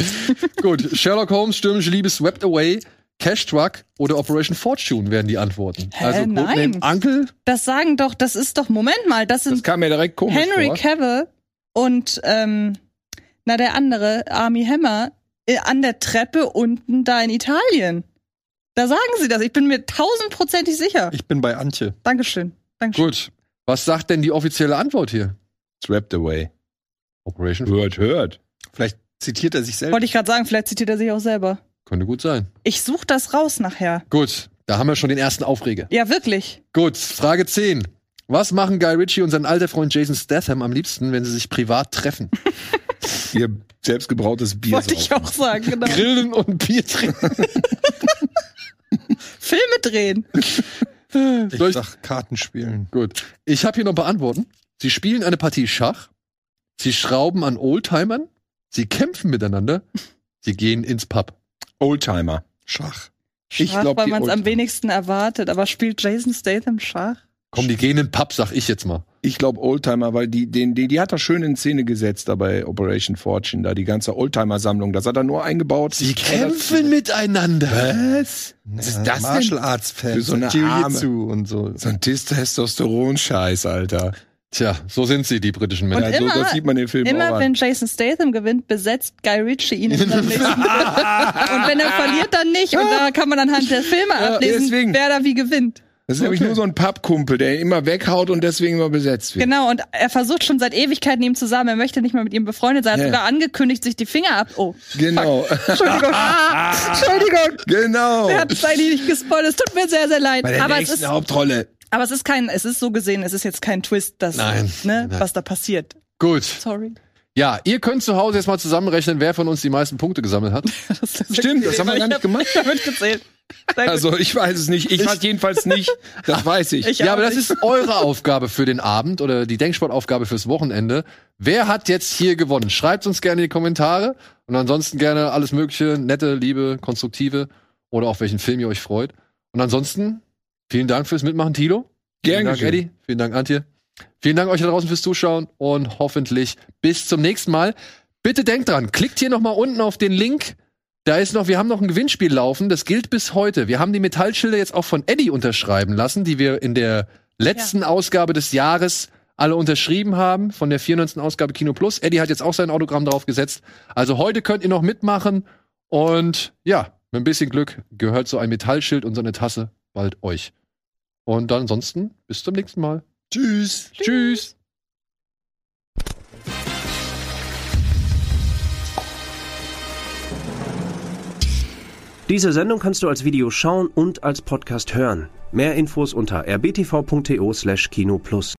Speaker 4: Gut, Sherlock Holmes, stürmische Liebe, Swept Away, Cash Truck oder Operation Fortune werden die Antworten.
Speaker 7: Hä,
Speaker 4: also
Speaker 7: nein.
Speaker 4: Codename Uncle,
Speaker 7: Das sagen doch, das ist doch, Moment mal, das
Speaker 5: Das
Speaker 7: sind
Speaker 5: kam mir direkt komisch
Speaker 7: Henry
Speaker 5: vor.
Speaker 7: Cavill und ähm, na der andere, Army Hammer, äh, an der Treppe unten da in Italien. Da sagen sie das. Ich bin mir tausendprozentig sicher.
Speaker 6: Ich bin bei Antje.
Speaker 7: Dankeschön. Dankeschön.
Speaker 4: Gut. Was sagt denn die offizielle Antwort hier?
Speaker 5: Swept away.
Speaker 4: Operation.
Speaker 5: Hört, hört.
Speaker 6: Vielleicht zitiert er sich selbst.
Speaker 7: Wollte ich gerade sagen, vielleicht zitiert er sich auch selber.
Speaker 4: Könnte gut sein.
Speaker 7: Ich such das raus nachher.
Speaker 4: Gut, da haben wir schon den ersten Aufreger.
Speaker 7: Ja, wirklich.
Speaker 4: Gut, Frage 10. Was machen Guy Ritchie und sein alter Freund Jason Statham am liebsten, wenn sie sich privat treffen?
Speaker 5: Ihr selbstgebrautes Bier.
Speaker 7: Wollte ich
Speaker 5: saufen.
Speaker 7: auch sagen, genau.
Speaker 4: Grillen und Bier trinken.
Speaker 7: Filme drehen.
Speaker 6: Ich,
Speaker 4: Soll ich-
Speaker 6: sag Karten spielen.
Speaker 4: Gut. Ich habe hier noch ein paar Antworten. Sie spielen eine Partie Schach. Sie schrauben an Oldtimern. Sie kämpfen miteinander. Sie gehen ins Pub.
Speaker 5: Oldtimer.
Speaker 6: Schach.
Speaker 5: Ich
Speaker 7: Schach,
Speaker 5: glaub,
Speaker 7: weil
Speaker 5: die
Speaker 7: man es
Speaker 5: Oldtimer.
Speaker 7: am wenigsten erwartet. Aber spielt Jason Statham Schach?
Speaker 4: Komm, die gehen in den Pub, sag ich jetzt mal.
Speaker 5: Ich glaube Oldtimer, weil die, den, die, die hat er schön in Szene gesetzt da bei Operation Fortune, da die ganze Oldtimer-Sammlung. Das hat er nur eingebaut.
Speaker 4: Sie kämpfen miteinander.
Speaker 5: Was? Was ist das denn?
Speaker 6: Martial Arts Fan.
Speaker 5: Für so eine
Speaker 6: Jiu-Jitsu und so.
Speaker 5: So ein Testosteron-Scheiß, Alter.
Speaker 4: Tja, so sind sie, die britischen Männer.
Speaker 7: Und
Speaker 5: Ja, so,
Speaker 7: immer-
Speaker 5: das sieht man den Film auch
Speaker 7: Immer
Speaker 5: an.
Speaker 7: wenn Jason Statham gewinnt, besetzt Guy Ritchie ihn in seinem nächsten Film. Und wenn er verliert, dann nicht. Und da kann man anhand der Filme ablesen,
Speaker 5: deswegen.
Speaker 7: wer da wie gewinnt.
Speaker 5: Das ist nämlich nur so ein Pappkumpel, der immer weghaut und deswegen immer besetzt wird.
Speaker 7: Genau, und er versucht schon seit Ewigkeiten ihm zu sagen, er möchte nicht mehr mit ihm befreundet sein. Er hat
Speaker 5: Ja.
Speaker 7: sogar angekündigt, sich die Finger ab. Oh,
Speaker 5: Genau.
Speaker 7: Entschuldigung. Ah, Entschuldigung.
Speaker 5: genau.
Speaker 7: Er hat es eigentlich nicht gespoilt. Es tut mir sehr, sehr leid.
Speaker 5: Bei der
Speaker 7: Aber es,
Speaker 5: nächsten
Speaker 7: ist,
Speaker 5: Hauptrolle.
Speaker 7: aber es ist kein, es ist so gesehen, es ist jetzt kein Twist, dass,
Speaker 4: Nein.
Speaker 7: Ne,
Speaker 4: Nein.
Speaker 7: was da passiert.
Speaker 4: Gut.
Speaker 7: Sorry.
Speaker 4: Ja, ihr könnt zu Hause jetzt mal zusammenrechnen, wer von uns die meisten Punkte gesammelt hat.
Speaker 7: Das ist
Speaker 5: Stimmt, das haben wir
Speaker 7: Ich
Speaker 5: gar nicht
Speaker 7: hab-
Speaker 5: gemacht.
Speaker 7: Damit gezählt. Sehr gut.
Speaker 5: Also ich weiß es nicht. Ich weiß jedenfalls nicht. Das weiß ich.
Speaker 7: Ich
Speaker 4: ja,
Speaker 7: auch
Speaker 4: aber das
Speaker 7: nicht.
Speaker 4: ist eure Aufgabe für den Abend oder die Denksportaufgabe fürs Wochenende. Wer hat jetzt hier gewonnen? Schreibt uns gerne in die Kommentare und ansonsten gerne alles Mögliche, nette, liebe, konstruktive oder auf welchen Film ihr euch freut. Und ansonsten vielen Dank fürs Mitmachen, Tilo.
Speaker 5: Gern
Speaker 4: vielen Dank,
Speaker 5: geschehen.
Speaker 4: Eddie. Vielen Dank, Antje. Vielen Dank euch da draußen fürs Zuschauen und hoffentlich bis zum nächsten Mal. Bitte denkt dran, klickt hier nochmal unten auf den Link. Da ist noch, wir haben noch ein Gewinnspiel laufen, das gilt bis heute. Wir haben die Metallschilder jetzt auch von Eddie unterschreiben lassen, die wir in der letzten Ausgabe des Jahres alle unterschrieben haben, von der 94. Ausgabe Kino Plus. Eddie hat jetzt auch sein Autogramm drauf gesetzt. Also heute könnt ihr noch mitmachen und ja, mit ein bisschen Glück gehört so ein Metallschild und so eine Tasse bald euch. Und dann ansonsten bis zum nächsten Mal. Tschüss. Tschüss.
Speaker 9: Diese Sendung kannst du als Video schauen und als Podcast hören. Mehr Infos unter rbtv.to/kinoplus.